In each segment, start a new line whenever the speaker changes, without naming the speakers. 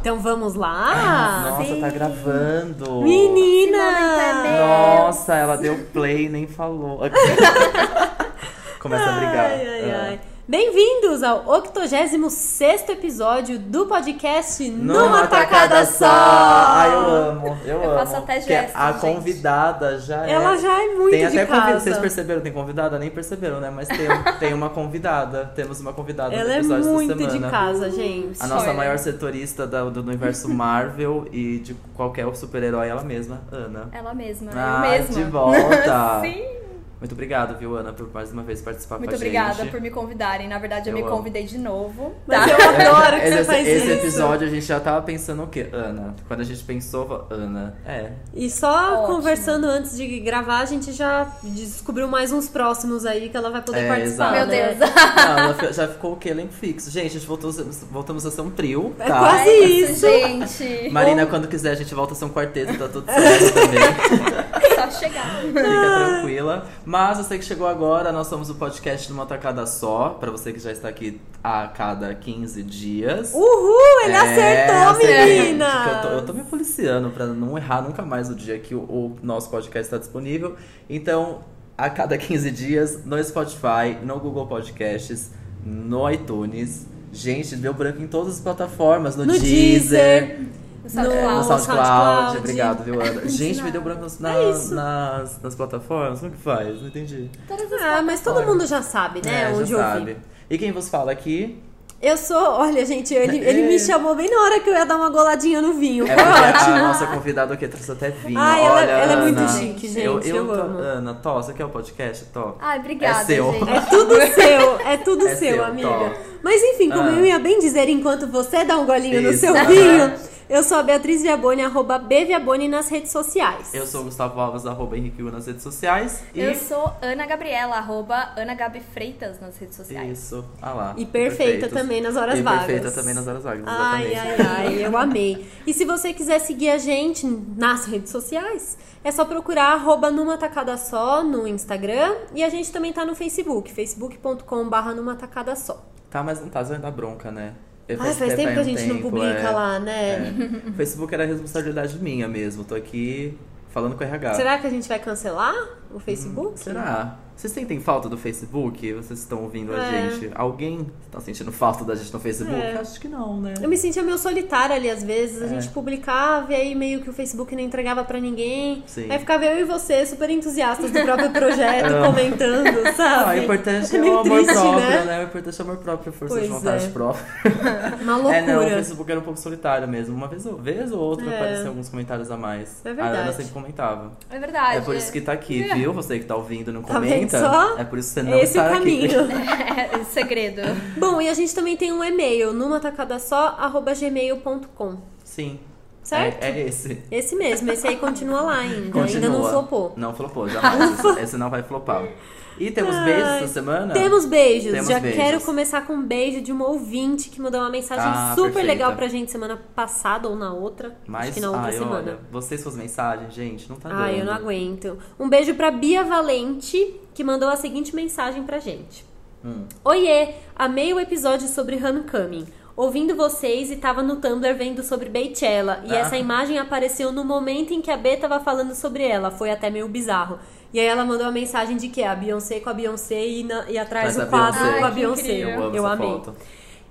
Então vamos lá.
Nossa,
sim.
tá gravando.
Menina!
Esse momento é
Nossa, ela deu play e nem falou. Começa a brigar.
Ai, ai,
Ah.
ai. Bem-vindos ao 86 episódio do podcast Numa, Tacada Só!
Ai, eu amo, eu,
Eu
amo.
faço até
Porque
gestos,
a
gente.
convidada já
Ela
é.
já é muito
Tem
de
até
casa.
convidada. Vocês perceberam, tem convidada? Nem perceberam, né? Mas tem, tem uma convidada. Temos uma convidada
Ela
no
é
episódio
muito
dessa
de
semana. Ah,
casa, gente.
A nossa
Spoiler.
maior setorista da- do universo Marvel e de qualquer super-herói, ela mesma, Ana.
Ela mesma,
Ah,
eu mesma.
de volta.
Sim.
Muito obrigado, viu, Ana, por mais uma vez participar
Muito
com a
obrigada
gente.
por me convidarem. Na verdade, eu, me
Eu amo.
convidei de novo. Tá?
Mas eu adoro que
Tá. É, esse,
você faz
esse
isso.
episódio a gente já tava pensando o quê? Ana. Quando a gente pensou, fa- Ana. É.
E só
Ótimo.
conversando antes de gravar, a gente já descobriu mais uns próximos aí que ela vai poder
É,
participar.
exato.
Meu
né?
Deus.
Não, ela fi- já ficou o quê? Lem fixo. Gente, a gente voltou, voltamos a ser um trio,
É
tá?
quase
É
isso.
gente.
Marina, quando quiser, a gente volta a ser um quarteto, tá tudo certo também.
Só chegar.
Fica tranquila. Mas você que chegou agora, nós somos o podcast numa tacada só. Pra você que já está aqui a cada 15 dias.
Uhul, ele
É,
acertou,
acertei.
menina!
Eu tô, eu tô me policiando pra não errar nunca mais o dia que o, o nosso podcast está disponível. Então, a cada 15 dias, no Spotify, no Google Podcasts, no iTunes. Gente, deu branco em todas as plataformas, no,
No
Deezer, É,
No
no
SoundCloud.
SoundCloud.
SoundCloud.
Obrigado, viu, Ana? Gente, me deu branco nas, na-
É isso.
nas, nas plataformas. Como que faz? Não entendi.
Todas as
Ah, mas todo
Olha.
mundo já sabe, né?
É, já
onde eu vi.
sabe. E quem vos fala aqui
Eu sou, olha, gente, ele, ele
É.
me chamou bem na hora que eu ia dar uma goladinha no vinho.
É
Foi
porque a
ótimo.
nossa convidada aqui trouxe até vinho.
Ai, ela-
Olha,
ela é muito
Ana,
chique, gente,
Eu, eu,
eu
tô-
amo. Ah,
Ana, Tó, você quer o podcast? Tó.
Ai, obrigada,
É seu.
gente.
É tudo seu, é tudo
É
seu,
seu,
amiga.
Tó.
Mas enfim, como
Ah.
eu ia bem dizer enquanto você dá um golinho no
Isso,
seu
aham.
vinho, eu sou a Beatriz Viaboni, arroba Bviaboni nas redes sociais.
Eu sou o Gustavo Alves, arroba Henrique Gu nas redes sociais. E
Eu sou Ana Gabriela, arroba Ana Gabi Freitas nas redes sociais.
isso. Ah lá.
E perfeita
Perfeitos.
também nas horas
e
vagas.
Perfeita também nas horas vagas,
Ai,
exatamente.
ai, ai, eu amei. E se você quiser seguir a gente nas redes sociais, é só procurar arroba numa tacada só no Instagram. E a gente também tá no Facebook, facebook.com.br numa tacada só.
Tá, mas não tá zoando da bronca, né? Eu
Ai, Ah, faz
até
tempo que a
um
gente não
tempo,
publica
é.
lá, né?
É. O Facebook era responsabilidade minha mesmo. Tô aqui falando com o RH.
Será que a gente vai cancelar o Facebook?
É. Hum, Será? Vocês sentem falta do Facebook? Vocês estão ouvindo a
É.
gente? Alguém tá sentindo falta da gente no Facebook?
É.
Acho que não, né?
Eu me sentia meio solitária ali às vezes. A
É.
gente publicava e aí meio que o Facebook não entregava pra ninguém.
Sim.
Aí ficava eu e você super entusiastas do próprio projeto, comentando,
Ah,
sabe?
o importante
É
é
meio
o amor
triste,
próprio,
né?
né? O importante é o amor próprio, a força
Pois
de vontade
é.
própria.
Uma loucura.
É, não, o Facebook era um pouco solitário mesmo. Uma vez, ou- vez ou outra
É.
apareciam alguns comentários a mais.
É
A Ana
verdade. Ah,
sempre comentava.
É verdade.
é por isso que tá aqui,
É.
viu? Você que tá ouvindo e não
Tá vendo
comenta.
só?
É por isso que você não
Esse é
está
o caminho.
aqui.
É, é segredo.
Bom, e a gente também tem um e-mail, numa tacada só, arroba gmail.com.
Sim.
Certo?
É, é esse.
Esse mesmo, esse aí continua lá ainda.
Continua.
Ainda não flopou.
Não flopou, jamais. esse, esse não vai flopar. E temos
Ai.
beijos essa semana?
Temos beijos.
Temos
Já
beijos.
quero começar com um beijo de uma ouvinte que mandou uma mensagem
Ah,
super
perfeita.
legal pra gente semana passada ou na outra.
Mas,
acho que na outra
ai,
semana.
olha, vocês suas mensagens, gente, não tá dando.
Ai, eu não aguento. Um beijo pra Bia Valente, que mandou a seguinte mensagem pra gente.
Hum.
Oiê, amei o episódio sobre Homecoming. Ouvindo vocês e tava no Tumblr vendo sobre Beychella. E
Ah.
essa imagem apareceu no momento em que a B tava falando sobre ela. Foi até meio bizarro. E aí ela mandou a mensagem de que é a Beyoncé com a Beyoncé e, na- e atrás
Traz a
o quadro
Beyoncé.
com a
Ai, que
Beyoncé.
incrível.
Eu amo essa
amei.
foto.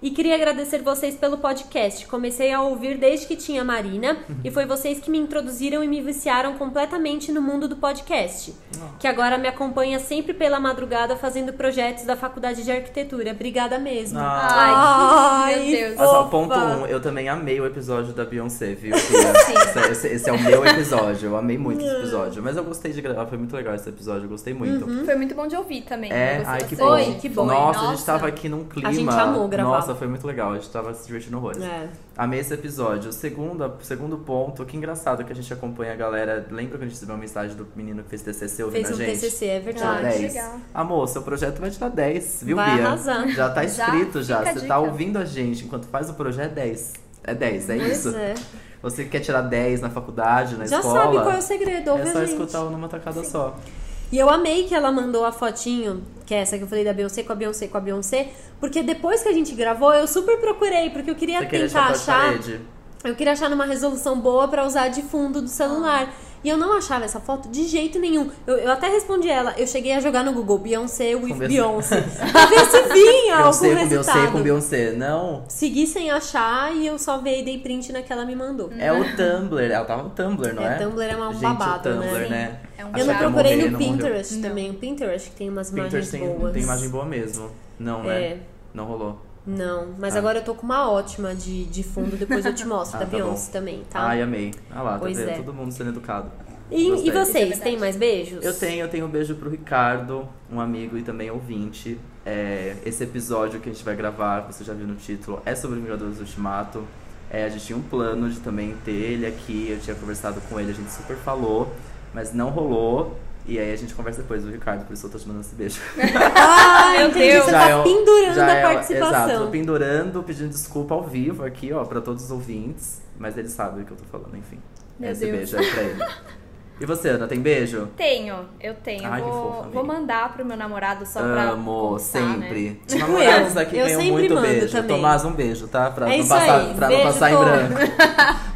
E queria agradecer vocês pelo podcast. Comecei a ouvir desde que tinha a Marina e foi vocês que me introduziram e me viciaram completamente no mundo do podcast. Que agora me acompanha sempre pela madrugada fazendo projetos da faculdade de arquitetura. Obrigada mesmo.
Ah. Ai,
Ai,
meu Deus.
Mas, ó,
fofa.
ponto um, eu também amei o episódio da Beyoncé, viu? Esse, esse- esse é o meu episódio, eu amei muito esse episódio. Mas eu gostei de gravar, foi muito legal esse episódio, eu gostei muito.
Foi muito bom de ouvir também.
É,
Gostei
ai,
bastante.
que bom.
Foi, Uhum. que bom.
Nossa, a gente
Nossa.
tava aqui num clima.
gente amou gravar.
Nossa, foi muito legal, a gente tava se divertindo horrores.
É.
Amei esse episódio. O Segundo, segundo ponto, que engraçado que a gente acompanha a galera. Lembra quando a gente recebeu uma mensagem do menino que fez TCC ouvindo
Fez um
a gente?
TCC, é
Ai,
Tirou
que
verdade.
10.
legal.
Amor, seu projeto vai te dar 10, viu,
Vai
Bia?
arrasar.
Já tá escrito
Já,
já.
fica a
Você tá
dica.
ouvindo a gente enquanto faz o projeto, é 10. É 10, é
Pois
isso.
é.
Você quer tirar 10 na faculdade, na
Já
escola?
sabe qual é o segredo, ouve
É
a
só
gente.
escutar o numa tacada só.
E eu amei que ela mandou a fotinho, que é essa que eu falei da Beyoncé com a Beyoncé com a Beyoncé, porque depois que a gente gravou, eu super procurei, porque eu queria
Você queria
tentar
chapéu de
achar.
parede?
Eu queria achar numa resolução boa pra usar de fundo do celular. E eu não achava essa foto de jeito nenhum. Eu, eu até respondi ela. Eu cheguei a jogar no Google Beyoncé with
Beyoncé.
Beyoncé. pra ver se vinha algum
Beyoncé com Beyoncé
resultado.
com Beyoncé. Não.
Segui sem achar e eu só veio e dei print na que ela me mandou.
É o Tumblr. Ela tava no Tumblr, não
Uhum. É,
é?
Tumblr é um
Gente,
babado,
o Tumblr,
né?
né?
É um
Eu
Acho que
não
vai
procurei
morrer,
no
não morreu.
Pinterest
Não.
também. O Pinterest que tem umas imagens
Pinterest tem,
boas.
tem imagem boa mesmo. Não,
É.
né? Não rolou.
Não, mas
Ah.
agora eu tô com uma ótima de, de fundo, depois eu te mostro,
Ah,
da
tá
Beyoncé também, tá?
Ai, amei. Ah lá, tá
Pois
vendo?
é.
Todo mundo sendo educado.
e, e
gostei.
vocês,
Isso é
tem mais beijos?
Eu tenho, eu tenho um beijo pro Ricardo, um amigo e também ouvinte. É, esse episódio que a gente vai gravar, você já viu no título, é sobre Vingadores Ultimato. É, a gente tinha um plano de também ter ele aqui, eu tinha conversado com ele, a gente super falou, mas não rolou. E aí a gente conversa depois do Ricardo, por isso eu tô te mandando esse beijo.
Ah,
Meu
entendi.
Deus.
Você
Já
tá
é o-
pendurando
já
a
é o- Exato,
participação.
tô pendurando, pedindo desculpa ao vivo aqui, ó, pra todos os ouvintes. Mas ele sabe o que eu tô falando, enfim.
Meu
Esse
Deus.
beijo aí pra ele. E você, Ana, tem beijo?
Tenho, eu tenho.
Ai, que
vou,
fofa, amiga.
vou mandar pro meu namorado só pra.
Amo,
conquistar,
sempre.
Né?
Os namorados
eu.
aqui
Eu
ganham
sempre
muito
mando
beijo.
também.
Tomás, um beijo, tá? Pra
É
não
isso
passar,
aí.
Pra
Beijo,
não passar em
Tom.
branco.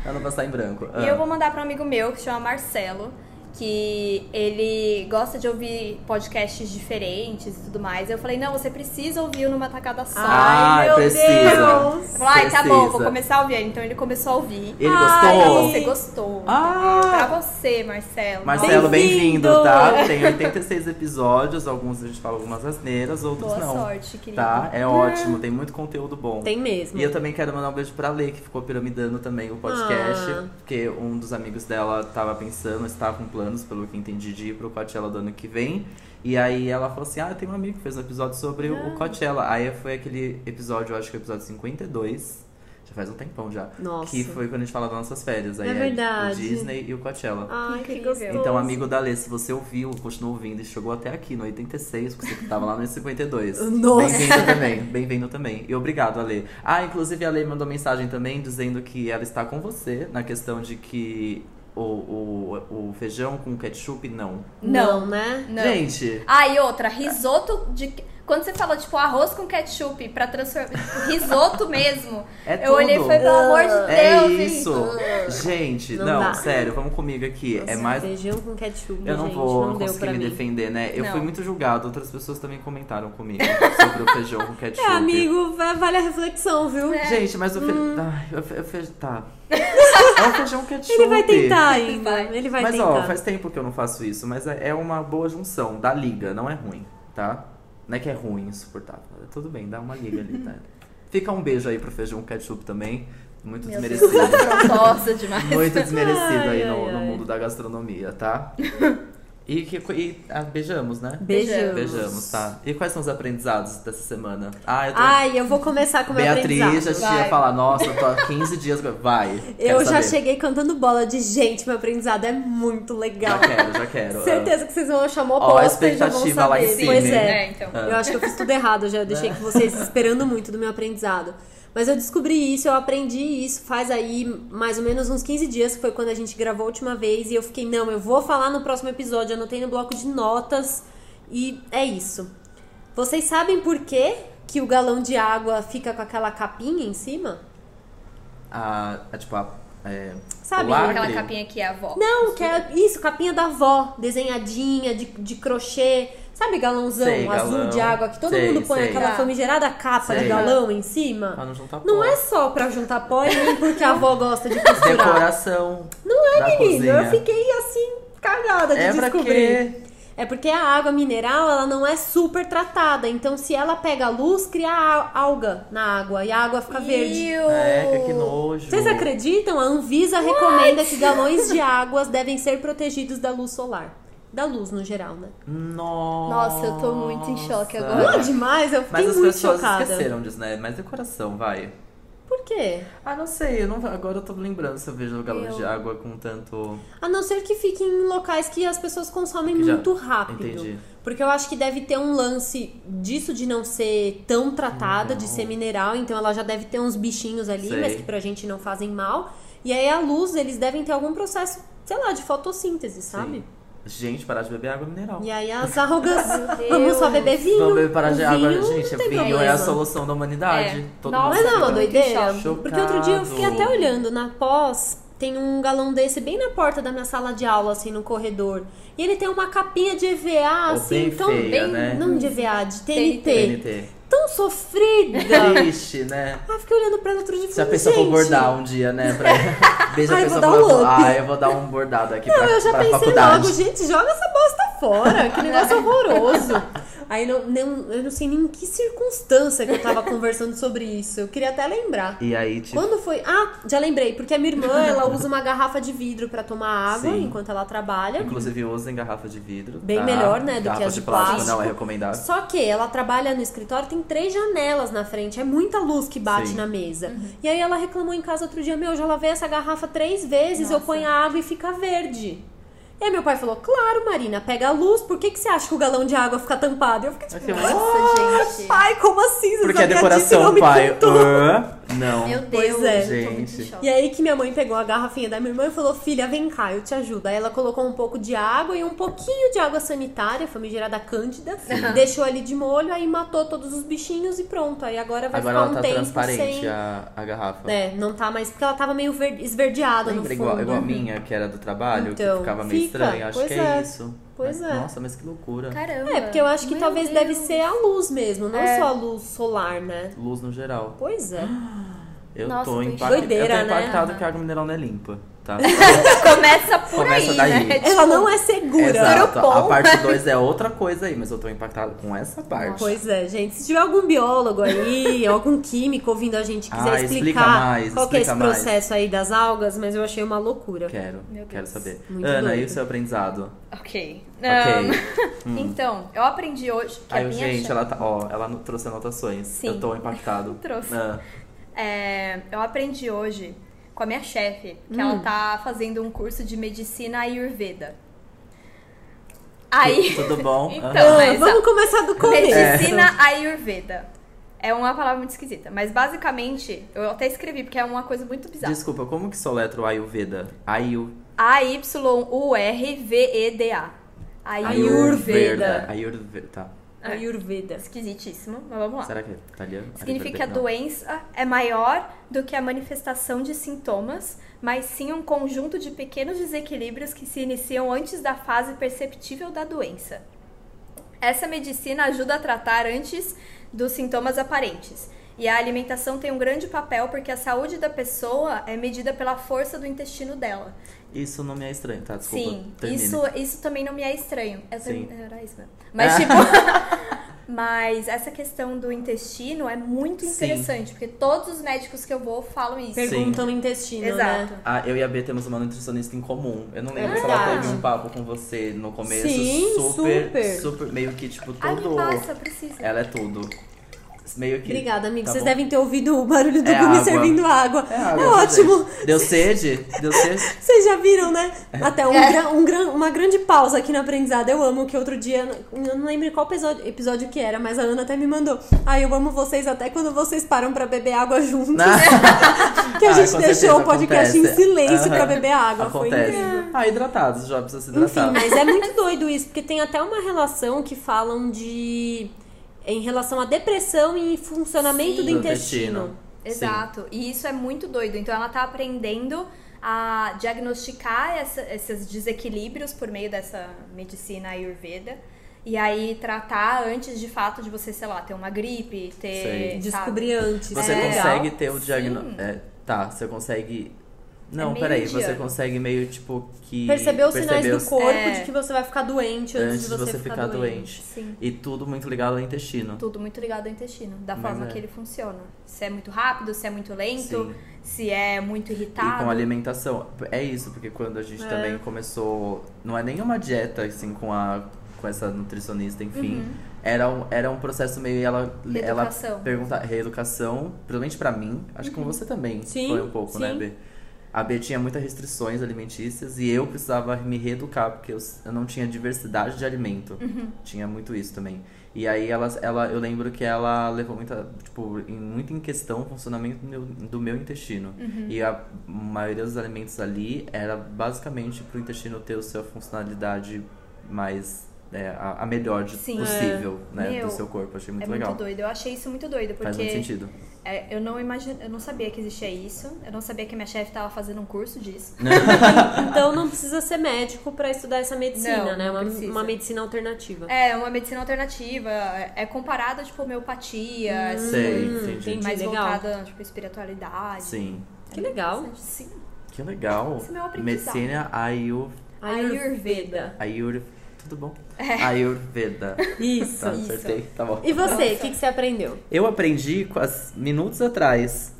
pra não passar em branco. Ah.
E eu vou mandar pra um amigo meu que chama Marcelo, que ele gosta de ouvir podcasts diferentes e tudo mais. Eu falei, não, você precisa ouvir numa tacada só.
Ai,
Ai,
meu
precisa.
Deus.
Eu falei, ai, tá bom, vou
Ah, Precisa.
começar a ouvir. Então ele começou a ouvir.
Ele
Ai,
Pra
gostou?
você gostou.
Ah!
Pra você, Marcelo.
Marcelo,
Bem-vindo.
bem-vindo, tá? Tem 86 episódios, alguns a gente fala algumas asneiras, outros
Boa
é não.
sorte, querido.
Tá? É ótimo, tem muito conteúdo bom.
Tem mesmo.
E eu também quero mandar um beijo pra Lê, que ficou piramidando também o podcast.
Ah.
Porque um dos amigos dela tava pensando, estava com planos, pelo que entendi, de ir pro Coachella do ano que vem. E aí ela falou assim, ah, tem um amigo que fez um episódio sobre
Ah.
o Coachella. Aí foi aquele episódio, eu acho que é o episódio 52. Já faz um tempão já.
Nossa.
Que foi quando a gente fala das nossas férias. Aí
É
O
verdade.
Disney e o Coachella.
Ai, que
Incrível.
gostoso.
Então, amigo da Lê, se você ouviu, continua ouvindo e chegou até aqui, no 86, porque você tava lá no 52.
Nossa.
Bem-vindo também, bem-vindo também. E obrigado, Ale. Ah, inclusive a Ale mandou mensagem também dizendo que ela está com você na questão de que o, o, o feijão com ketchup, não.
Não,
Não.
né?
Não.
é Gente,
Ah, e outra, risoto de. Quando você fala, tipo, arroz com ketchup pra transformar. risoto mesmo.
é
eu
tudo.
olhei e falei, pelo amor
"Ah,
de
É
Deus,
isso.
gente.
Gente,
Não
não,
dá.
sério, vamos comigo aqui. é mais
Feijão com ketchup,
Eu não
gente.
vou
não
não
deu
conseguir
pra
me
mim.
defender, né? Eu
Não.
fui muito julgado, outras pessoas também comentaram comigo sobre o feijão com ketchup.
É, amigo, va- vale a reflexão, viu?
É.
Gente, mas o feijão.
Hum.
Ai, o fe- o feijão. Tá. É um feijão ketchup.
Ele vai tentar ainda.
Vai.
Ele vai
mas
tentar.
ó, faz tempo que eu não faço isso, mas é é uma boa junção. Dá liga, não é ruim, tá? Não é que é ruim, insuportável. Tudo bem, dá uma liga ali, tá? Fica um beijo aí pro feijão ketchup também. Muito
Meu Deus,
desmerecido.
afrontosa demais.
Muito desmerecido
Ai,
aí no,
ai,
no
ai.
mundo da gastronomia, tá? E, que, co- e ah, beijamos, né?
Beijamos.
Beijamos, tá? E quais são os aprendizados dessa semana? Ah, eu tô...
Ai, eu vou começar com o meu aprendizado.
Beatriz já tinha
Vai.
falar, nossa, eu tô há 15 dias. Vai.
Eu
quero
já
saber.
cheguei cantando bola de gente, meu aprendizado é muito legal.
Já quero, já quero.
Certeza que vocês vão achar mó
Ó, a
bosta e já vão
expectativa lá
saber.
em cima,
pois
né?
hein? É.
é.
É, então.
Eu acho que eu fiz tudo errado, já eu deixei com vocês esperando muito do meu aprendizado. Mas eu descobri isso, eu aprendi isso faz aí mais ou menos uns 15 dias, que foi quando a gente gravou a última vez, e eu fiquei, não, eu vou falar no próximo episódio, anotei no bloco de notas, e é isso. Vocês sabem por que que o galão de água fica com aquela capinha em cima?
A, a, tipo, a, é,
Sabe,
o lacre.
Aquela capinha que é a avó.
Não, que é isso, capinha da avó, desenhadinha, de, de crochê. Sabe galãozão
Sei,
azul
galão.
de água que todo
Sei,
mundo põe
sei.
aquela
Ah.
famigerada capa de
Sei.
galão em
Pra
cima?
Ah, não tá juntar
Não
pó.
é só pra juntar pó e nem porque a avó gosta de costurar.
Decoração. Não é, da
Menino,
cozinha.
eu fiquei assim, cagada de
É pra
descobrir.
quê?
É porque a água mineral, ela não é super tratada. Então, se ela pega a luz, cria a- alga na água e a água fica tá verde.
Iu.
É, que nojo.
Oh. Vocês acreditam? A Anvisa recomenda que galões de águas devem ser protegidos da luz solar. Da luz, no geral, né?
Nossa.
Nossa, eu tô muito em choque
Nossa.
Não é
agora.
demais? Eu fiquei
Ah. Mas as
muito
pessoas
chocada.
esqueceram disso, né? Mas decoração, vai.
Por quê?
Ah, não sei. Eu não, agora eu tô lembrando se eu vejo o galão
Eu-
de água com tanto...
A não ser que fiquem em locais que as pessoas consomem
Que já-
muito rápido.
Entendi.
Porque eu acho que deve ter um lance disso de não ser tão tratada, de ser mineral, então ela já deve ter uns bichinhos ali,
Uhum. Sei.
mas que pra gente não fazem mal. E aí a luz, eles devem ter algum processo, sei lá, de fotossíntese, sabe?
Sim. Gente, parar de beber água mineral.
E aí as arrugas.
Deus.
Vamos só beber vinho.
Vamos beber parar de
O
água.
vinho
Gente,
não tem
vinho é
problema.
a solução da humanidade.
É.
Todo
Nossa,
mundo
Mas não é uma
sabe.
eu fiquei
doideira?
chocado.
Porque outro dia eu fiquei até olhando na pós, tem um galão desse bem na porta da minha sala de aula, assim, no corredor. E ele tem uma capinha de EVA,
Ou
assim,
Oh, bem
tão
feia,
bem.
né?
Não de EVA, de TNT.
TNT.
Tão sofrida.
Triste, né?
ah, fiquei olhando pra ela outro dia e
Se a
falei,
pessoa for
gente.
bordar um dia, né? Pra... Beija a
Ai,
pessoa
vou dar um
falando,
up.
ah, eu vou dar um bordado aqui pra,
Não, eu já
pra
pensei
faculdade.
logo, gente, joga essa bosta fora, que negócio horroroso. Aí não, não- eu não sei nem em que circunstância que eu tava conversando sobre isso. Eu queria até lembrar.
E aí, tipo,
Quando foi? Ah, já lembrei, porque a minha irmã, ela usa uma garrafa de vidro pra tomar água
Sim.
enquanto ela trabalha.
inclusive usem garrafa de vidro.
Bem
tá?
melhor, né, do que
Garrafa
as
de
de
plástico.
plástico.
Não é recomendável.
Só que ela trabalha no escritório, tem três janelas na frente, é muita luz que bate
Sim.
na mesa. E aí ela reclamou em casa outro dia: Meu, eu já lavei essa garrafa três vezes, eu ponho a água e fica verde. E aí meu pai falou: Claro, Marina, pega a luz, por que, que você acha que o galão de água fica tampado? Eu fiquei tipo:
Assim,
Nossa, gente.
Pai, como assim? Você
Porque é decoração, pai. Ah, não.
Meu
Pois
Deus,
é.
eu tô muito em
Gente.
E aí que minha mãe pegou a garrafinha da minha irmã e falou: Filha, vem cá, eu te ajudo. Aí ela colocou um pouco de água e um pouquinho de água sanitária, famigerada cândida, deixou ali de molho, aí matou todos os bichinhos e pronto. Aí agora vai
Agora
ficar
ela
um
tá
tempo
transparente,
sem.
a, a garrafa.
É, não tá mais, porque ela tava meio ver- esverdeada no
Lembra
fundo.
igual, igual a minha, que era do trabalho,
Então,
que ficava meio
fica.
estranha. Acho
Pois
que é,
é.
isso.
Pois
Mas-
é.
Nossa, mas que loucura.
Caramba.
É, porque eu acho que
Meu
talvez
Deus. É.
deve ser a luz mesmo, não só a luz solar, né?
Luz no geral.
Pois é.
Ah, Eu
Nossa,
tô
tô
impactado.
Doideira,
eu tô
né?
impactado que a água mineral não é limpa, tá?
Começa por
Começa
aí,
daí.
né? Tipo,
Ela não é segura.
Exato.
Europol.
A parte 2 é outra coisa aí, mas eu tô impactado com essa parte.
Pois é, gente. Se tiver algum biólogo aí, algum químico ouvindo a gente e quiser
Ah,
explicar
explica mais,
qual que é esse
explica mais.
processo aí das algas, mas eu achei uma loucura.
Quero,
Meu Deus.
quero saber.
Muito
Ana,
doido.
e o seu aprendizado?
Ok.
Ok.
Ahn, então, eu aprendi hoje que a
Aí,
minha
gente,
chave-
ela tá. Ó, ela não trouxe anotações.
Sim.
Eu tô impactado.
Trouxe.
Ah,
É, eu aprendi hoje com a minha chefe que ela tá fazendo um curso de medicina ayurveda. Aí,
tu- Tudo bom?
Então,
Ah,
Aham.
mas
vamos começar do começo.
medicina ayurveda. É uma palavra muito esquisita, mas basicamente, eu até escrevi porque é uma coisa muito bizarra.
Desculpa, como que soletra o Ayurveda? Ayu...
A-Y-U-R-V-E-D-A.
Ayurveda.
Ayurveda. Tá.
Ayurveda.
Esquisitíssimo, mas
Ah.
vamos lá.
Será que é italiano?
Significa que a
Ayurveda, não.
doença é maior do que a manifestação de sintomas, mas sim um conjunto de pequenos desequilíbrios que se iniciam antes da fase perceptível da doença. Essa medicina ajuda a tratar antes dos sintomas aparentes. E a alimentação tem um grande papel porque a saúde da pessoa é medida pela força do intestino dela.
Isso não me é estranho, tá? Desculpa.
Sim,
termine.
isso, isso também não me é estranho. Eu
Sim. Ah.
termi- Era isso mesmo. Mas, tipo. mas essa questão do intestino é muito
Sim.
interessante, porque todos os médicos que eu vou falam isso.
Sim.
Pergunta no intestino,
Exato.
né?
Ah, eu e a B temos uma nutricionista em comum. Eu não lembro
É
se ela
verdade.
teve um papo com você no começo.
Sim,
super,
super.
super, Meio que, tipo,
Ai, me
todo.
passa, precisa.
Ela é tudo. Meio que.
Obrigada, amigo.
Tá
Vocês
bom.
devem ter ouvido o barulho do
É
Gumi
água.
servindo água.
É, água,
ótimo.
gente. Deu sede? Deu sede?
Vocês já viram, né?
É.
Até um
É.
gra- um gran- uma grande pausa aqui no aprendizado. Eu amo que outro dia, eu não lembro qual episódio, episódio que era, mas a Ana até me mandou. Ah, eu amo vocês até quando vocês param pra beber água juntos. que a
Ah,
gente
com certeza,
deixou o podcast
acontece.
em silêncio pra
Aham.
beber água. Foi
Acontece.
incrível.
Ah, hidratados, já precisa se
Enfim,
hidratar.
mas é muito doido isso, porque tem até uma relação que falam de. em relação à depressão e funcionamento
Sim.
do
Do
intestino.
Sim.
Exato. E isso é muito doido. Então ela tá aprendendo a diagnosticar essa- esses desequilíbrios por meio dessa medicina ayurveda. E aí tratar antes de fato de você, sei lá, ter uma gripe, ter.
Sei.
sabe?
Descobrir É, antes.
Você
é legal.
consegue ter o
Sim.
diagnóstico. tá, você consegue. Não,
meio
peraí, você
indiano.
consegue meio tipo que.
É Perceber os sinais
perceber
do
os-
corpo
É.
de que você vai ficar doente antes,
Antes de você ficar doente.
Sim.
E tudo muito ligado ao intestino.
Tudo muito ligado ao intestino, da
Mas
forma
é.
que ele funciona. Se é muito rápido, se é muito lento,
Sim.
se é muito
E
irritado.
com alimentação. É isso, porque quando a gente
É.
também começou. Não é nenhuma dieta, assim, com a. Com essa nutricionista, enfim.
Uhum.
Uhum.
Era, um, era um processo meio. Ela, é ela
Reeducação.
pergunta. Reeducação, principalmente pra mim. Acho que com você também
Sim,
foi um pouco, né,
sim.
B? A B tinha muitas restrições alimentícias e eu precisava me reeducar, porque eu, eu não tinha diversidade de alimento. Tinha muito isso também. E aí ela, ela, eu lembro que ela levou muita, tipo, em, muito em questão o funcionamento do meu, do meu intestino. E a maioria dos alimentos ali era basicamente pro intestino ter a sua funcionalidade mais. é, a, a melhor de-
Sim.
possível, né?
Meu,
do seu corpo. Achei muito
é
legal.
muito doido. Eu achei isso muito doido, porque
Faz muito sentido.
é, eu não imagino, eu não sabia que existia isso. Eu não sabia que minha chefe tava fazendo um curso disso.
Então não precisa ser médico pra estudar essa medicina,
Não,
né?
não
Uma,
precisa.
uma medicina alternativa.
É, uma medicina alternativa, é comparada tipo homeopatia, essas
Sei,
coisas.
Hum, entendi.
entendi.
mais
legal.
voltada tipo espiritualidade.
Sim.
Que legal.
Sim.
Que legal.
Isso é meu aprendizado.
Medicina Ayu,
Ayurveda.
Ayur. Tudo bom? Ayurveda.
Isso.
Tá, acertei. Tá bom.
E você, o que, que você aprendeu?
Eu aprendi com as- minutos atrás.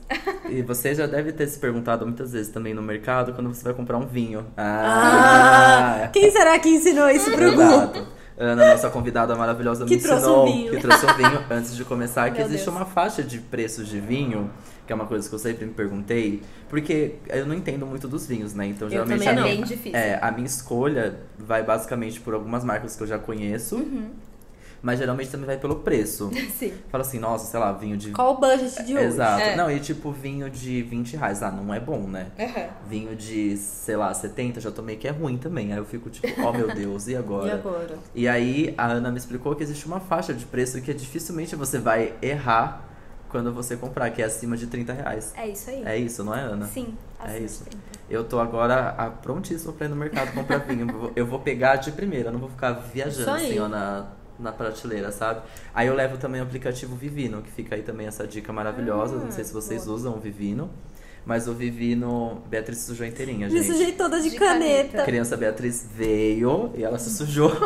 E você já deve ter se perguntado muitas vezes também no mercado quando você vai comprar um vinho. Ah!
Quem será que ensinou isso pro Gu?
Exato. Ana, nossa convidada maravilhosa,
Que
me
trouxe
ensinou
um vinho.
que trouxe um vinho antes de começar, que
Meu
existe
Deus.
uma faixa de preços de vinho, que é uma coisa que eu sempre me perguntei, porque eu não entendo muito dos vinhos, né? Então, geralmente
também
a
não.
minha-
Bem difícil.
é, a minha escolha vai basicamente por algumas marcas que eu já conheço,
Uhum.
mas geralmente também vai pelo preço.
Sim.
Fala assim, nossa, sei lá, vinho de
Qual o budget de hoje?
Exato.
É.
Não, e tipo, vinho de 20 reais, ah, não é bom, né?
Aham.
Vinho de, sei lá, 70, já tomei que é ruim também. Aí eu fico tipo, oh meu Deus, e
E
agora?
agora?
E aí a Ana me explicou que existe uma faixa de preço que dificilmente você vai errar quando você comprar, que é acima de 30 reais.
É isso aí.
É isso, não é, Ana?
Sim. assim,
isso.
sim.
Eu tô agora ah, prontíssimo pra ir no mercado comprar vinho. Eu vou- Eu vou pegar de primeira, eu não vou ficar viajando
Isso aí.
assim, ó, na, na prateleira, sabe? Aí eu levo também o aplicativo Vivino, que fica aí também essa dica maravilhosa.
Ah,
não sei se vocês usam o Vivino, mas o Vivino. Beatriz sujou inteirinha,
Me
gente.
sujei toda de,
De
caneta.
caneta.
Criança Beatriz veio e ela se sujou.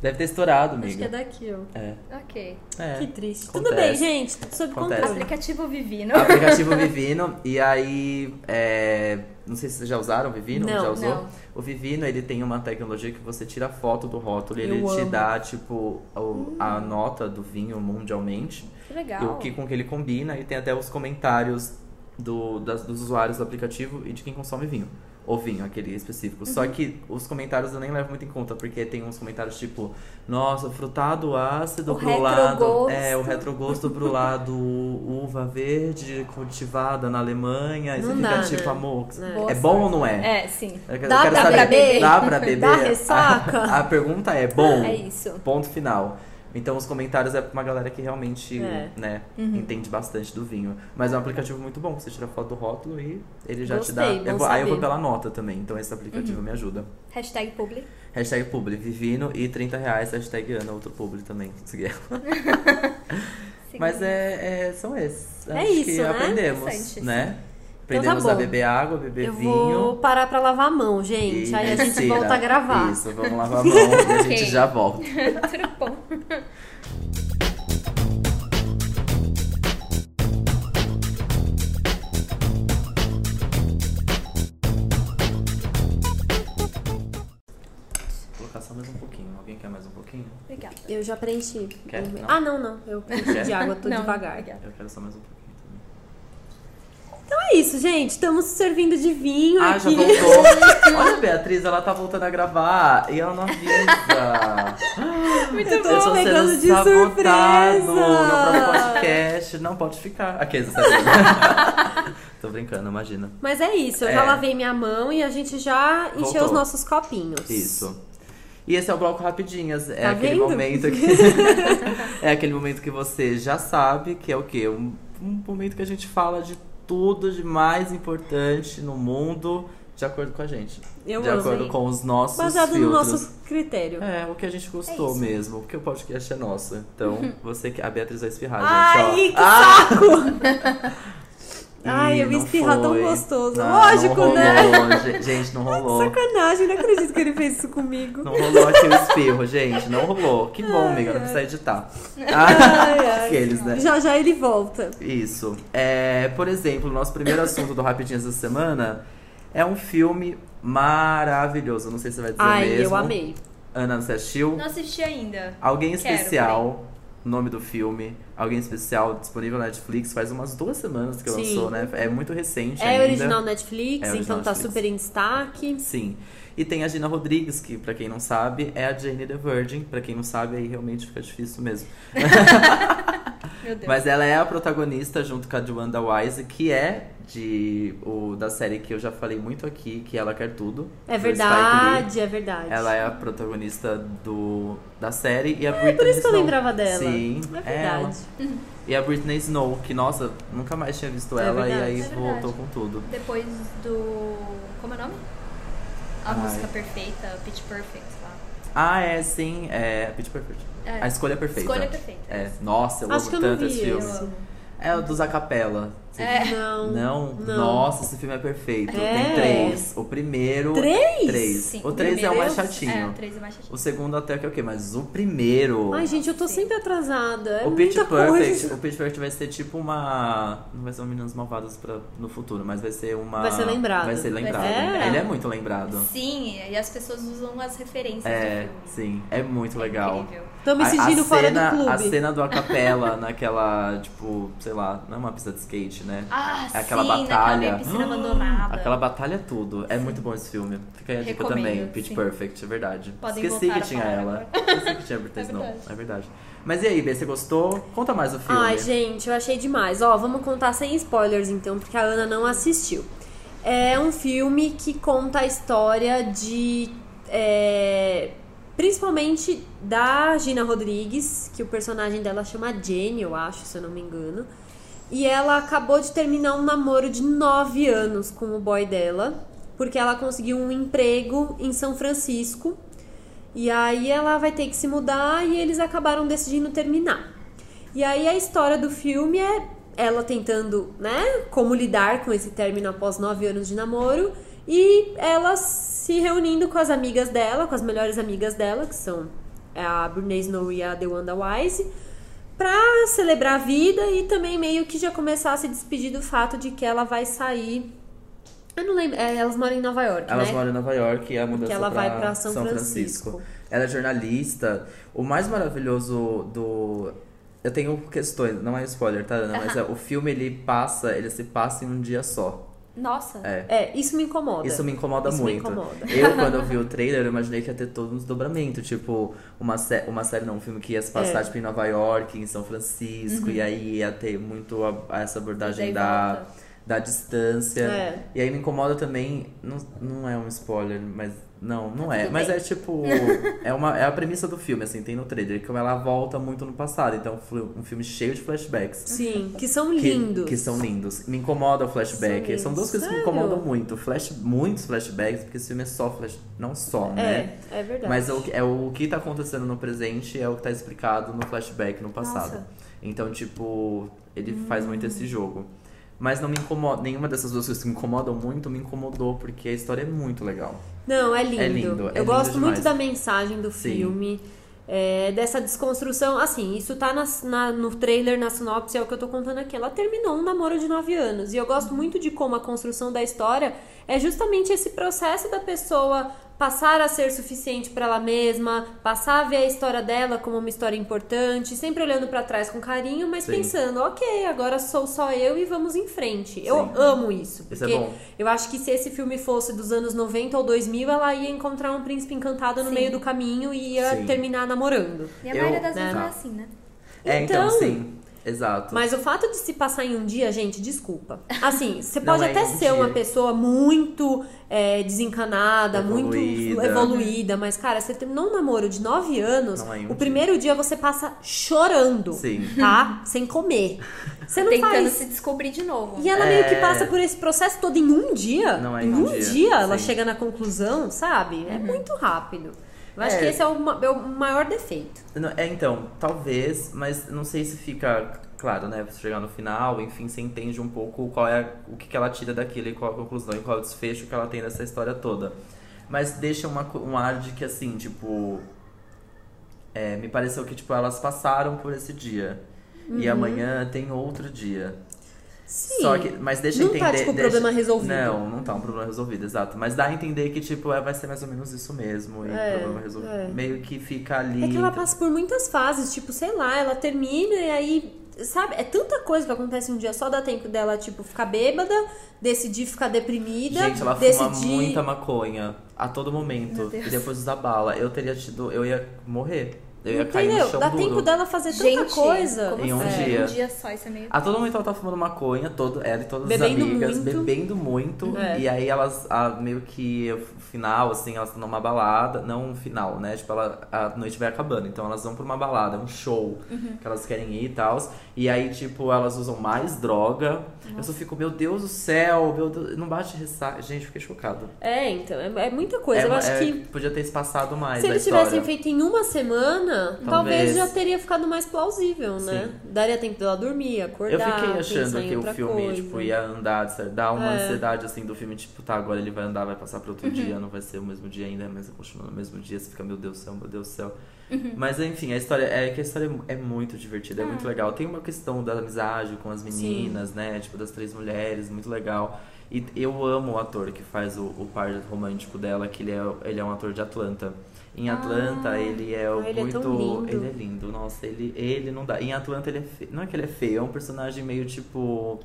Deve ter estourado,
Acho que é
amiga.
daqui, ó.
É.
Ok.
é.
Que triste. Tudo
Acontece.
bem, gente. Tudo sob
Acontece.
controle.
Aplicativo Vivino.
Aplicativo Vivino, e aí. é, Não sei se vocês já usaram o Vivino?
Não,
já usou?
não.
O Vivino, ele tem uma tecnologia que você tira a foto do rótulo e
Eu
ele te
amo. Hum.
dá, tipo, o- a nota do vinho mundialmente.
Que
E o
legal.
que com que ele combina, e tem até os comentários do, das- dos usuários do aplicativo e de quem consome vinho. Ou vinho, aquele específico. Só que os comentários eu nem levo muito em conta, porque tem uns comentários tipo, nossa, frutado ácido
O
pro lado.
retrogosto.
É, o retrogosto pro lado uva verde cultivada na Alemanha. E você
Não
fica
dá,
tipo,
né?
amor,
Boa
é bom ou
sorte.
não é?
É, sim.
Eu quero-
Dá
eu quero
pra
saber,
beber?
Dá pra beber?
Dá ressaca?
A, a pergunta é, bom?
É isso.
Ponto final. Então os comentários é pra uma galera que realmente,
É.
né, entende bastante do vinho. Mas é um aplicativo muito bom, você tira foto do rótulo e ele já te
Gostei,
dá.
bom
Eu vou- aí eu
saber.
vou
Uhum.
pela nota também, então esse aplicativo me ajuda.
Hashtag publi.
Hashtag publi, Vivino e 30 reais, hashtag Ana, outro publi também. Segui ela. Mas é, é- são esses.
É
Acho que
isso, né? Então tá
aprendemos,
Interessante.
né? Aprendemos
bom.
a beber água, beber
Eu
vinho.
vou parar pra lavar a mão, gente.
e
Aí a gente
mentira.
volta a gravar.
Isso, vamos lavar a mão e a gente
Ok.
já volta.
Tudo bom.
Vou colocar só mais um pouquinho. Alguém quer mais um pouquinho?
Obrigada.
Eu já preenchi.
Quer? Não.
Ah, não, não. Eu preenchi
Quer?
de água, tô
Não,
devagar.
obrigada.
Eu quero só mais um pouquinho também.
Então é isso, gente. Estamos servindo de vinho
Ah, já
aqui.
voltou! Olha a Beatriz, ela tá voltando a gravar e ela não avisa.
Muito
Eu tô
pegando
sendo
de
sabotado no próprio
surpresa.
podcast. Não pode ficar. Ah, Aqui, você sabe. tá Tô brincando, imagina.
Mas é isso, eu já
É.
lavei minha mão e a gente já encheu
Voltou.
os nossos copinhos.
Isso. E esse é o bloco rapidinhas. É
Tá
aquele
vendo?
momento que. é aquele momento que você já sabe que é o quê? Um, um momento que a gente fala de tudo de mais importante no mundo, de acordo com a gente.
Eu
de
amo.
acordo com os nossos
Baseado no
filtros.
nosso critério.
É, o que a gente gostou mesmo, porque o podcast é nosso. Então, você que. A Beatriz vai esfirrar,
Ai,
gente,
que
ó. Ah!
Ai,
Ih,
eu ia
não
espirrar tão
foi.
gostoso.
Ah,
Lógico,
não rolou,
né?
gen- Gente, não rolou.
Sacanagem, não acredito que ele fez isso comigo.
Não rolou aqui o espirro, gente. Não rolou. Que bom, amiga.
ai.
Não precisa editar.
Ai, ai.
Aqueles, né?
Já já ele volta.
Isso. É, por exemplo, o nosso primeiro assunto do Rapidinhas da Semana é um filme maravilhoso. Não sei se você vai dizer
Ai,
mesmo.
eu amei.
Ana, você assistiu?
Não assisti ainda.
Alguém
Quero,
especial nome do filme, alguém especial disponível na Netflix faz umas duas semanas que
Sim.
lançou, né? É muito recente.
É
ainda.
original Netflix,
É original
então tá
Netflix.
super em destaque. É
Sim. E tem a Gina Rodrigues, que pra quem não sabe, é a Jane the Virgin. Pra quem não sabe, aí realmente fica difícil mesmo.
Meu Deus.
Mas ela é a protagonista junto com a Joanda Wise, que é de o, da série que eu já falei muito aqui, que Ela Quer Tudo.
É
do Spike Lee.
verdade, é verdade.
Ela é a protagonista do, da série e a Britney
Ah, é por isso que eu
Snow.
lembrava dela.
Sim,
É
ela.
verdade.
E a Britney Snow, que nossa, nunca mais tinha visto
É
ela
verdade.
e aí
É
voltou
verdade.
com tudo.
Depois do. Como é o nome? A
Ai.
música perfeita, Pitch Perfect lá.
Ah, é, sim, é Pitch Perfect.
É.
A Escolha Perfeita.
Escolha Perfeita.
É, nossa, eu
Acho que eu
amo
não
tanto
vi
esse
eu
filme.
amo.
É o dos Acapella. Você
É.
Não.
Não?
Não.
Nossa, esse filme é perfeito.
É.
Tem três. O primeiro.
Três?
Três.
Sim.
O três é o
Primeiro
mais
é o-
É,
chatinho.
o 3 é mais chatinho.
O segundo até que é o quê? Mas o primeiro.
Ai, gente, eu tô
Sim.
sempre atrasada. É
o Pitch
muita
Perfect.
coisa.
O Pitch Perfect vai ser tipo uma. Não vai ser um Meninas Malvadas pra... no futuro, mas vai ser uma.
Vai ser lembrado.
Vai ser
Vai ser
lembrado.
lembrado.
Ele é muito lembrado.
Sim, e as pessoas usam as referências
É,
do filme.
sim. É muito legal.
Incrível.
Tô me
A- a
sentindo fora
cena-
do clube.
A cena do Acapella naquela, tipo, sei lá, não é uma pista de skate, né?
Ah,
É aquela
sim, naquela
batalha. Hum,
minha piscina abandonada.
Aquela batalha é tudo. É muito bom esse filme. Fica aí a dica
Recomendo,
também. Pitch
sim.
Perfect, é verdade.
Podem
Esqueci
voltar
que
a
tinha
falar
ela. Esqueci que tinha a Britney
É
Snow.
verdade.
É verdade. Mas e aí, Bê, você gostou? Conta mais o filme.
Ai, gente, eu achei demais. Ó, vamos contar sem spoilers então, porque a Ana não assistiu. É um filme que conta a história de. é, principalmente da Gina Rodrigues, que o personagem dela chama Jenny, eu acho, se eu não me engano. E ela acabou de terminar um namoro de 9 anos com o boy dela, porque ela conseguiu um emprego em São Francisco. E aí ela vai ter que se mudar e eles acabaram decidindo terminar. E aí a história do filme é ela tentando, né, como lidar com esse término após nove anos de namoro e ela se reunindo com as amigas dela, com as melhores amigas dela, que são é a Brunei Snow e a DeWanda Wise, pra celebrar a vida e também meio que já começar a se despedir do fato de que ela vai sair. Eu não lembro, é, elas moram em Nova York,
Elas
né?
moram em Nova York e é a mudança
ela
pra
vai pra São Francisco.
Ela é jornalista. O mais maravilhoso do... Eu tenho questões, não é spoiler, tá, Ana? Mas é, o filme, ele passa, ele se passa em um dia só.
Nossa.
É.
É, isso me incomoda.
Isso me incomoda
Isso me
muito.
incomoda.
Eu, quando eu vi o trailer, eu imaginei que ia ter todo um desdobramento. Tipo, uma, sé uma série, não, um filme que ia se passar
É. Uhum.
tipo, em Nova York, em São Francisco. E aí ia ter muito a- a essa abordagem
E daí
da,
volta.
da distância.
É.
E aí me incomoda também. Não, não é um spoiler, mas. Não,
Ah,
não é.
tudo
Mas
bem.
é tipo. é, uma, é a premissa do filme, assim, tem no trailer, que ela volta muito no passado. Então, foi um filme cheio de flashbacks.
Sim, que são
Que-
lindos. É,
Que, são lindos. Me incomoda o flashback.
São
São, duas coisas que me
lindos.
incomodam
Sério?
muito. Flash, muitos flashbacks, porque esse filme é só flash. Não só, né?
É, é verdade.
Mas é o, que- é o que tá acontecendo no presente é o que tá explicado no flashback no passado.
Nossa.
Então, tipo, ele
Hum.
faz muito esse jogo. Mas não me incomoda. Nenhuma dessas duas coisas que me incomodam muito me incomodou, porque a história é muito legal.
Não, é lindo.
É lindo, é
Eu
lindo
gosto muito
demais.
da mensagem do
Sim.
filme. é, dessa desconstrução, assim, isso tá na- na- no trailer, na sinopse, é o que eu tô contando aqui. Ela terminou um namoro de 9 anos. E eu gosto muito de como a construção da história é justamente esse processo da pessoa passar a ser suficiente pra ela mesma, passar a ver a história dela como uma história importante, sempre olhando pra trás com carinho, mas
Sim.
pensando, ok, agora sou só eu e vamos em frente. Eu
Sim.
amo isso,
Isso é
porque
bom.
eu acho que se esse filme fosse dos anos 90 ou 2000, ela ia encontrar um príncipe encantado no
Sim.
meio do caminho e ia
Sim.
terminar namorando.
E a
Eu-
maioria das vezes
Tá.
não é assim, né?
É, então,
Então-
sim. Exato.
Mas o fato de se passar em um dia, gente, desculpa. Assim, você
Não
pode
é
até
em um
ser uma
dia.
pessoa muito é, desencanada, muito
Evoluída.
evoluída, mas, cara, você terminou um namoro de 9 anos,
Não é em um
o
dia.
primeiro dia você passa chorando,
Sim.
tá? Sem comer. Você não
Tentando
faz
se descobrir de novo.
E ela meio que
É.
passa por esse processo todo em um dia.
Não é
em
em
um
um
dia,
dia,
ela
sim.
chega na conclusão, sabe? É muito rápido. Eu acho
É.
que esse é o, ma- é o maior defeito.
Não, É, então, talvez, mas não sei se fica claro, né? Você chegar no final, enfim, você entende um pouco qual é o que que ela tira daquilo e qual a conclusão e qual é o desfecho que ela tem dessa história toda. Mas deixa uma, co- um ar de que, assim, tipo. é, me pareceu que, tipo, elas passaram por esse dia. E amanhã tem outro dia.
Uhum. Sim.
Só que, mas deixa eu
Não tá,
entender.
tipo, o
deixa-
problema resolvido.
Não, não tá um problema resolvido, exato. Mas dá a entender que, tipo, é, vai ser mais ou menos isso mesmo. E
É,
o problema resolvido.
é.
Meio que fica ali.
É que ela passa por muitas fases, tipo, sei lá, ela termina e aí. Sabe, é tanta coisa que acontece um dia, só dá tempo dela, tipo, ficar bêbada, decidir ficar deprimida,
Gente, ela fuma
decidir.
muita maconha a todo
Meu
momento.
Deus.
E depois usa bala. Eu teria tido. Eu ia morrer. Eu ia cair no
Entendeu?
chão
Dá
duro.
tempo dela fazer tanta
Gente,
coisa.
como
Em um
assim?
dia.
Um dia só, isso é meio...
A todo momento ela tá fumando maconha, todo, ela e todas
Bebendo
as amigas,
muito.
bebendo muito.
É.
E aí elas, ah, meio que o final, assim, elas estão numa balada. Não um final, né? Tipo, ela, a noite vai acabando. Então elas vão pra uma balada, um show
Uhum.
que elas querem ir e tal. E aí, tipo, elas usam mais droga. Eu só fico, meu Deus do céu, meu Deus. Não bate ressaca. Gente, fiquei chocado.
É, então, é, é muita coisa.
É
eu
uma-
acho
é,
que
Podia ter espaçado mais
se
a
eles
história.
tivessem feito em uma semana, talvez,
Talvez.
já teria ficado mais plausível, né? Daria tempo dela dormir,
Eu
acordar.
fiquei
pensar
achando
em
que o
outra
filme,
coisa.
tipo, ia andar, de certo- dá uma
É. Uhum.
ansiedade, assim, do filme, tipo, tá, agora ele vai andar, vai passar para outro dia, não vai ser o mesmo dia ainda, mas continua no mesmo dia, você fica, meu Deus do céu, meu Deus do céu.
Uhum.
Mas, enfim, a história, é que a história é muito divertida, é
Ah.
muito legal. Tem uma questão da amizade com as meninas, né, tipo, das três mulheres, muito legal. E eu amo o ator que faz o, o par romântico dela, que ele é, ele é um ator de Atlanta. Em Atlanta, ele é o
Ah, ele é
muito.
tão lindo.
Ele é lindo, nossa, ele, ele não dá. Em Atlanta ele é feio. Não é que ele é feio, é um personagem meio tipo.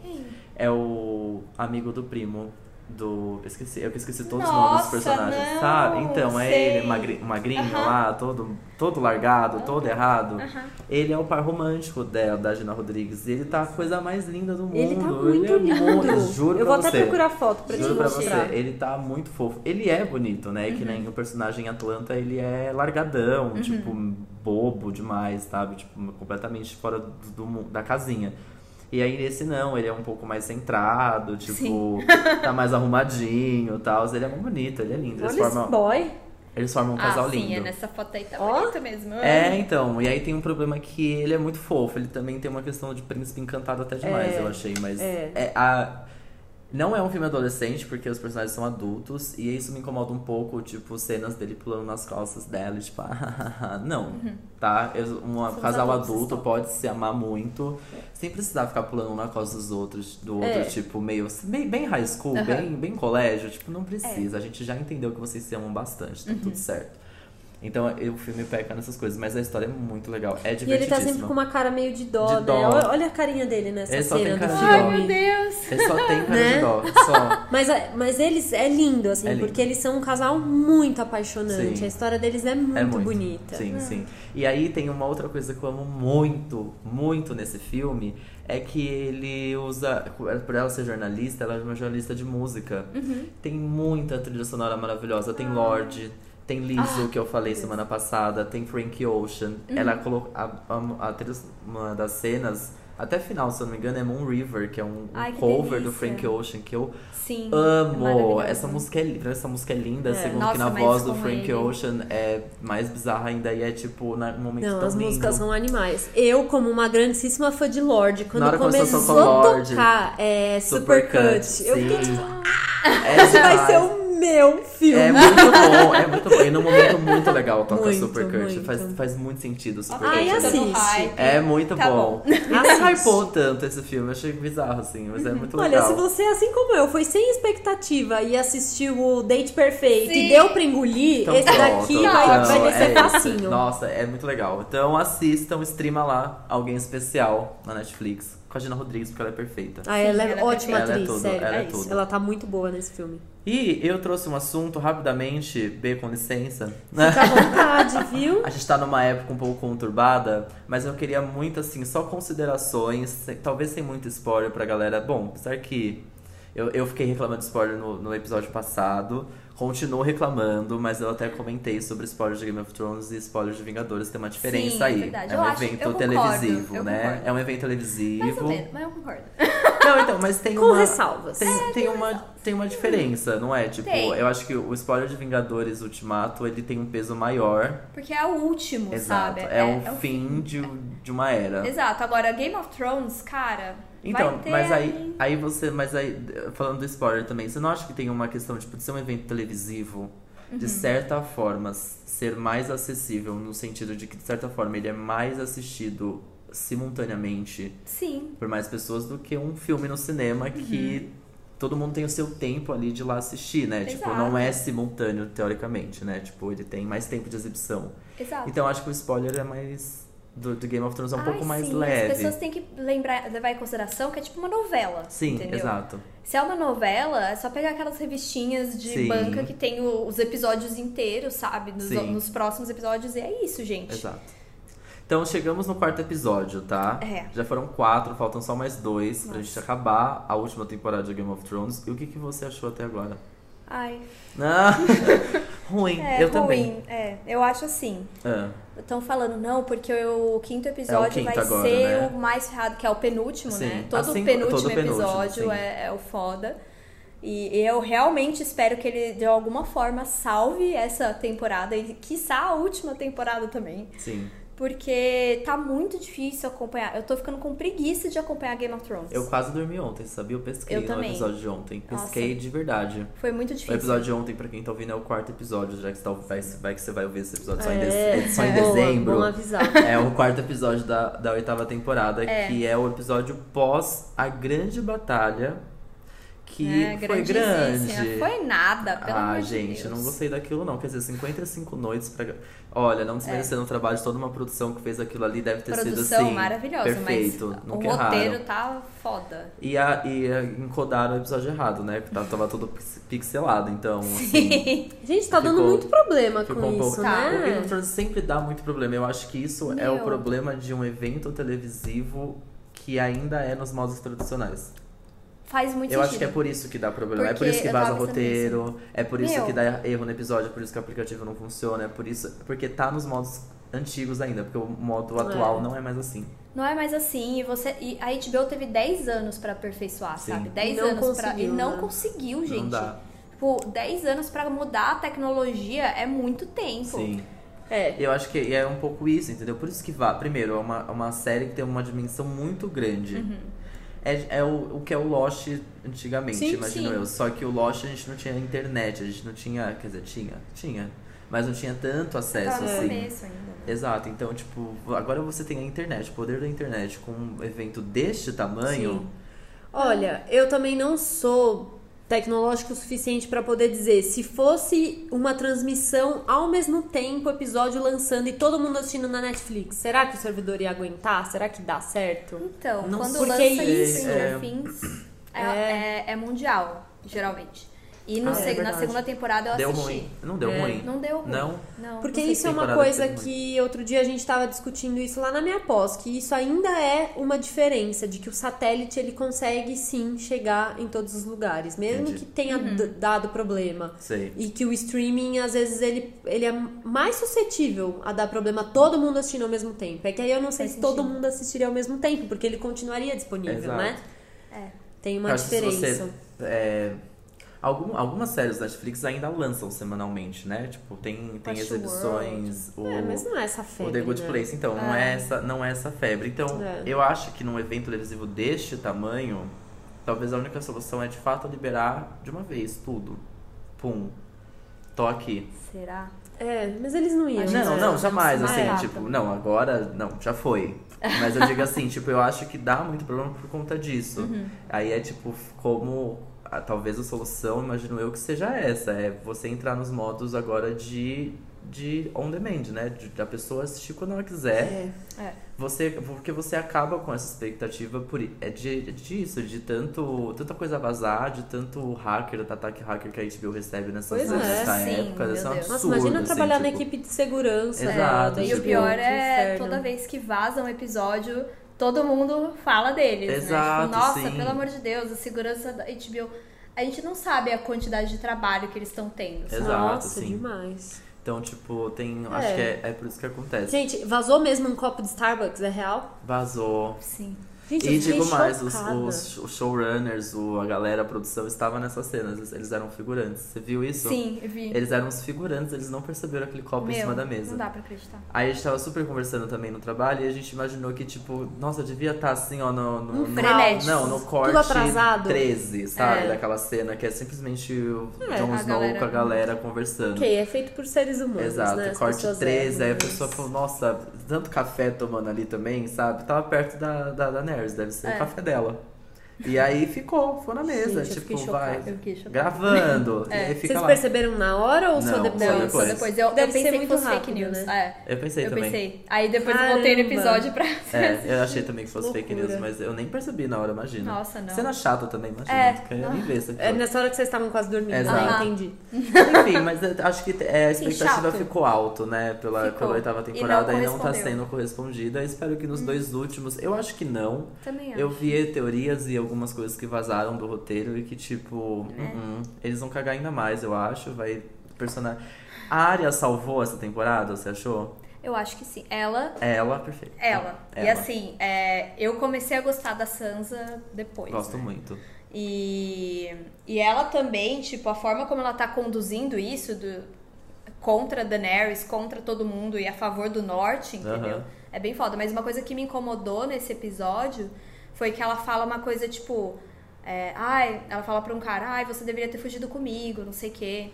É o amigo do primo. Do. eu Esqueci, eu que esqueci todos os nomes dos
Nossa,
personagens,
não,
sabe? Então, é
sei.
ele, magri- magrinho
Aham.
lá, todo, todo largado, todo errado.
Aham.
Ele é o par romântico dela, da Gina Rodrigues. Ele tá a coisa mais linda do mundo.
Ele tá muito
é
lindo.
muito- juro
eu
pra
vou até
você.
procurar foto pra
Juro
te
pra
mostrar.
você, ele tá muito fofo. Ele é bonito, né? Que nem o personagem Atlanta, ele é largadão, tipo, bobo demais, sabe? Tipo, completamente fora do, do mu- da casinha. E aí nesse não, ele é um pouco mais centrado, tipo, tá mais arrumadinho e tal. Ele é muito bonito, ele é lindo. Eles
Olha esse
formam,
boy.
eles formam um casal
Ah, sim,
lindo.
é nessa foto aí tá
Ó.
bonito mesmo. eu
É,
amo.
então, e aí tem um problema que ele é muito fofo, ele também tem uma questão de príncipe encantado até demais,
É,
eu achei, mas
é.
é a- não é um filme adolescente, porque os personagens são adultos, e isso me incomoda um pouco, tipo, cenas dele pulando nas calças dela, e tipo, não, tá? Eu- Um
Uhum. Somos
casal
adultos,
adulto
stop.
pode se amar muito, sem precisar ficar pulando um na calça dos outros, do outro,
É.
tipo, meio, bem, bem high school,
Aham.
bem, bem colégio, tipo, não
É.
precisa, a gente já entendeu que vocês se amam bastante, tá
Uhum.
tudo certo. Então eu- o filme peca nessas coisas, mas a história é muito legal. É
E ele tá sempre com
divertidíssima.
uma cara meio de dó,
De
né?
dó.
Olha- Olha a carinha dele nessa
Ele só tem
cena do
cara de
Ai,
dó.
meu
filme.
Deus.
Ele só tem cara
Né?
de dó. Só.
Mas, a- mas eles é lindo, assim,
É lindo.
porque eles são um casal muito apaixonante.
Sim.
A história deles é muito,
É muito
bonita. Ah.
Sim, sim. E aí tem uma outra coisa que eu amo muito, muito nesse filme, é que ele usa. Por ela ser jornalista, ela é uma jornalista de música.
Uhum.
Tem muita trilha sonora maravilhosa. Tem Lorde, tem Lizzo, que eu falei semana passada, tem Frank Ocean. Ela colocou. A, a- a trilha, uma das cenas. Até final, se eu não me engano, é Moon River, que é um, um
Ai, que
cover
delícia.
do Frank Ocean, que eu
Sim.
é
Amo!
maravilhoso.
essa música é linda, essa música é linda,
É.
segundo
Nossa,
que na
mas
voz do
com
Frank
ele-
Ocean é mais bizarra ainda e é tipo na- um momento
Não,
tão
as
lindo.
músicas são animais. Eu, como uma grandíssima fã de Lorde,
Na
quando
hora que começou
começou
a
a
tocar Lorde,
tocar é, Supercut,
Supercut,
eu
sim.
fiquei tipo,
É
"Esse vai
demais.
ser um o meu filme.
É muito bom, é muito bom. E num momento muito legal toca
Muito,
Supercut.
muito. Ah, assim.
Faz, faz muito sentido o Supercut.
Ai,
né?
Tô no
assiste.
hype.
É muito
Tá bom.
bom. E não
Assiste.
hypou tanto esse filme, eu achei bizarro, assim, mas é muito
Uhum. Olha,
legal.
se você, assim como eu, foi sem expectativa e assistiu o Date Perfeito e
Sim.
deu pra engolir,
Então,
esse
pronto,
daqui
então,
vai, vai descer
é esse.
facinho.
Nossa, é muito legal. Então assistam, streama lá Alguém Especial na Netflix com a Gina Rodrigues, porque ela é perfeita.
Ah, ela
Sim,
é
ela é
ótima
perfeita. Ela é
atriz,
tudo,
sério.
ela é
é isso.
tudo.
Ela tá muito boa nesse filme.
E eu trouxe um assunto rapidamente, B, com licença.
Fica à vontade, viu?
A gente tá numa época um pouco conturbada, mas eu queria muito, assim, só considerações, sem- talvez sem muito spoiler pra galera. Bom, apesar que eu, eu fiquei reclamando de spoiler no, no episódio passado, continuo reclamando, mas eu até comentei sobre spoilers de Game of Thrones e spoilers de Vingadores, tem uma diferença
Sim,
aí.
verdade.
É um
Eu acho-
evento
eu concordo,
televisivo,
eu
né?
concordo.
É um evento
Mais ou
televisivo.
menos, mas eu concordo.
Não, então, mas tem
Com
uma.
ressalvas.
Tem, tem, uma, tem uma diferença, não é? Tipo,
É, Tem.
eu acho que o spoiler de Vingadores Ultimato, ele tem um peso maior.
Porque é o último,
Exato.
sabe?
É, o
é o-
fim de, um, de uma era.
Exato. Agora, Game of Thrones, cara.
Então,
vai ter
mas aí, aí você. Mas aí, falando do spoiler também, você não acha que tem uma questão, tipo, de ser um evento televisivo,
Uhum.
de certa forma, ser mais acessível, no sentido de que, de certa forma, ele é mais assistido simultaneamente
Sim.
por mais pessoas do que um filme no cinema
Uhum.
que todo mundo tem o seu tempo ali de ir lá assistir, né? Tipo, não é simultâneo, teoricamente, né? Tipo, ele tem mais tempo de exibição.
Exato.
Então acho que o spoiler é mais. Do, do Game of Thrones é um
Ai,
pouco mais
sim, As
leve.
pessoas têm que lembrar, levar em consideração que é tipo uma novela.
Sim,
entendeu?
exato.
Se é uma novela, é só pegar aquelas revistinhas de
Sim.
banca que tem o- os episódios inteiros, sabe? Nos,
Sim.
nos próximos episódios, e é isso, gente.
Exato. Então chegamos no quarto episódio, tá?
É.
Já foram quatro, faltam só mais dois pra gente acabar a última temporada de Game of Thrones. E o que, que você achou até agora?
Ai,
Ah, ruim.
é
eu
ruim.
também.
É, eu acho assim.
Ah,
Estão falando, não, porque o quinto episódio
quinto
vai
agora,
ser
né?
o mais ferrado, que é o penúltimo,
Sim,
né? Todo
assim,
penúltimo
todo penúltimo,
episódio
sim.
é, é o foda. E eu realmente espero que ele, de alguma forma, salve essa temporada e, quiçá, a última temporada também.
sim.
Porque tá muito difícil acompanhar. Eu tô ficando com preguiça de acompanhar Game of Thrones.
Eu quase dormi ontem, sabia? Eu pesquei
Eu
no
também.
episódio de ontem.
Nossa.
Pesquei de verdade.
Foi muito
O
difícil.
episódio de ontem, pra quem tá ouvindo, é o quarto episódio, já que, você tá, vai, vai que você vai ouvir esse episódio só em,
É,
dez- só em
boa,
dezembro.
Bom avisar.
É o quarto episódio da, da oitava temporada, que é o episódio pós a grande batalha, que
É,
foi
grandíssima.
grande.
Foi nada, pelo
ah,
amor de
gente, eu
Deus.
não gostei daquilo não. Quer dizer, 55 noites pra... Olha, não desmerecendo o trabalho de toda uma produção que fez aquilo ali, deve ter sido
É. Produção
assim...
maravilhosa,
perfeito,
mas
nunca é
o roteiro
erraram.
tá foda.
E, a, e a- encodaram o episódio errado, né? Porque tava, tava todo pix- pixelado, então, assim...
Gente, tá dando
Ficou-
muito problema com
Ficou um pouco...
isso,
Tá.
O Game of
né?
Thrones sempre dá muito problema. Eu acho que isso é o
Meu.
problema de um evento televisivo que ainda é nos modos tradicionais.
Faz muito
Eu
sentido.
acho que é por isso que dá problema. é por
Porque
isso que
eu tava
vaza
pensando
roteiro, é por isso
Meu.
que dá erro no episódio, é por isso que o aplicativo não funciona, é por isso. Porque tá nos modos antigos ainda, porque o modo atual
É.
não é mais assim.
Não é mais assim, e você. E a HBO teve 10 anos pra aperfeiçoar,
Sim.
sabe? 10
Não
anos pra. E
conseguiu,
não
né?
conseguiu,
Não
gente.
dá.
Tipo, 10 anos pra mudar a tecnologia é muito tempo.
Sim.
É.
Eu acho que é um pouco isso, entendeu? Por isso que vá. Primeiro, é uma, é uma série que tem uma dimensão muito grande.
Uhum.
É, é o, o que é o Lost antigamente,
Sim,
imagino
sim.
eu. Só que o Lost a gente não tinha internet, a gente não tinha. Quer dizer, tinha? Tinha. Mas não tinha tanto acesso
Tava Tá no
assim.
começo ainda. né?
Exato, então, tipo, agora você tem a internet, o poder da internet com um evento deste tamanho.
Sim. Olha, eu também não sou tecnológico o suficiente pra poder dizer. Se fosse uma transmissão ao mesmo tempo, episódio lançando e todo mundo assistindo na Netflix, será que o servidor ia aguentar? Será que dá certo?
Então,
Não
quando
sei,
lança isso,
isso,
é.
Stranger Things, é, é- é mundial, geralmente. E no
Ah, é
seg- na
verdade.
segunda temporada eu
Deu
assisti.
ruim. Não deu
É.
ruim.
Não deu ruim.
Não?
Não,
Porque
não sei
isso é
se-
uma
temporada
coisa
teve
que outro dia a gente estava discutindo isso lá na minha pós, que isso ainda é uma diferença de que o satélite ele consegue sim chegar em todos os lugares, mesmo
Entendi.
que tenha d- dado problema.
Sei.
E que o streaming, às vezes, ele, ele é mais suscetível a dar problema a todo mundo assistindo ao mesmo tempo. É que aí eu não sei
Faz
se todo
sentido.
mundo assistiria ao mesmo tempo, porque ele continuaria disponível,
Exato.
né?
É.
Tem uma
Eu acho que se
diferença.
você, é, algum- algumas séries da Netflix ainda lançam semanalmente, né? Tipo, tem, tem as
Westworld.
edições. O,
É, mas não é essa
o
febre,
The Good
né?
Place, então, não, é essa, não é essa febre. Então,
É.
eu acho que num evento televisivo deste tamanho, talvez a única solução é de fato liberar de uma vez tudo. Pum. Tô aqui.
Será?
É, mas eles não iam.
gente
Não,
né?
não, jamais,
Mas-
assim,
É.
tipo, não, agora, não, já foi. Mas eu digo assim, tipo, eu acho que dá muito problema por conta disso.
Uhum.
Aí é tipo, como, ah, talvez a solução, imagino eu, que seja essa. É você entrar nos modos agora de, de on-demand, né? De, da pessoa assistir quando ela quiser.
É.
Você, porque você acaba com essa expectativa por é de, é disso, de tanto tanta coisa vazar, de tanto hacker, ataque hacker que a HBO recebe nessas,
Pois é,
nessa
sim,
época. Isso é um
meu Deus.
absurdo.
Nossa, imagina
assim,
trabalhar na
tipo,
equipe de segurança.
Exato,
lá da
Tá
E o
tipo,
pior
que
é
inferno.
toda vez que vaza um episódio, todo mundo fala deles, né?
Exato,
Tipo, nossa,
sim.
pelo amor de Deus, a segurança da HBO. A gente não sabe a quantidade de trabalho que eles estão tendo. sabe?
Exato, assim.
Nossa,
sim.
demais.
Então, tipo, tem. Acho que é, é por isso que acontece.
Gente, vazou mesmo um copo de Starbucks, é real?
Vazou.
Sim.
Gente, eu
e
fiquei
digo mais, os,
chocada.
os os showrunners, o- a galera, a produção estava nessas cenas. eles- Eles eram figurantes. Você viu isso?
Sim, eu vi.
Eles eram os figurantes, eles não perceberam aquele copo
Meu,
em cima da
Não
mesa.
dá pra acreditar.
Aí a gente tava super conversando também no trabalho e a gente imaginou que, tipo, nossa, devia estar assim, ó, no. no,
Um
no-
frenético.
Não, no corte
atrasado.
13, sabe?
É.
Daquela cena que é simplesmente o
É,
Jon
a
Snow
galera-
com a galera conversando.
Ok, é feito por seres humanos,
Exato,
né? As
corte
pessoas
13,
erram,
aí a
mas-
pessoa falou, nossa, tanto café tomando ali também, sabe? Tava perto da, da, da Nerys, deve ser
É.
o café dela. E aí ficou, ficou na mesa,
Gente, eu
tipo,
fiquei
vai.
chocada.
Eu fiquei chocada.
Gravando.
É,
E aí fica
Vocês
lá.
perceberam na hora ou só
Não,
depois?
só
Não, só
depois.
depois. Eu, eu
Deve ser
pensei que
muito
fosse fake
rápido, né?
news. É.
Eu pensei
eu
também.
pensei. Aí depois eu voltei no
Caramba.
episódio pra.
É, eu achei também que fosse fake
Loucura.
news, mas eu nem percebi na hora, imagina.
Nossa, não.
Cena chata também, imagina.
É.
É. Queria nem ver isso aqui.
É nessa hora que vocês estavam quase dormindo.
Exato.
Ah, entendi.
Enfim, mas eu acho que é, a
Sim,
expectativa
chato.
ficou alto, né? Pela,
Ficou.
pela oitava
E não
temporada e não, tá
correspondeu. Uhum.
sendo correspondida. Espero que nos dois últimos. Eu acho que não.
Também
Eu
acho.
vi teorias e algumas coisas que vazaram do roteiro e que, tipo,
É.
uh-uh, eles vão cagar ainda mais, eu acho. Vai. Personagem. A área salvou essa temporada, você achou? É
Eu acho que sim. Ela.
Ela, perfeito.
Ela. E assim, é, eu comecei a gostar da Sansa depois.
Gosto
né?
muito.
E, e ela também, tipo, a forma como ela tá conduzindo isso do, contra Daenerys, contra todo mundo e a favor do norte, entendeu?
Aham.
É bem foda. Mas uma coisa que me incomodou nesse episódio foi que ela fala uma coisa tipo. é, ai, ela fala pra um cara, ai, você deveria ter fugido comigo, não sei o quê.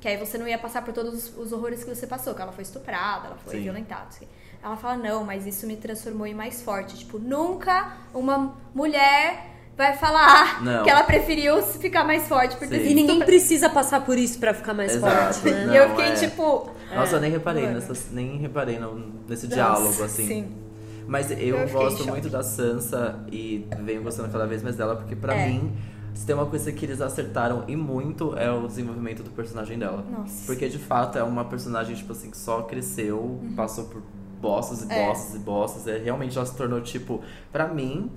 Que aí você não ia passar por todos os, os horrores que você passou, que ela foi estuprada, ela foi
Sim.
violentada. não sei o quê. Ela fala, não, mas isso me transformou em mais forte. Tipo, nunca uma mulher vai falar "Ah,
Não.
que ela preferiu ficar mais forte por ter
Sim.
sido
E ninguém
estuprada.
precisa passar por isso pra ficar mais
Exato.
forte, né?
E eu
Não,
fiquei
é.
tipo.
Nossa, eu nem reparei
mano.
nessas, nem reparei no- nesse diálogo, assim.
sim.
Mas eu,
Eu fiquei
gosto
em
muito da Sansa e venho gostando cada vez mais dela, porque pra
É.
mim, se tem uma coisa que eles acertaram e muito é o desenvolvimento do personagem dela.
Nossa.
Porque de fato é uma personagem, tipo assim, que só cresceu, passou por bosses e
Uhum. É.
bosses e bosses. É, realmente ela se tornou, tipo, pra mim.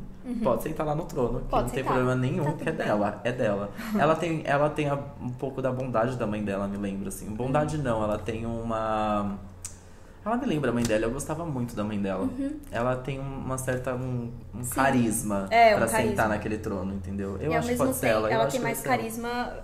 Pode sentar lá no trono, que
Uhum. Pode
não tem
sentar.
problema nenhum,
Tá
que é
tudo bem.
dela, é dela. ela tem, ela tem a- um pouco da bondade da mãe dela, me lembra, assim.
Uhum.
Bondade não, ela tem uma. Ela me lembra a mãe dela, eu gostava muito da mãe dela.
Uhum.
Ela tem uma certa. um, um carisma
É, um
pra
carisma.
sentar naquele trono, entendeu? Eu
e ao
acho que
mesmo
pode
tempo,
ser ela. eu acho
tem
que
mais
vai ser ela.
carisma,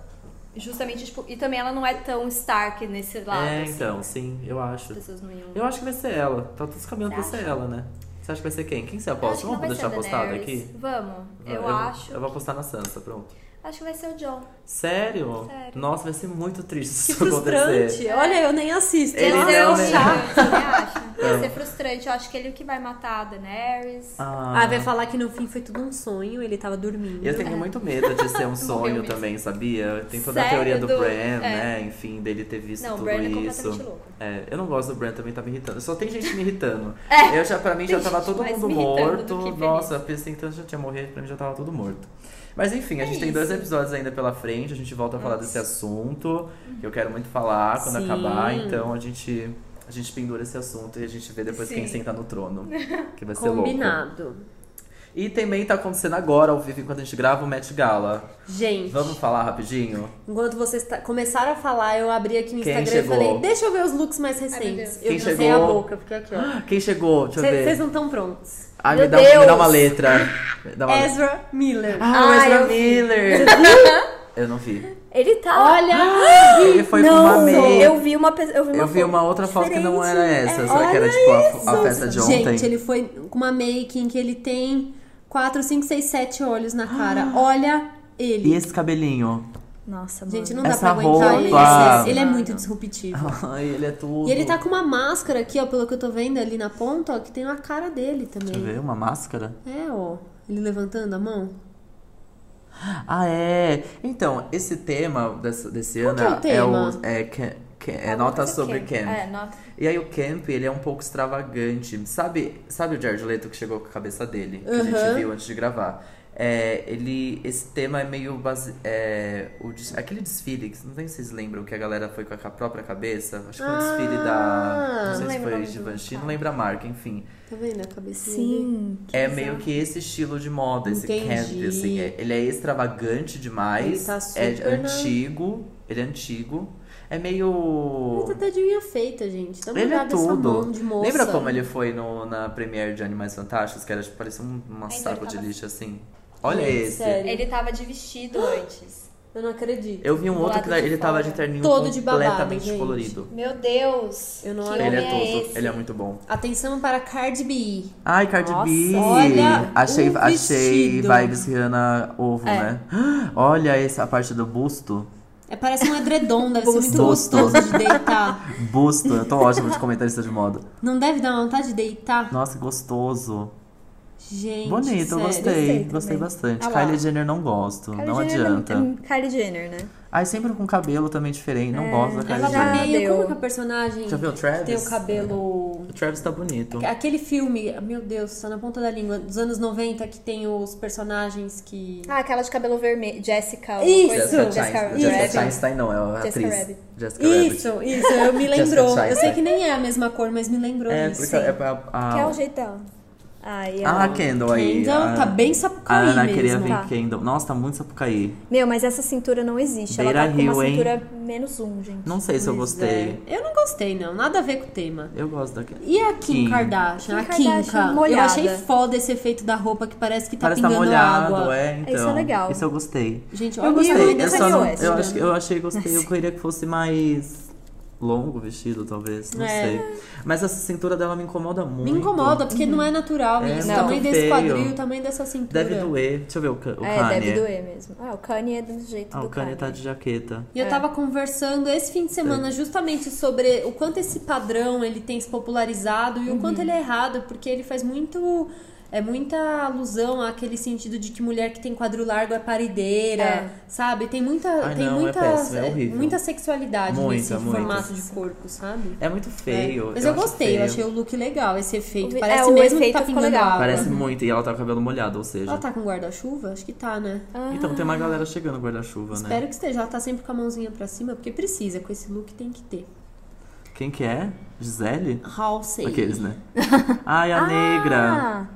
justamente, tipo. E também ela não é tão Stark nesse lado.
É,
assim.
então, sim, eu acho.
As pessoas não iam.
Eu acho que vai ser ela. Tá todos caminhando pra
Você
ser ela, né? Você acha que vai ser quem? Quem você aposta?
Acho que não
Vamos
vai ser
deixar
a
apostado
Daenerys.
aqui?
Vamos. Eu, acho.
Eu vou apostar na Sansa, pronto.
Acho que vai ser o John.
Sério?
Sério.
Nossa, vai ser muito triste se
Que
isso acontecer.
frustrante. Olha, eu nem assisto.
Ele
Nossa,
não,
eu
né?
chato.
acho. Vai
Vamos.
ser frustrante. Eu acho que ele é o que vai matar a Daenerys.
Ah,
Ah, vai falar que no fim foi tudo um sonho, ele tava dormindo.
Eu tenho muito medo de ser um sonho
É. mesmo.
também, sabia? Tem toda a
Sério?
teoria do,
Do-
Bran,
é.
né? Enfim, dele ter visto
Não, o
tudo
Bran é
isso.
completamente louco.
É, eu não gosto do Bran também, tá me irritando. Só tem gente me irritando.
É,
eu já, pra mim,
tem
já tava
gente
todo
mais
mundo
me irritando do
morto.
que feliz.
Nossa, eu pensei então já tinha morrido, pra mim já tava todo morto. Mas enfim, a
É
gente tem
isso.
dois episódios ainda pela frente, a gente volta a falar desse assunto, que eu quero muito falar quando
Sim.
acabar, então a gente. A gente pendura esse assunto e a gente vê depois quem
Sim.
senta no trono. Que vai ser louco.
Combinado.
E também tá acontecendo agora, ao vivo, enquanto a gente grava o Met Gala.
Gente,
Vamos falar rapidinho?
enquanto vocês ta- começaram a falar, eu abri aqui no
Quem
Instagram e
chegou?
falei, deixa eu ver os looks mais
meu
recentes.
Deus.
eu
Quem
lancei
chegou?
a boca, eu fiquei aqui, ó.
Quem chegou? Deixa eu ver.
Vocês não estão prontos.
Ai,
Meu
me dá,
Deus.
me dá uma letra. Me dá uma
É,
letra.
Ezra Miller.
Ah, o
Ah,
Ezra
eu vi.
Miller. Eu não vi.
Ele tá.
Olha!
Ele foi com uma meia.
eu vi uma pe- eu vi uma,
Eu vi
foto
uma outra foto que não era
diferente.
essa.
É,
Será que era
olha
tipo a- a, festa de ontem?
Gente, ele foi com uma make em que ele tem 4, 5, 6, 7 olhos
Ah.
na cara. Olha ele.
E esse cabelinho?
Nossa, mano.
Gente, não
Essa
dá pra aguentar ele.
roupa.
Ele é muito disruptivo.
Ai, ele é tudo.
E ele tá com uma máscara aqui, ó, pelo que eu tô vendo ali na ponta, ó, que tem a cara dele
Deixa eu
também.
ver, uma máscara?
É, ó. Ele levantando a mão.
Ah, é. Então, esse tema desse, desse
Qual
ano
que é o tema?
o. É, ca- ca- é
Alguma
notas
coisa
sobre
Camp.
camp.
É, nota-
E aí o Camp, ele é um pouco extravagante. Sabe, sabe o Jared Leto que chegou com a cabeça dele? Que a
Uhum.
gente viu antes de gravar. É, ele, esse tema é meio base, é, o des- aquele desfile, que não sei se vocês lembram que a galera foi com a ca- própria cabeça. Acho que foi um desfile
Ah,
da. Não sei
não
se
lembro o
foi
nome do
Givenchy, não
cara.
lembro a marca, enfim.
Tá vendo a cabecinha? dele?
Sim.
é meio que esse estilo de moda, esse
Entendi.
camp, assim. é- ele é extravagante demais.
Ele tá
é
super na-
antigo. Ele é antigo. É meio.
Muito tá até de unha feita, gente. Dá uma
Ele é
olhada essa mão
tudo.
de moça.
Lembra como ele foi no, na Premiere de Animais Fantásticos? Que era tipo, parecia um uma
Ainda
saco
ele
de
tava-
lixo assim. Olha
Gente,
esse.
sério.
Ele tava de vestido antes.
Eu não acredito.
Eu vi um
Do
outro
lado
que
de
ele tava
fora.
de terninho
Todo de babado,
completamente
gente.
colorido.
Meu Deus!
Eu não
que
olhei.
Ele
homem
é tudo.
esse?
ele é muito bom.
Atenção para Cardi B.
Ai, Cardi B.
Nossa, olha
achei,
o
achei
vestido.
vibes Rihanna ovo,
É.
né? Olha essa parte do busto.
É, parece um edredom, deve ser muito
Gostoso.
gostoso de deitar.
Busto, eu tô ótimo de comentarista de moda.
Não deve dar vontade de deitar?
Nossa, que gostoso.
Gente,
Bonito, eu
sério.
gostei.
Gostei
Gostei,
também.
bastante.
Ah lá.
Kylie Jenner não gosto,
Kylie
é- não
Jenner
adianta.
não-
é
Kylie Jenner, né?
Ai, sempre com cabelo também diferente, não gosto da Kylie
Ela
já
tá
Jenner.
meio...
deu.
Como que é o personagem?
Já viu o Travis?
Tem o cabelo...
O Travis tá bonito.
Aquele filme, meu Deus, tá na ponta da língua, dos anos 90, que tem os personagens que...
Ah, aquela de cabelo vermelho. Jessica. alguma
Isso!
coisa.
Jessica
Jessica
Chastain-
Rabbit.
Jessica
Isso.
Chastain não, é a
Jessica
atriz.
Rabbit.
Jessica Rabbit.
Isso, isso, eu me lembrou.
Chastain.
Eu sei que nem é a mesma cor, mas me lembrou
É,
isso.
porque é pra- a,
Que é o jeito dela. Ah, e
Ah,
ela-
a Kendall aí.
Kendall
a-
tá bem
A
sapucaí
Ana
mesmo.
queria ver
Tá.
Kendall. Nossa, tá muito sapucaí.
Meu, mas essa cintura não existe. ela
Beira
tá com uma
Rio, hein?
cintura menos um, gente.
Não sei se eu
Pois
gostei.
é. Eu não gostei, não. Nada a ver com o tema.
Eu gosto da Kendall.
E tá a Kim,
Kim.
Kardashian?
Kim
a Kim,
Kardashian
cara. Eu
molhada.
achei foda esse efeito da roupa que parece que tá
Parece que tá
pingando
molhado,
água.
é, então.
Isso é legal.
Isso eu gostei.
Gente, olha
Eu
o
gostei.
tamanho
Eu,
dessa
só não,
é
roupa.
eu,
né?
acho, que- eu achei gostei. Eu queria que fosse mais longo o vestido, talvez. Não
É.
sei. Mas essa cintura dela me incomoda muito.
Me incomoda, porque não é natural
É,
isso.
não.
O tamanho desse
Feio.
quadril, o tamanho dessa cintura.
Deve doer. Deixa eu ver o, Ka- o
é,
Kanye.
deve doer mesmo. Ah, o Kanye é do jeito
Ah,
do
o Kanye tá de jaqueta.
É.
E eu tava conversando esse fim de
É.
semana justamente sobre o quanto esse padrão ele tem se popularizado e o
Uhum.
quanto ele é errado, porque ele faz muito. É muita alusão àquele sentido de que mulher que tem quadril largo é parideira,
É.
sabe? Tem muita.
Ai,
tem
não, é
muita,
péssimo, é horrível.
muita sexualidade
Muita,
nesse
muita.
formato de corpo, sabe?
É muito feio.
É. Mas eu,
acho
gostei, eu
feio.
achei o look legal, esse efeito.
O vi-
Parece
é, o
mesmo que
efeito
tá
ficou
pingando
legal.
água.
Parece muito. E ela tá com o cabelo molhado, ou seja.
Ela tá com guarda-chuva? Acho que tá, né?
Então tem uma galera chegando guarda-chuva, né?
Espero que esteja. Ela tá sempre com a mãozinha pra cima, porque precisa, com esse look tem que ter.
Quem que é? Gisele?
Halsey.
Aqueles, né? Ai, a negra.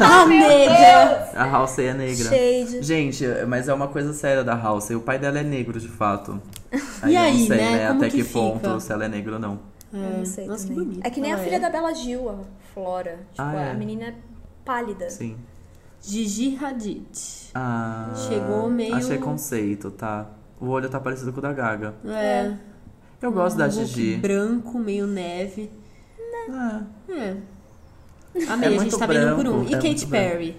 Ah, negra!
A Halsey é negra.
Shade.
Gente, mas é uma coisa séria da Halsey. O pai dela é negro, de fato.
E
eu
aí,
não sei,
né?
né?
Como
Até
que
que,
fica?
ponto, se ela é negra ou não.
Eu não sei
Nossa, que
também.
bonito.
É que nem
Ela
a filha
é.
da Bela Gil, a Flora. Tipo,
Ah, é.
a menina é pálida.
Sim.
Gigi Hadid.
Ah,
Chegou meio-
Achei conceito, tá? O olho tá parecido com o da Gaga.
É.
Eu gosto da
um look
É.
Gigi.
branco, meio neve.
É.
É. Amei, a gente
muito
tá vendo
branco,
por um. E
é
Katy
muito branco.
Perry?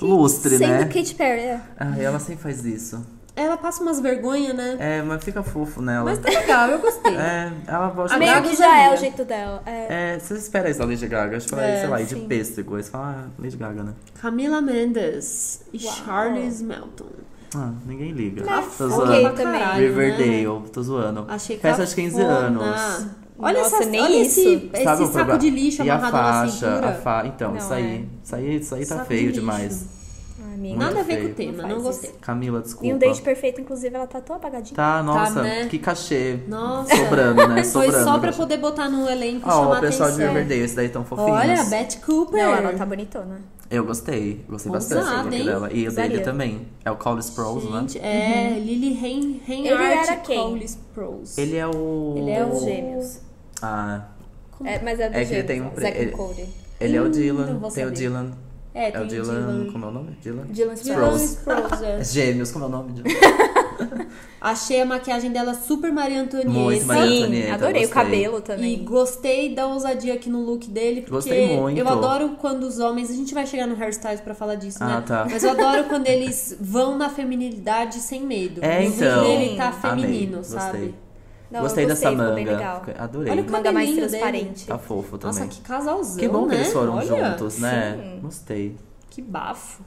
Lustre,
Sendo
né?
Katy Perry, é.
Ai, ela sempre faz isso.
Ela passa umas vergonhas, né?
É, mas fica fofo nela.
Mas tá legal, eu gostei.
É, ela gosta
A
de-
Gaga
Meio que já
usaria.
é o jeito dela. É.
É, você espera isso da Lady Gaga. Acho que ela,
É,
sei lá, ir
sim.
de pêssego. Aí você fala, ah, Lady Gaga, né?
Camila Mendes e
Uau.
Charles Melton. Tá
Ah, ninguém liga.
Ah,
tô
ok,
zoando.
né?
também.
Caralho,
Riverdale, tô zoando.
Achei que
Festa de 15 anos.
Olha,
Nossa,
essa,
nem
olha esse,
isso.
esse
Sabe o
saco
problema?
de lixo
e a
amarrado na
faixa,
cintura. é.
a fa... Então,
Não,
isso aí. Isso aí, isso aí tá
Saco de
feio
lixo.
demais.
Ai, Ah, Amiga.
Muito
Nada a ver com o
feio.
tema,
Não
não
faz
gostei.
Camila, desculpa.
E um date perfeito, inclusive, ela tá toda apagadinha.
Tá, nossa,
né?
que cachê.
Nossa.
Sobrando, né? Sobrando.
Foi só pra
cachê.
poder botar no elenco e
Ó,
chamar
o pessoal de
atenção.
Riverdale, esse daí tão fofinhos.
Olha, Betty Cooper.
Não, ela tá bonitona.
Eu gostei. Gostei
Ousada,
bastante do look
hein?
dela. E o dele
Usaria.
também. É o Cole Sprouse, né?
Gente, é Lily Ren-
Uhum. era
Reinhardt
quem?
Cole Sprouse.
Ele é o.
Ele
É
é
os
o-
gêmeos.
Ah.
Como-
É, mas é do
É que ele
gêmeos,
tem um
ó,
pre-
Zac
ele-
e Cody.
Ele é o
Hum,
Dylan.
não vou
Tem o
saber.
Dylan.
É,
É
tem
o Dylan. Como é o nome? Dylan.
Dylan
Dylan
Sprouse.
Sprouse, é.
Gêmeos, como é o nome? Dylan?
Achei a maquiagem dela super Maria Antonieta.
Muito Maria
Sim,
Antonieta,
adorei o
gostei.
cabelo
E
também.
gostei da ousadia aqui no look dele, porque
Gostei muito.
eu adoro quando os homens. A gente vai chegar no hairstyles pra falar disso, né?
Ah, tá.
Mas eu adoro quando eles vão na feminilidade sem medo.
É,
o look
então.
dele tá
Amei,
feminino, sabe?
Gostei.
Não, eu
gostei dessa
ficou
manga.
bem legal.
Fica- Adorei.
Olha o
Manga mais
cabelinho dele.
transparente.
Tá fofo
Nossa,
também.
que casalzão,
que bom
né?
que eles foram
Olha,
juntos, né?
sim.
Gostei.
Que bafo.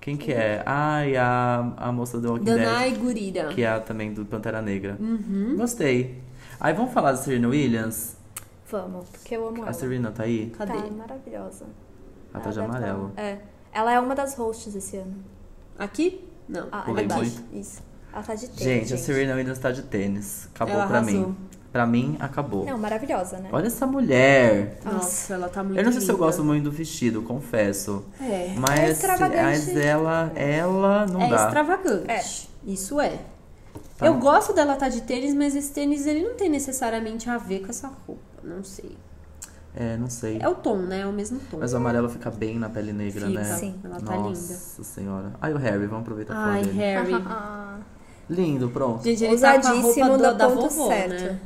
Quem que é? Ai, a, a moça do Walking Dead.
Danai Gurira.
Que é a também do Pantera Negra.
Uhum.
Gostei. Aí vamos falar da Serena Williams?
Vamos, porque eu amo ela.
A Serena tá aí?
Cadê?
Tá maravilhosa.
Ela tá de
deve
amarelo.
tá- É. Ela é uma das hosts esse ano.
Aqui? Não.
Ah,
Pulei
aqui.
muito.
Isso. Ela tá de tênis.
Gente, a Serena Williams tá de tênis. Acabou
Ela
pra
arrasou.
mim. Pra mim, acabou.
Não, maravilhosa, né?
Olha essa mulher.
Nossa, ela tá muito
eu não sei se eu
linda.
gosto muito do vestido, confesso.
É.
É
Mas, é,
extravagante.
mas ela, ela não
é
dá.
extravagante.
É.
Isso é.
Tá.
Eu gosto dela estar de tênis, mas esse tênis ele não tem necessariamente a ver com essa roupa. Não sei.
É, não sei.
É o tom, né? É o mesmo tom.
Mas o amarelo fica bem na pele negra,
Fica.
né?
Sim.
Ela tá linda.
Nossa senhora. Ai, o Harry, vamos aproveitar pra falar
Ai,
tá dele.
Harry.
Ah,
Lindo, pronto.
Gente, ele tá com a
Ousadíssimo
roupa
dá
do, da
ponto
vovó,
certo.
né?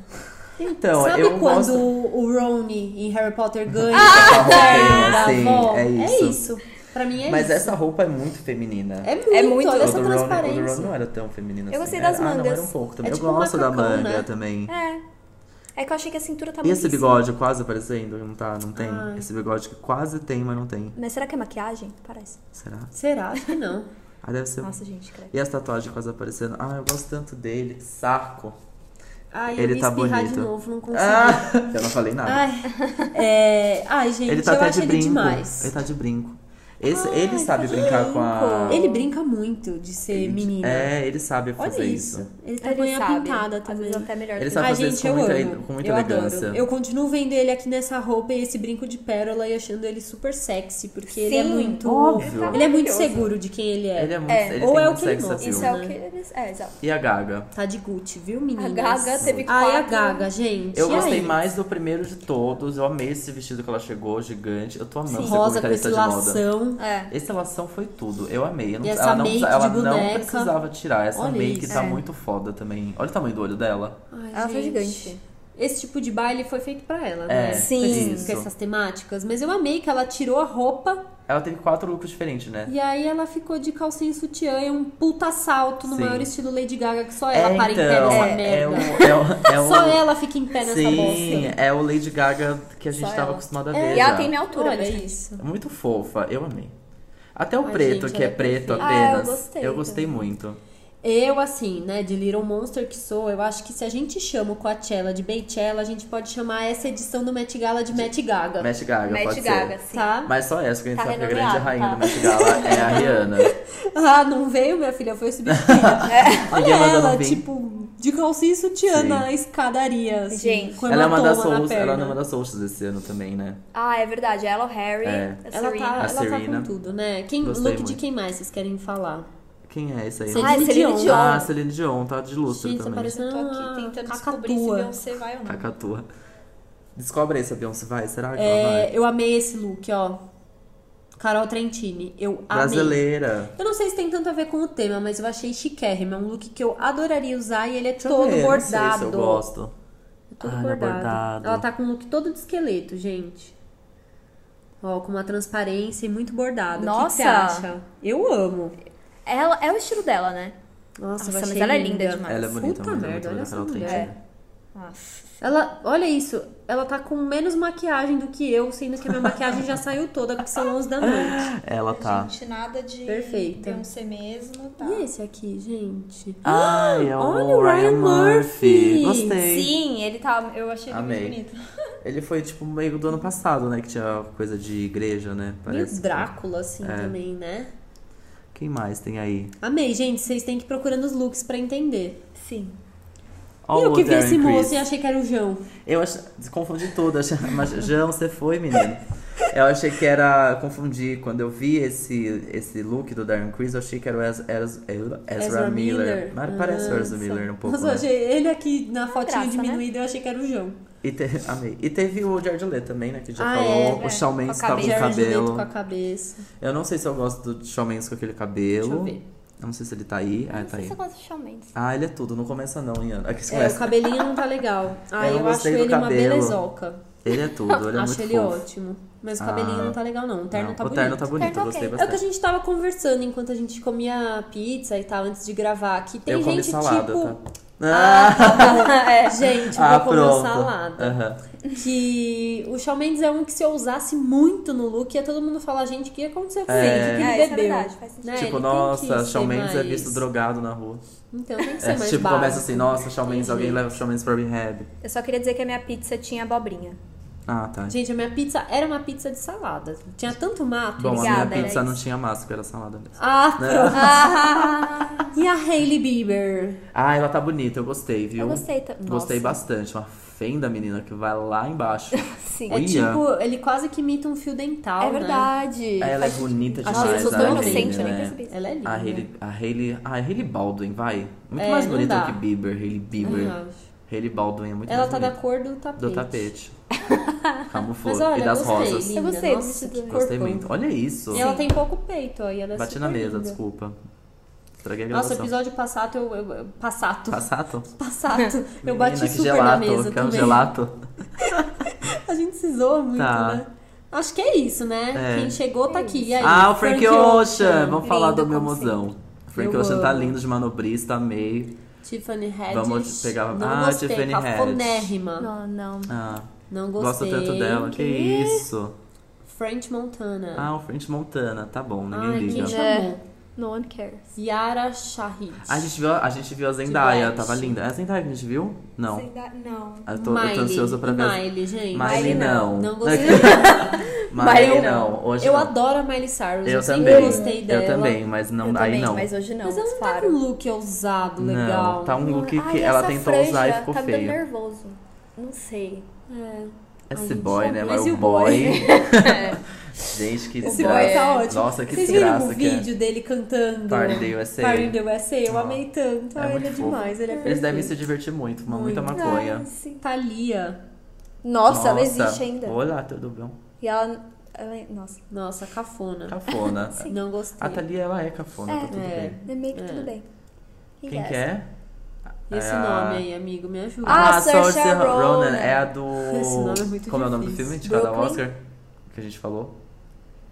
Então,
Sabe
eu
quando
gosto
o Rony em Harry Potter ganha
da
da
roupinha,
avó?
assim, é isso.
Pra mim é
Mas
isso.
essa roupa é muito feminina.
É muito,
É muito-
olha
o
essa
do, Ron, o do
transparência.
Ron não era tão feminino
Eu
assim.
gostei
Era-
das
Ah, não, era um
mangas.
pouco
É
também.
tipo
eu
um
gosto da
macacão,
manga
né?
também.
É. É que eu achei que a cintura tá
E esse
belíssima.
bigode quase aparecendo? Não tá, não tem. Esse bigode que quase tem, mas não tem.
Mas será que é maquiagem? Parece.
Será?
Será? Acho que não.
Ah, deve ser.
Nossa, gente, credo.
E as tatuagens quase aparecendo. Ah, eu gosto tanto dele. Que Saco.
Ai, eu
Ele
ia
tá
espirrar
bonito.
de novo, não consigo.
Ah, eu não falei nada.
Ai, é... Ai, gente,
ele tá
eu
até
acho
de
ele
brinco.
demais. tá
Ele tá de brinco. Esse,
Ah,
ele sabe
de
brincar com a.
brinco.
Ele brinca muito de ser
Ele-
menina.
É, ele sabe
Olha
fazer
isso.
isso.
Ele tá
Ele
com a unha
sabe.
pintada
Às
também.
vezes até melhor
Ele
que
sabe
Ai,
fazer
gente,
isso com
eu
muita-
amo.
com muita
eu
elegância.
Adoro. Eu continuo vendo ele aqui nessa roupa e esse brinco de pérola e achando ele super sexy, porque ele é
Sim,
muito.
óbvio.
Ele é muito
Maravilhoso.
seguro de quem ele é.
Ele é muito.
É,
Ele
ou é o
tem muito
que ele
sexo
mostra.
appeal.
isso é
né?
o que eles. É, exato.
E a Gaga?
Tá de Gucci, viu,
A
meninas?
Gaga teve quatro.
Ai, a Gaga, gente.
Eu
e aí?
gostei mais do primeiro de todos. Eu amei esse vestido que ela chegou, gigante. Eu tô amando
Rosa
ser
com
comentarista
esse
de moda.
lação.
É.
Esse lação foi tudo. Eu amei. Eu não-
E essa
ela não,
make
precisa- ela
de
não
boneca.
precisava tirar. Essa
Olha
make
isso.
tá
É.
muito foda também. Olha o tamanho do olho dela.
Ai,
Ela foi
gente.
gigante.
Esse tipo de baile foi feito pra ela,
É,
né?
Sim.
Com esses-
isso.
Com essas temáticas. Mas eu amei que ela tirou a roupa
Ela teve quatro looks diferentes, né?
E aí ela ficou de calcinha e sutiã e um puta salto no
Sim.
maior estilo Lady Gaga, que só ela
é,
para
então,
em pé nessa
é,
merda.
o, é o, é o,
Só ela fica em pé nessa
Sim,
bolsa.
é o Lady Gaga que a gente
Só
tava
ela.
acostumada a
É,
ver.
E ela
já. É
tem minha altura,
Olha
basicamente.
isso.
Muito fofa, eu amei. Até o
Ai,
preto,
gente,
que é
ela é
preto
perfeita.
apenas.
Ah, eu gostei
muito.
Eu, assim, né, de Little Monster que sou, eu acho que se a gente chama o Coachella de Beychella, a gente pode chamar essa edição do Met Gala de Met Gaga,
Met Gaga, pode
Lady Gaga,
ser.
sim.
tá?
Mas só essa, que a gente
Tá
sabe que a grande
renomeado,
rainha
tá.
do Met Gala é a Rihanna.
Ah, não veio, minha filha, foi substituída. Olha
Ninguém mandou
ela,
vir.
tipo, de calcinha e sutiã
Sim.
na escadaria, assim,
Gente.
com
Ela é uma das
hematoma na
Souls, ela é
perna.
uma das Souls desse ano também, né?
Ah, é verdade. Ela, o Harry,
É.
a
Ela
Serena.
tá, ela tá
Serena.
com tudo, né? Quem,
Gostei
look de
muito.
quem mais vocês querem falar?
Quem é esse aí?
Celine
Ah, é Celine
Dion.
Dion.
Ah, Celine Dion, tá de lustre
Gente, tá
também. Tá
parecendo
Tô
uma
Ah,
aqui tentando descobrir se
cacatua.
Beyoncé vai ou não.
Cacatua. Descobre aí se a Beyoncé vai. Será que ela vai?
É, eu amei esse look, ó. Carol Trentini. Eu amei.
Brasileira.
Eu não sei se tem tanto a ver com o tema, mas eu achei chiquérrimo. É um look que eu adoraria usar e ele é
Deixa eu
todo
ver, não sei
bordado.
se eu gosto.
É todo
Ah, ele é
bordado.
bordado.
Ela tá com um look todo de esqueleto, gente. Ó, com uma transparência e muito bordado. O que que você
Nossa!
acha? Eu amo.
Ela é o estilo dela, né?
Nossa,
Nossa,
eu
mas
achei
ela é linda demais.
Ela é bonita,
Puta
muito,
merda,
muito
olha
bonita,
essa
Carol
mulher.
Trentini.
Nossa.
Ela, olha isso, ela tá com menos maquiagem do que eu, sendo que a minha maquiagem já saiu toda, porque são 11 da noite.
Ela tá.
Gente, nada de
Perfeita.
Beyoncé mesmo, tá?
E esse aqui, gente?
Ai, é
olha
o
o
Ryan
Ryan
Murphy.
Murphy.
Gostei.
Sim, ele tá. Eu achei ele
Amei.
muito bonito.
Ele foi tipo meio do ano passado, né? Que tinha coisa de igreja, né?
Meio
Parece. é.
Drácula, assim, também, né?
Quem mais tem aí?
Amei, gente. Vocês têm que ir procurando os looks pra entender.
Sim.
Ó,
e eu
o
que vi
Darren
esse moço
Criss.
e achei que era o João.
Eu ach... confundi tudo. Achei... Mas, Jão, você foi, menino. Eu achei que era. Confundi. Quando eu vi esse, esse look do Darren Criss, eu achei que era o Ez- Ez- Ezra,
Ezra
Miller.
Miller.
Mas parece o Ezra Miller um pouco.
Nossa,
né?
eu achei ele aqui na fotinha
graça,
diminuída, eu achei que era o João.
e, te... Amei. e teve o Jared Leto também, né? Que já
Ah,
falou.
é,
o Shawn
é,
Mendes
com a
tava Tá com
cabeça.
Jared Leto
cabelo.
com a cabeça.
Eu não sei se eu gosto do Shawn Mendes com aquele
Deixa eu
cabelo.
ver.
Eu não sei se ele tá aí. Ah,
Não
tá
sei se
aí.
eu gosto de Shawn Mendes.
Ah, ele é tudo, não começa não, Ian. Aqui se
É,
começa.
o cabelinho não tá legal. Ah,
Eu
eu,
não
acho
gostei do
ele uma
cabelo.
belezoca.
Ele é tudo, ele é
acho
muito
ele
fofo.
ótimo. Mas o
Ah.
cabelinho não tá legal, não. O terno
Não,
tá
o
bonito.
terno tá bonito, eu
Terno,
gostei
ok.
É o que a
bastante.
gente tava conversando enquanto a gente comia pizza e tal, antes de gravar. Que tem
eu comi
gente
salada,
tipo.
tá? Ah,
É, gente, eu
ah,
vou comer
pronto.
salada.
Aham.
Que o Shawn Mendes é um que se eu usasse muito no look, ia todo mundo falar, gente, o que aconteceu com
É.
ele? O que ele
É, isso é
bebeu?
verdade, faz sentido.
Né, ele tem
Tipo,
que
nossa,
ser
Shawn Mendes é
mais-
visto drogado na rua.
Então tem que ser
É,
mais
tipo,
básico.
começa assim, nossa, Shawn Mendes, alguém
Entendi.
leva Shawn Mendes pra rehab.
Eu só queria dizer que a minha pizza tinha abobrinha.
Ah, tá.
Gente, a minha pizza era uma pizza de salada. Tinha tanto mato. né?
Bom, a
obrigada,
minha
era
pizza não
isso.
tinha máscara, era salada mesmo.
Ah, pronto.
Ah,
Né?
E a Hailey Bieber?
Ah, ela tá bonita, eu gostei, viu?
eu gostei também.
Gostei bastante, uma fenda, menina, que vai lá embaixo.
Sim.
É
Olha.
tipo, ele quase que imita um fio dental,
É
né?
verdade.
Ela é
Faz-
bonita
Nossa,
demais.
eu sou
a
tão
Hailey,
inocente, eu nem
né?
percebi. isso.
Ela é linda.
A Hailey, a Hailey, a Hailey Baldwin, vai. Muito
É,
mais
não
bonita
dá.
do que Bieber, Hailey Bieber.
Aham.
Hailey Baldwin é muito
Ela
mais
tá da
bonita.
cor do tapete.
Do tapete.
Mas
Camuflou.
olha,
E das
gostei,
rosas.
linda.
Eu gostei
Nossa,
desse
que
desenho.
corpão.
Gostei muito. Olha isso.
E ela tem pouco peito, ó. E ela é
Bati
super
na mesa,
linda.
desculpa. Estraguei a
Nossa,
gravação.
episódio passado eu. eu- eu- passato.
Passato?
Passato. Eu
Menina,
bati
que
super
gelato,
na mesa
que é um
também.
gelato.
A gente se zoa muito,
Tá.
né? Acho que é isso, né?
É.
Quem chegou tá aqui. E aí,
ah, o Frank, Ocean! Vamos
Lindo,
falar do meu
como
mozão. Frank
Eu
Ocean tá
amo.
lindo de manobrista, amei.
Tiffany Haddish.
Vamos pegar-
Não
Ah,
gostei,
Tiffany Haddish.
cafonérrima.
Não, não.
Ah,
Não
gosto
gostei.
tanto dela. Que, isso?
French Montana.
Ah, o French Montana, tá bom, ninguém
Ai,
liga.
quem
liga.
chamou?
No one cares.
Yara Shahid.
Ah, A gente, viu, a gente viu a Zendaya,
Black.
tava linda. É a Zendaya que a gente viu? Não.
Sem dar- Não.
Eu tô, eu tô ansioso pra ver. as-
Miley, gente.
Miley não.
Não gostei.
Miley não. Hoje
eu
não.
adoro a Miley Cyrus.
Eu
sempre
também.
gostei dela.
Eu também, mas não,
eu
aí
também,
não.
mas hoje não,
Mas ela não tá com
claro.
um look ousado,
Não,
legal.
tá um look que
Ai,
ela
essa
tentou
franja
usar e ficou
tá me dando
feio.
nervoso. Não sei.
É.
Esse
gente,
boy, né?
mas
Mas
e
o
o boy? É,
boy. gente, que
Esse boy
desgraça.
tá ótimo.
Nossa, que
Vocês viram
desgraça
o
que é.
vídeo dele cantando?
Party in the USA.
Party in the USA? Eu
Ah.
amei tanto.
É
Ai,
muito
ele é
fofo.
demais, ele é perfeito.
Eles devem se divertir muito, fumar muita
Muito.
maconha.
Thalia.
Nossa, ela existe ainda.
Olá, tudo bom?
E ela. ela é- nossa,
Nossa, cafona.
Cafona.
Não gostei.
A Thalia, ela é cafona, tá tudo
É.
bem.
é meio que tudo
É.
bem.
Quem
é
que
essa?
é?
Esse
É a-
nome aí, amigo, me ajuda.
Ah,
a
Saoirse
Saoirse
Ronan.
É a do...
Esse nome é muito
Como é o nome do
difícil.
filme? Indicada ao
Brooklyn?
Oscar? Que a gente falou?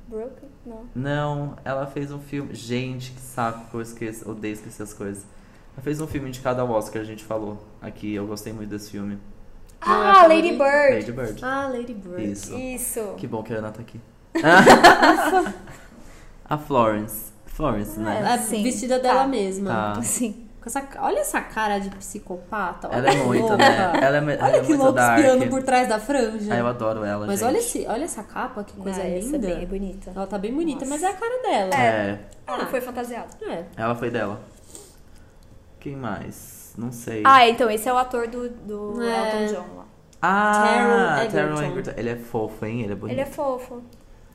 Brooklyn? Não.
Não, ela fez um filme. Gente, que saco que eu esqueço. Odeio esquecer as coisas. Ela fez um filme indicado ao Oscar, a gente falou aqui. Eu gostei muito desse filme.
Não é
Ah,
aquela
Lady
do-
Bird.
Lady Bird.
Ah, Lady Bird.
Isso.
Isso.
Que bom que a Ana tá aqui. a Florence. Florence, né?
É,
A
sim.
vestida dela
Tá.
mesma.
Tá.
Sim.
Com essa- olha essa cara de psicopata. Olha
Ela é
que
muito,
louca.
né? Ela é, me- ela
Olha
é
que
muito
louco
dark.
espiando por trás da franja.
Ah, eu adoro ela,
Mas
gente.
olha, esse, olha essa capa, que coisa
ah, Essa é
linda.
bem é bonita.
Ela tá bem bonita,
Nossa.
mas é a cara dela.
É,
Ah.
Ela foi fantasiada.
É.
ela foi dela. Quem mais? Não sei.
Ah, então esse é o ator do, do
É.
Elton John lá.
Ah,
Taron
Taron
Egerton.
Egerton. Ele é fofo, hein? Ele é bonito.
Ele é fofo.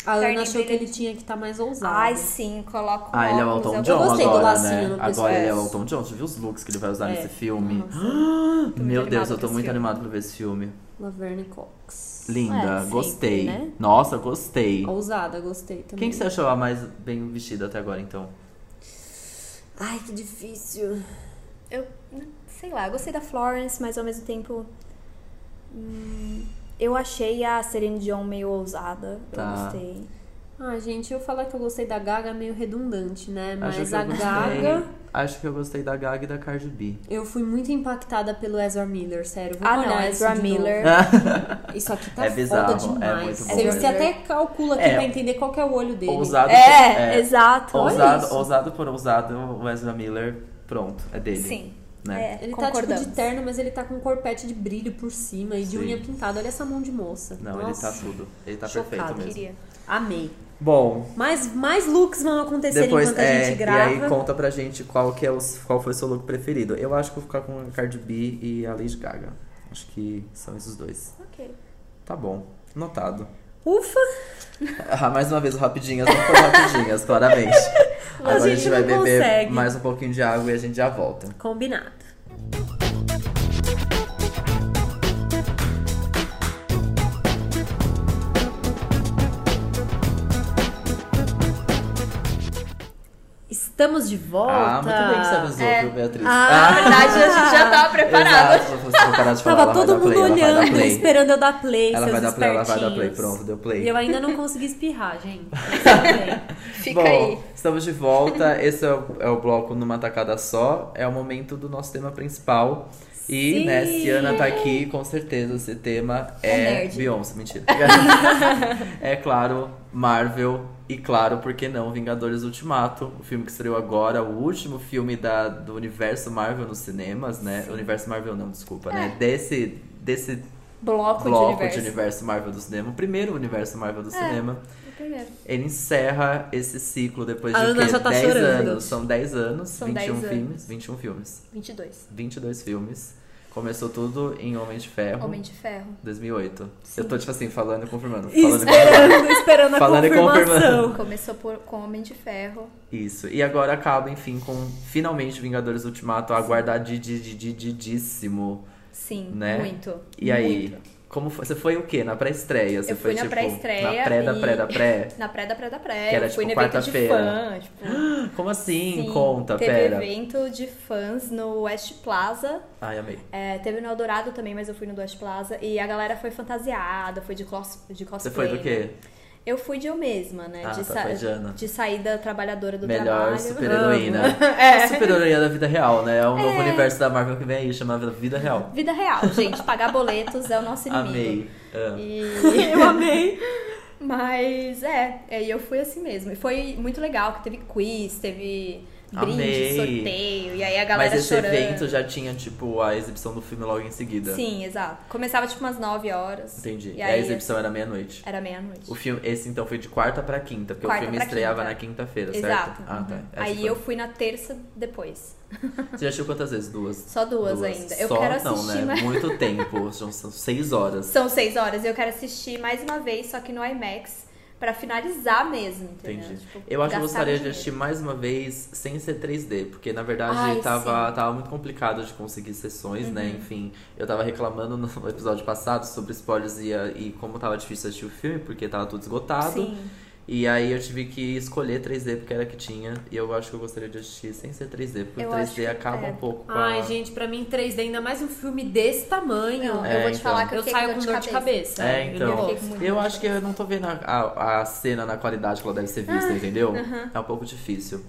A Ana
Carne
achou que
brilhante.
ele tinha que estar mais ousado.
Ai, sim, coloca
Ah, ele é o Elton
Eu
John
gostei do
agora,
lacinho
né?
no
Agora ele é o
pescoço.
Elton John. Você viu os looks que ele vai usar
É.
nesse filme?
muito
Meu
animada
Deus, eu
pra
tô
esse
muito
filme.
animado pra ver esse filme.
Laverne Cox.
Linda,
É, sempre,
gostei.
né?
Nossa, gostei.
Ousada, gostei também.
Quem que você achou a mais bem vestida até agora, então?
Ai, que difícil.
Eu sei lá, eu gostei da Florence, mas ao mesmo tempo. hum, eu achei a Serena John meio ousada.
Tá.
Eu gostei.
Ah, gente, eu falar que eu gostei da Gaga é meio redundante, né?
Acho
Mas
que eu
a
gostei.
Gaga...
Acho que eu gostei da Gaga e da Cardi B.
Eu fui muito impactada pelo Ezra Miller, sério. Vou
Ah,
olhar
não,
isso
Ezra
de novo.
Miller.
Isso aqui tá
É bizarro,
foda
é
demais.
muito bom.
você, você
Ezra Miller.
até calcula aqui
É.
pra entender qual que é o olho dele.
Ousado.
É,
é,
exato.
Olha
Ousado,
isso.
ousado por ousado, o Ezra Miller, pronto, é dele.
Sim.
Né?
É,
Ele tá tipo
concordamos.
de terno, mas ele tá com um corpete de brilho por cima e de
Sim.
unha pintada. Olha essa mão de moça.
Não,
Nossa,
ele tá tudo. Ele tá
Chocado,
perfeito mesmo.
Queria.
Amei.
Bom,
Mas mais looks vão acontecer
Depois,
enquanto
é,
a gente grava.
E aí conta pra gente qual, que é o, qual foi o seu look preferido. Eu acho que vou ficar com a Cardi B e a Lady Gaga. Acho que são esses dois.
Ok.
Tá bom. Notado.
Ufa!
Ah, mais uma vez, o rapidinhas não foram rapidinhas, claramente. Agora a gente
gente
vai
não
beber
consegue.
mais um pouquinho de água e a gente já volta.
Combinado. Estamos de volta.
Ah, muito bem que você avisou,
É.
viu, Beatriz?
Ah,
Na verdade, a gente já
tá
tava preparada.
Exato, vou parar de falar.
Tava
ela vai
todo
dar
mundo
play, ela vai dar
olhando,
play.
esperando eu dar play,
Ela
seus
vai dar play, ela vai dar play.
espertinhos.
Pronto, deu play.
E eu ainda não consegui espirrar, gente. Não
Fica
Bom,
aí.
estamos de volta. Esse é o, é o bloco numa tacada só. É o momento do nosso tema principal. E,
Sim.
né, Ciana tá aqui, com certeza esse tema é
nerd.
Beyoncé. Mentira. é claro, Marvel. E claro, por que não, Vingadores Ultimato. O filme que estreou agora, o último filme da, do universo Marvel nos cinemas, né? Universo Marvel não, desculpa, né? Desse, desse
É. Bloco,
bloco
de universo. É.
de universo Marvel do cinema. O primeiro universo Marvel do cinema.
Primeiro.
Ele encerra esse ciclo depois
A
de
Ana
quê?
já tá
10
chorando.
anos. um São 10 anos,
São
21
10 anos.
filmes, 21 filmes,
22.
22 filmes. Começou tudo em Homem de Ferro.
Homem de Ferro.
2008. Eu tô, tipo assim, falando e confirmando. Falando e confirmando.
Esperando, esperando a
Falando e
confirmação.
Começou por, com Homem de Ferro.
Isso. E agora acaba, enfim, com finalmente Vingadores Ultimato aguardadididididíssimo.
Sim,
Né?
muito.
E aí,
muito.
como foi? Você foi o quê? Na pré-estreia? Você
Eu
foi
fui na
tipo.
pré-estreia
Na pré da
e-
pré da pré?
Na pré da pré da pré,
Que era,
eu fui
tipo,
no evento de
quarta-feira.
fã. Tipo,
Como assim?
sim,
Conta,
teve
pera.
evento de fãs no West Plaza.
Ai, amei.
É, teve no Eldorado também, mas eu fui no West Plaza. E a galera foi fantasiada, foi de, cos, de cosplay.
Você foi do quê?
Eu fui de eu mesma, né?
Ah,
de,
tá, foi de Ana.
de saída trabalhadora do
Melhor
trabalho.
super-heroína.
É.
A super-heroína da vida real, né? É o novo universo da Marvel que vem aí, chamado Vida Real.
Vida real, gente. Pagar boletos é o nosso inimigo.
Amei. Ah.
E...
Eu amei.
Mas é, é, e eu fui assim mesmo. E foi muito legal, que teve quiz, teve brinde,
Amei.
sorteio, e aí a galera
Mas esse
chorando.
evento já tinha, tipo, a exibição do filme logo em seguida.
Sim, exato. Começava tipo umas 9 horas.
Entendi. E,
E
a
aí,
exibição era meia-noite.
Era meia-noite.
O filme, esse então foi de quarta pra quinta, porque
Quarta
o filme
pra
estreava
quinta.
na quinta-feira, certo?
Exato.
Ah, tá.
Uhum.
Essa
Aí
foi.
eu fui na terça depois.
Você já assistiu quantas vezes? Duas?
Só duas, ainda. Eu
Só
quero
não,
assistir
né?
mais.
Muito tempo. São, são seis horas.
São seis horas. Eu quero assistir mais uma vez, só que no IMAX, pra finalizar mesmo, entendeu?
Entendi.
Tipo,
Eu acho que eu
gastar
gostaria de
dinheiro.
assistir mais uma vez sem ser 3D, porque na verdade
Ai, Uhum.
tava, tava muito complicado de conseguir sessões, né? Enfim, eu tava reclamando no episódio passado sobre spoilers e, a- e como tava difícil assistir o filme, porque tava tudo esgotado.
Sim.
E aí eu tive que escolher 3D porque era que tinha. E eu acho que eu gostaria de assistir sem ser 3D, porque
Eu
o
acho
3D
que-
acaba
é.
um pouco com
Ai,
a...
gente, pra mim 3D, ainda mais um filme desse tamanho.
Não,
É,
eu vou te falar
então.
que eu,
Eu
fiquei
saio com dor de cabeça.
É,
Eu não
então.
gosto.
fiquei com muito
Eu
dor de
acho que eu não tô vendo a, a, a cena na qualidade que ela deve ser
Ah,
vista, entendeu? É um pouco difícil.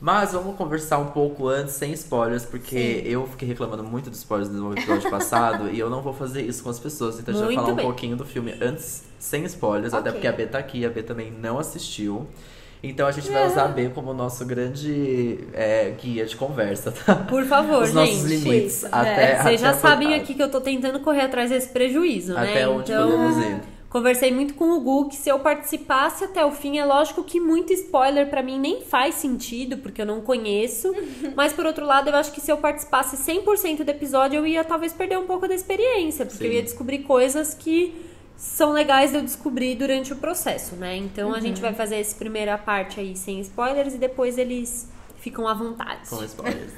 Mas vamos conversar um pouco antes, sem spoilers, porque eu fiquei reclamando muito dos spoilers no episódio passado e eu não vou fazer isso com as pessoas. Então a gente vai
Muito
falar
bem.
um pouquinho do filme antes, sem spoilers, até
Ok.
porque a B tá aqui, a B também não assistiu. Então a gente vai usar a B como nosso grande é, guia de conversa, tá?
Por favor,
Os
gente.
nossos limites.
isso,
até,
É, vocês já
até a-
sabem aqui que eu tô tentando correr atrás desse prejuízo, né?
Até onde
então,
podemos ir.
conversei muito com o Gu que se eu participasse até o fim, é lógico que muito spoiler pra mim nem faz sentido, porque eu não conheço. mas por outro lado, eu acho que se eu participasse 100% do episódio, eu ia talvez perder um pouco da experiência, porque
Sim.
eu ia descobrir coisas que são legais de eu descobrir durante o processo, né? Então a gente vai fazer essa primeira parte aí sem spoilers e depois eles ficam à vontade.
Com spoilers.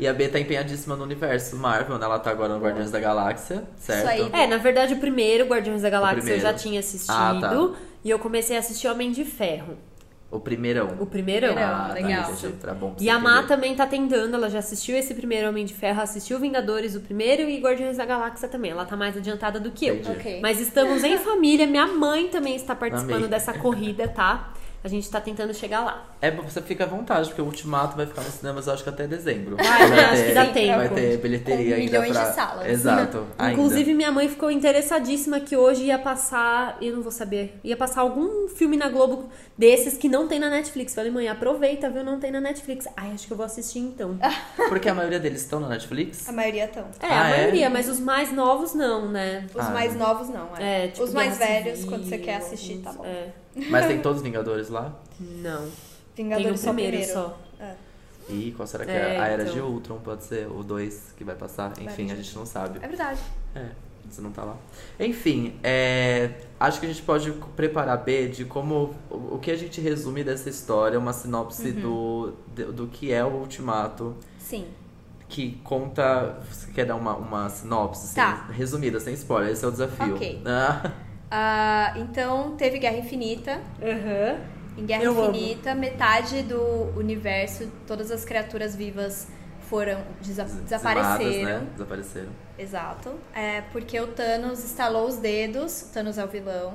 e a B tá empenhadíssima no universo Marvel, né? Ela tá agora no Guardiões da Galáxia, certo?
aí.
É, na verdade, o primeiro Guardiões da Galáxia eu
primeiro.
já tinha assistido.
Ah, tá.
E eu comecei a assistir Homem de Ferro.
O primeirão.
O primeirão.
Primeirão.
tá,
legal.
entendi. Tá bom pra
E a
você
Má
entender.
também tá tentando, ela já assistiu esse primeiro Homem de Ferro, assistiu Vingadores, o primeiro, e Guardiões da Galáxia também. Ela tá mais adiantada do que eu.
Entendi.
Ok.
Mas estamos em família, minha mãe também está participando
Amei.
dessa corrida, tá? A gente tá tentando chegar lá.
É, você fica à vontade, porque o Ultimato vai ficar nos cinemas, eu acho que até dezembro.
Vai, né? Acho
ter-
que dá
Vai
tempo.
ter bilheteria
Com
ainda
milhões
pra...
de salas.
Exato. ainda.
Inclusive, minha mãe ficou interessadíssima que hoje ia passar, eu não vou saber, ia passar algum filme na Globo desses que não tem na Netflix. Falei, mãe, aproveita, viu? Não tem na Netflix. Ai, acho que eu vou assistir então.
Ah,
Porque a maioria deles estão na Netflix?
A maioria estão.
É,
Ah,
a
é?
maioria, mas os mais novos não, né?
Os
Ah.
mais novos não, é.
É, tipo,
Os mais
Guerra
velhos,
Civil,
quando você quer assistir, tá bom.
É.
Mas tem todos os Vingadores lá?
Não. tem o
Vingadores só
primeiro
primeiro.
só.
Ih, qual será que é?
É,
A Era
então.
de Ultron, pode ser? O 2 que vai passar? Enfim,
de
a gente não sabe.
É verdade.
É, você não tá lá. Enfim, é, acho que a gente pode preparar B de como. O o que a gente resume dessa história, uma sinopse
Uhum.
do, do, do que é o Ultimato,
Sim.
que conta. Você quer dar uma, uma sinopse? assim,
Tá.
resumida, sem spoiler, esse é o desafio.
Ok.
Ah,
Ah, então, teve Guerra Infinita. Em Guerra
Eu amo.
Infinita, metade do universo, todas as criaturas vivas foram desa- desapareceram.
dizimadas, Né? Desapareceram.
Exato. É porque o Thanos estalou os dedos, o Thanos é o vilão.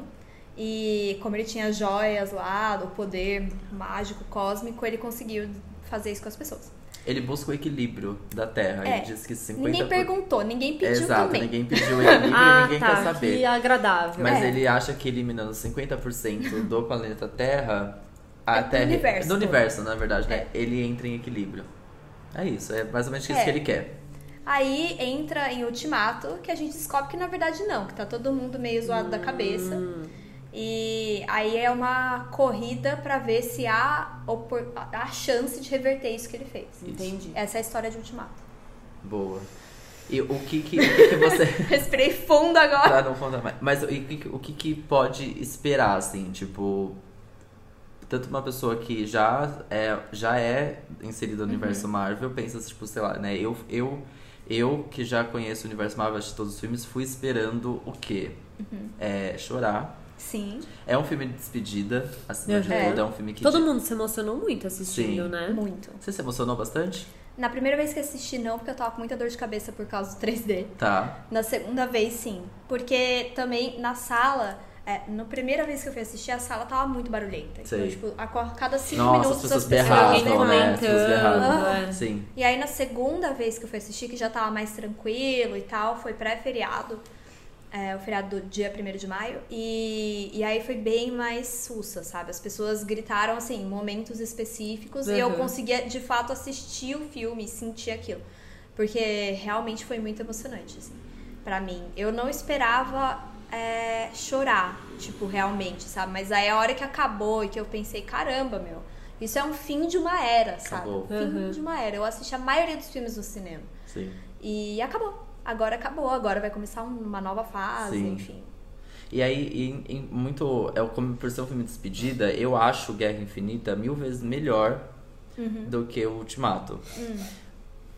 E como ele tinha joias lá, o poder mágico, cósmico, ele conseguiu fazer isso com as pessoas.
Ele busca o equilíbrio da Terra.
É.
Ele diz que 50%.
Ninguém perguntou, ninguém pediu
Exato,
também.
ninguém pediu equilíbrio,
Ah,
ninguém
tá.
quer saber.
Que agradável.
Mas
É.
ele acha que eliminando 50% do planeta Terra, a
É do
Terra.
universo
do
todo.
universo, na verdade, né? Ele entra em equilíbrio. É isso, é basicamente isso
É.
que ele quer.
Aí entra em Ultimato, que a gente descobre que na verdade não, que tá todo mundo meio zoado da cabeça. E aí é uma corrida pra ver se há opor- a chance de reverter isso que ele fez.
Entendi.
Essa é a história de Ultimato.
Boa. E o que que, o que, que você.
Respirei fundo agora.
pra não contar mais. Mas e o que, que- o que, que pode esperar, assim, tipo. Tanto uma pessoa que já é, já é inserida no
Uhum.
universo Marvel, pensa, tipo, sei lá, né? Eu, eu, eu que já conheço o universo Marvel, assisti todos os filmes, fui esperando o quê?
Uhum.
É, chorar.
Sim.
É um filme de despedida, acima de
Uhum.
tudo. É um filme que.
Todo
te-
mundo se emocionou muito assistindo,
Sim.
né?
Muito.
Você se emocionou bastante?
Na primeira vez que assisti, não, porque eu tava com muita dor de cabeça por causa do 3D.
Tá.
Na segunda vez, sim. Porque também na sala, é, na primeira vez que eu fui assistir, a sala tava muito barulhenta. Então,
Sei.
tipo, a co- cada cinco
Nossa,
minutos
as pessoas
alguém
berravam, né? As pessoas
comentando, é.
berravam. Sim.
E aí na segunda vez que eu fui assistir, que já tava mais tranquilo e tal, foi pré-feriado, é, o feriado do dia 1 de maio, e, e aí foi bem mais sussa, sabe? As pessoas gritaram assim, momentos específicos, e eu
Uhum.
conseguia de fato assistir o filme e sentir aquilo. Porque realmente foi muito emocionante, assim, pra mim. Eu não esperava é, chorar, tipo, realmente, sabe? Mas aí a hora que acabou e que eu pensei, caramba, meu, isso é um fim de uma era, sabe?
Acabou.
Fim
Uhum.
de uma era. Eu assisti a maioria dos filmes no cinema.
Sim.
E acabou. Agora acabou, agora vai começar um, uma nova fase,
Sim.
enfim.
E aí, em- em muito. É, como por ser um filme de despedida, eu acho Guerra Infinita mil vezes melhor
Uhum.
do que o Ultimato.
Hum.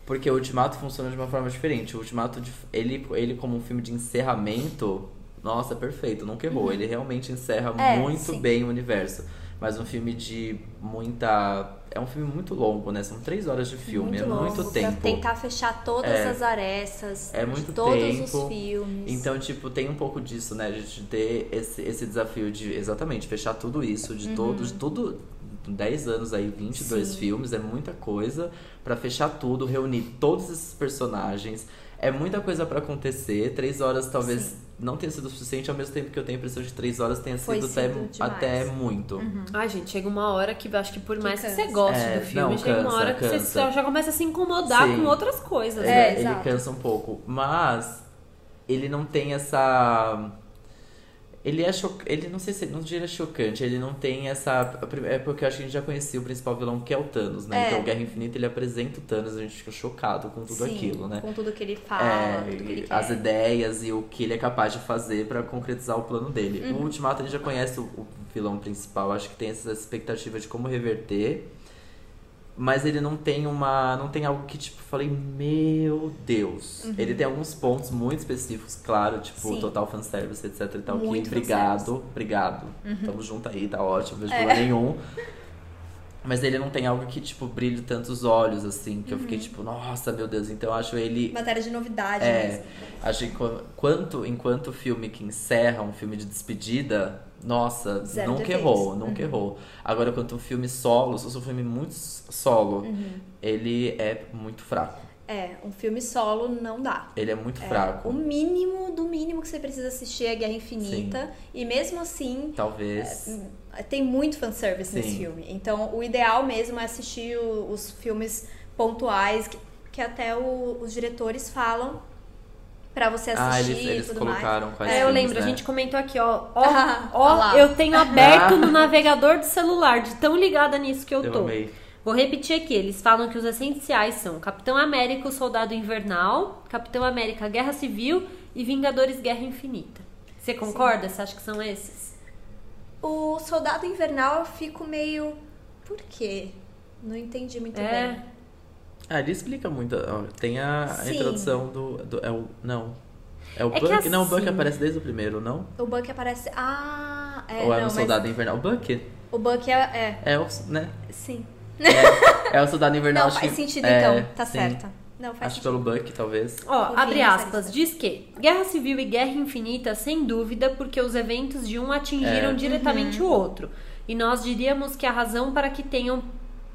Porque o Ultimato funciona de uma forma diferente. O Ultimato, de- ele, ele como um filme de encerramento, nossa, perfeito, nunca errou. Ele realmente encerra
Uhum. É,
muito
sim.
bem o universo. Mas um filme de muita. É um filme muito longo, né? São três horas de filme, é
longo,
muito tempo.
Pra tentar fechar todas
É.
as arestas
É
de
muito
todos os
tempo.
filmes.
Então, tipo, tem um pouco disso, né? De ter esse, esse desafio de, exatamente, fechar tudo isso, de todos, tudo. 10 anos aí, 22
Uhum. Sim.
filmes, é muita coisa pra fechar tudo, reunir todos esses personagens. É muita coisa pra acontecer. Três horas talvez
Sim.
não tenha sido suficiente, ao mesmo tempo que eu tenho a impressão de três horas tenha
Foi
sido até,
sido demais.
até muito.
Ai, gente, chega uma hora que eu acho que por mais que,
cansa.
você goste
É,
do filme,
não,
chega uma
cansa,
hora que você
cansa.
só- já começa a se incomodar
Sim.
com outras coisas.
Ele-
né?
É,
ele
exato.
cansa um pouco. Mas ele não tem essa. Ele é chocante. Ele não sei se não diria chocante, ele não tem essa. É porque eu acho que a gente já conhecia o principal vilão que é o Thanos, né?
É.
Então Guerra Infinita ele apresenta o Thanos, a gente fica chocado com tudo
Sim,
aquilo, né?
Com tudo que ele fala,
É,
tudo que ele quer.
as ideias e o que ele é capaz de fazer pra concretizar o plano dele.
Uhum.
O Ultimato ele já conhece o, o vilão principal, acho que tem essa expectativa de como reverter. Mas ele não tem uma. não tem algo que, tipo, falei, meu Deus. Ele tem alguns pontos muito específicos, claro, tipo,
Uhum. Sim.
total fanservice, etc. e tal, que
Muito Uhum.
obrigado, obrigado. Tamo junto aí, tá ótimo,
É.
não vejo problema nenhum. Mas ele não tem algo que, tipo, brilhe tantos olhos, assim, que eu
Uhum.
fiquei tipo, nossa, meu Deus. Então eu acho ele
Matéria de novidade
é,
mesmo.
acho que quan- quanto, enquanto filme que encerra, um filme de despedida, nossa,
Zero
nunca
defeitos. Uhum.
errou, nunca errou. Agora, quanto um filme solo, se fosse um filme muito s- solo,
Uhum.
ele é muito fraco.
É, um filme solo não dá.
Ele é muito
O
fraco.
mínimo do mínimo que você precisa assistir é Guerra Infinita. E mesmo assim,
Talvez.
Tem muito fanservice nesse
Sim.
filme. Então, o ideal mesmo é assistir o- os filmes pontuais, que, que até o- os diretores falam pra você
ah,
assistir
eles, eles
e tudo mais.
colocaram quais
É, eu
filmes,
lembro,
né?
a gente comentou aqui, ó. Ó,
Ah,
ó,
lá.
eu tenho aberto
Ah.
no navegador do celular, de tão ligada nisso que eu,
Eu
tô.
amei.
Vou repetir aqui, eles falam que os essenciais são Capitão América, o Soldado Invernal, Capitão América, Guerra Civil e Vingadores Guerra Infinita. Você concorda? Você acha que são esses?
O Soldado Invernal eu fico meio. Por quê? Não entendi muito
é.
bem.
Ah, ele explica muito. ó, tem a, a
Sim.
introdução do. do- é o, não. É o
É que
Buck? Não, o Buck
assim-
aparece desde o primeiro, não?
O Buck aparece. Ah, é.
Ou é
não,
no
mas
Soldado Invernal? O Buck?
O Buck é. é,
É o. né?
sim.
É o Soldado Invernal.
Não,
acho
faz
que-
sentido
é,
então. Tá
sim.
certa. Não, faz
Acho
sentido.
pelo Buck, talvez.
Ó,
Confia
abre
nessa
aspas,
lista.
diz que Guerra Civil e Guerra Infinita, sem dúvida, porque os eventos de um atingiram
É.
diretamente
Uhum.
o outro. E nós diríamos que a razão para que tenham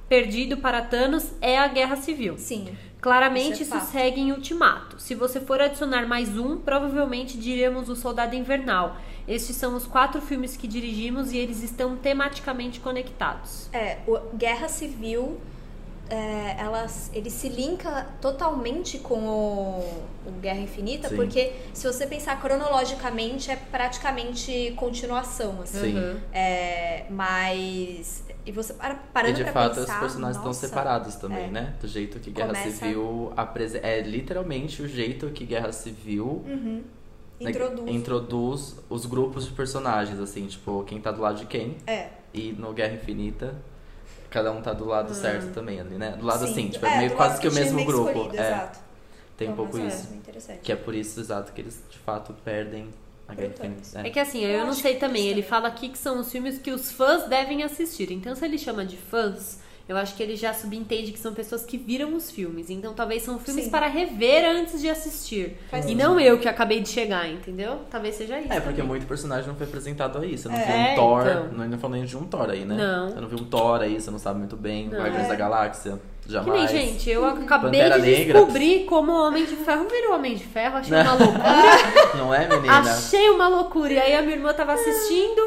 perdido para Thanos é a Guerra Civil.
Sim.
Claramente
Isso
isso,
é fato.
segue em ultimato. Se você for adicionar mais um, provavelmente diríamos o Soldado Invernal. Estes são os quatro filmes que dirigimos e eles estão tematicamente conectados.
É, o Guerra É, Civil é, elas, ele se linka totalmente com o, o Guerra Infinita,
Sim.
porque se você pensar cronologicamente, é praticamente continuação, assim.
Sim.
É, mas. E você para,
E
parando
de
pra
fato
pensar,
os personagens estão
nossa,
separados também,
é.
né? Do jeito que Guerra
Começa-
Civil apresenta. É literalmente o jeito que Guerra Civil né,
Uhum. Introduz.
introduz os grupos de personagens, assim, tipo, quem tá do lado de quem.
É.
E no Guerra Infinita, cada um tá do lado certo também ali, né? Do lado
Hum. Sim,
assim, tipo,
é,
é meio
do
quase
lado
que o
tinha
mesmo
meio
grupo.
escolhido,
é,
Exato.
tem um
Então,
pouco
mas é,
isso.
interessante.
Que é por isso, exato, que eles de fato perdem a Guerra
Então,
Infinita.
É
É.
que assim, eu,
Eu
não
acho
sei
que
também.
isso
Ele
também.
fala aqui que são os filmes que os fãs devem assistir. Então, se ele chama de fãs, eu acho que ele já subentende que são pessoas que viram os filmes. Então, talvez são filmes
Sim.
para rever antes de assistir.
Faz
e não eu que acabei de chegar, entendeu? Talvez seja isso.
É, porque
também.
muito personagem não foi apresentado a isso. Eu não
É,
vi um
é,
Thor,
então.
não, não falei nem de um Thor aí, né?
Não.
Eu não vi um Thor aí, você não sabe muito bem.
Não.
Guardiões
É.
da Galáxia,
Que nem,
jamais.
gente, eu acabei
Pantera
de
Negra.
descobrir como o Homem de Ferro virou Homem de Ferro. Achei uma loucura.
Não é, menina?
Achei uma loucura. E aí a minha irmã tava assistindo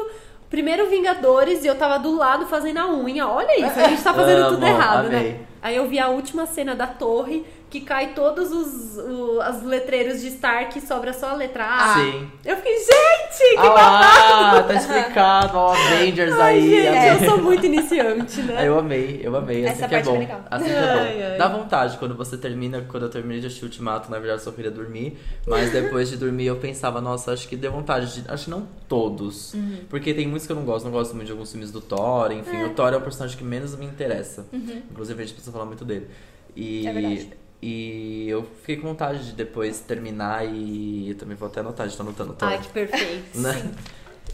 o primeiro Vingadores e eu tava do lado fazendo a unha. Olha isso, a gente tá fazendo tudo
Amo,
errado,
amei.
né? Aí eu vi a última cena da torre que cai todos os o- as letreiros de Stark e sobra só a letra A.
Sim.
Eu fiquei, gente, Ah. que
ah
babado!
lá, tá explicado. Ó, Avengers aí.
Gente, é,
amei.
eu sou muito iniciante,
Ah,
né?
Eu amei, eu amei. Assim
Essa
que é
parte
bom.
foi legal.
Assim que é bom.
Ai, ai.
Dá vontade quando você termina, quando eu terminei de assistir Ultimato, na verdade eu só queria dormir. Mas depois de dormir eu pensava, nossa, acho que deu vontade de. Acho que não todos. Porque tem muitos que eu não gosto, não gosto muito de alguns filmes do Thor, enfim. O Thor é o personagem que menos me interessa. Inclusive a gente precisa falar muito dele. E.
É verdade.
E eu fiquei com vontade de depois terminar e eu também vou até anotar, a gente tá anotando Thor
Ai, que perfeito.
né?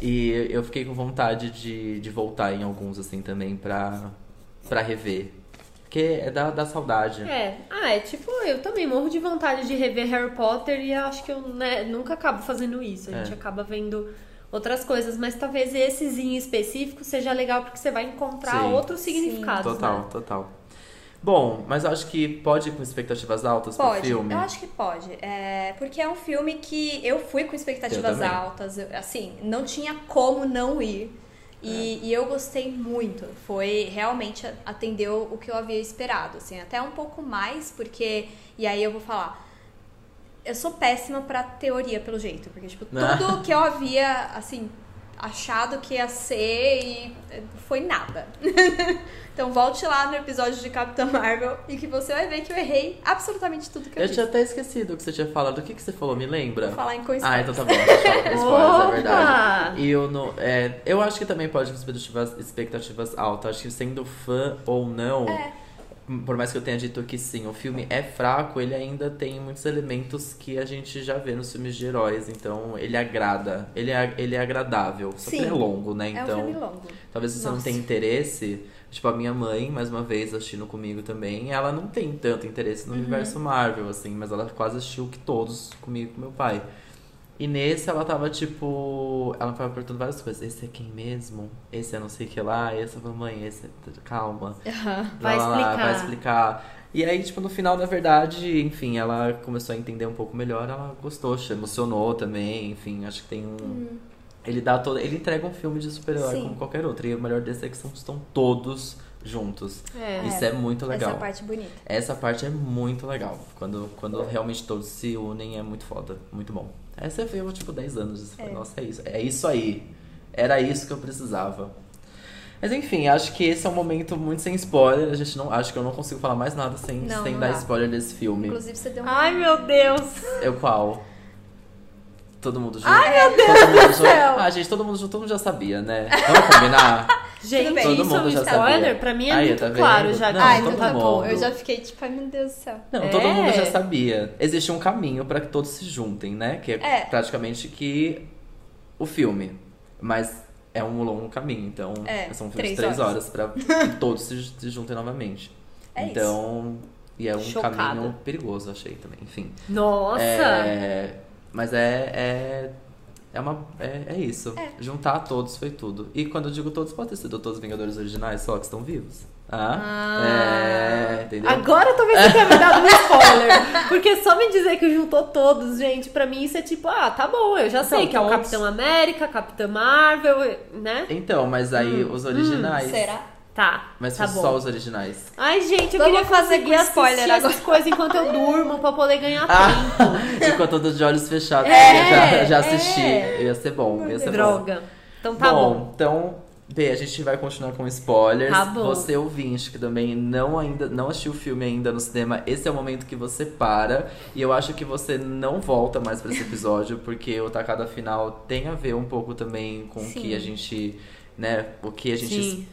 E eu fiquei com vontade de, de voltar em alguns, assim, também, pra, pra rever. Porque é da, da saudade.
né?
É, ah, é tipo, eu também morro de vontade de rever Harry Potter e acho que eu né, nunca acabo fazendo isso. A gente
É.
acaba vendo outras coisas, mas talvez esses em específico seja legal porque você vai encontrar
Sim.
outros significados.
total,
né?
total. Bom, mas eu acho que pode ir com expectativas altas pro
Pode,
filme.
eu acho que pode. É, porque é um filme que eu fui com
Eu
expectativas
também.
altas. eu- assim, não tinha como não ir. E,
É.
e eu gostei muito. Foi realmente a- atendeu o que eu havia esperado. Assim, até um pouco mais, porque. E aí eu vou falar. Eu sou péssima pra teoria, pelo jeito. Porque, tipo,
Ah.
tudo que eu havia, assim, achado que ia ser e eh, foi nada. Então volte lá no episódio de Capitã Marvel e que você vai ver que eu errei absolutamente tudo que eu,
Eu
disse.
tinha até esquecido o que você tinha falado. O que, que você falou? Me lembra?
Vou falar em coisa.
Ah, então tá bom. Deixa eu falar com
Oh,
spoilers, é
Opa!
verdade. E eu, não, é, eu acho que também pode com expectativas, expectativas altas. Acho que sendo fã ou não,
É.
por mais que eu tenha dito que sim, o filme é fraco, ele ainda tem muitos elementos que a gente já vê nos filmes de heróis. Então ele agrada. Ele é, ele é agradável. Só que
Sim.
ele é longo, né?
É um
Então.
filme longo.
Talvez se você não
Nossa.
tenha interesse, tipo, a minha mãe, mais uma vez, assistindo comigo também, ela não tem tanto interesse no universo Marvel, assim, mas ela quase assistiu que todos comigo e com meu pai. E nesse ela tava tipo. Ela tava perguntando várias coisas. Esse é quem mesmo? Esse é não sei o que lá. Esse eu falei, mãe, esse é. Calma.
Vai
Lá, lá, lá,
explicar.
Vai explicar. E aí, tipo, no final, na verdade, enfim, ela começou a entender um pouco melhor, ela gostou, se emocionou também, enfim, acho que tem um.
Hum.
Ele dá todo. Ele entrega um filme de super-herói
Sim.
como qualquer outro. E o melhor desse é que são- estão todos juntos.
É.
Isso é muito legal.
Essa parte bonita.
Essa parte é muito legal. Quando, quando realmente todos se unem, é muito foda. Muito bom. Aí você viu, tipo, 10 anos. Você fala, Nossa, é isso. É isso aí. Era isso que eu precisava. Mas enfim, acho que esse é um momento muito sem spoiler. A gente não. Acho que eu não consigo falar mais nada sem,
Não,
sem
não
dar
dá.
spoiler desse filme.
Inclusive, você deu um.
Ai, meu Deus!
Eu qual? Todo mundo junto. Ai, meu Deus do céu! Ah, gente, todo mundo junto, todo mundo já sabia, né? Vamos combinar?
Gente,
bem.
Todo
isso é um
mundo já
spoiler?
sabia.
Pra mim é
Aí,
muito
tá
claro
vendo?
já.
Não,
que
Ai,
todo
então
tá
tá
mundo.
bom. Eu já fiquei tipo, ai meu Deus do céu.
Não,
É.
todo mundo já sabia. Existe um caminho pra que todos se juntem, né? Que é,
É.
praticamente que o filme. Mas é um longo caminho, então
É,
são
três
três
horas.
horas, pra que todos se, ju- se juntem novamente.
É isso.
então, e é um
Chocada.
caminho perigoso, achei também. Enfim.
Nossa!
É, mas é. É, é, uma, é, é isso. Juntar todos foi tudo. E quando eu digo todos, pode ter sido todos os Vingadores originais, só que estão vivos. Ah,
Ah.
é, entendeu?
Agora talvez você tenha me dado um spoiler. Porque só me dizer que juntou todos, gente, pra mim isso é tipo, ah, tá bom, eu já sei
Então,
que é o
todos.
Capitão América, Capitã Marvel, né?
Então, mas aí os originais.
Será?
Tá.
Mas
Hum. tá bom.
só os originais.
Ai, gente, eu
Vamos
queria
fazer
conseguir
com spoiler
assistir essas coisas enquanto eu durmo pra poder ganhar
Ah,
tempo.
enquanto eu tô de olhos fechados,
É,
já, já assisti.
é.
Ia ser tá bom, ia ser bom.
Droga. Então tá bom.
então, B, a gente vai continuar com spoilers.
Tá bom.
Você ouvinte que também não ainda não assistiu o filme ainda no cinema, esse é o momento que você para. E eu acho que você não volta mais pra esse episódio, porque o Tacada Final tem a ver um pouco também com o que a gente. Né, o que a gente
Sim.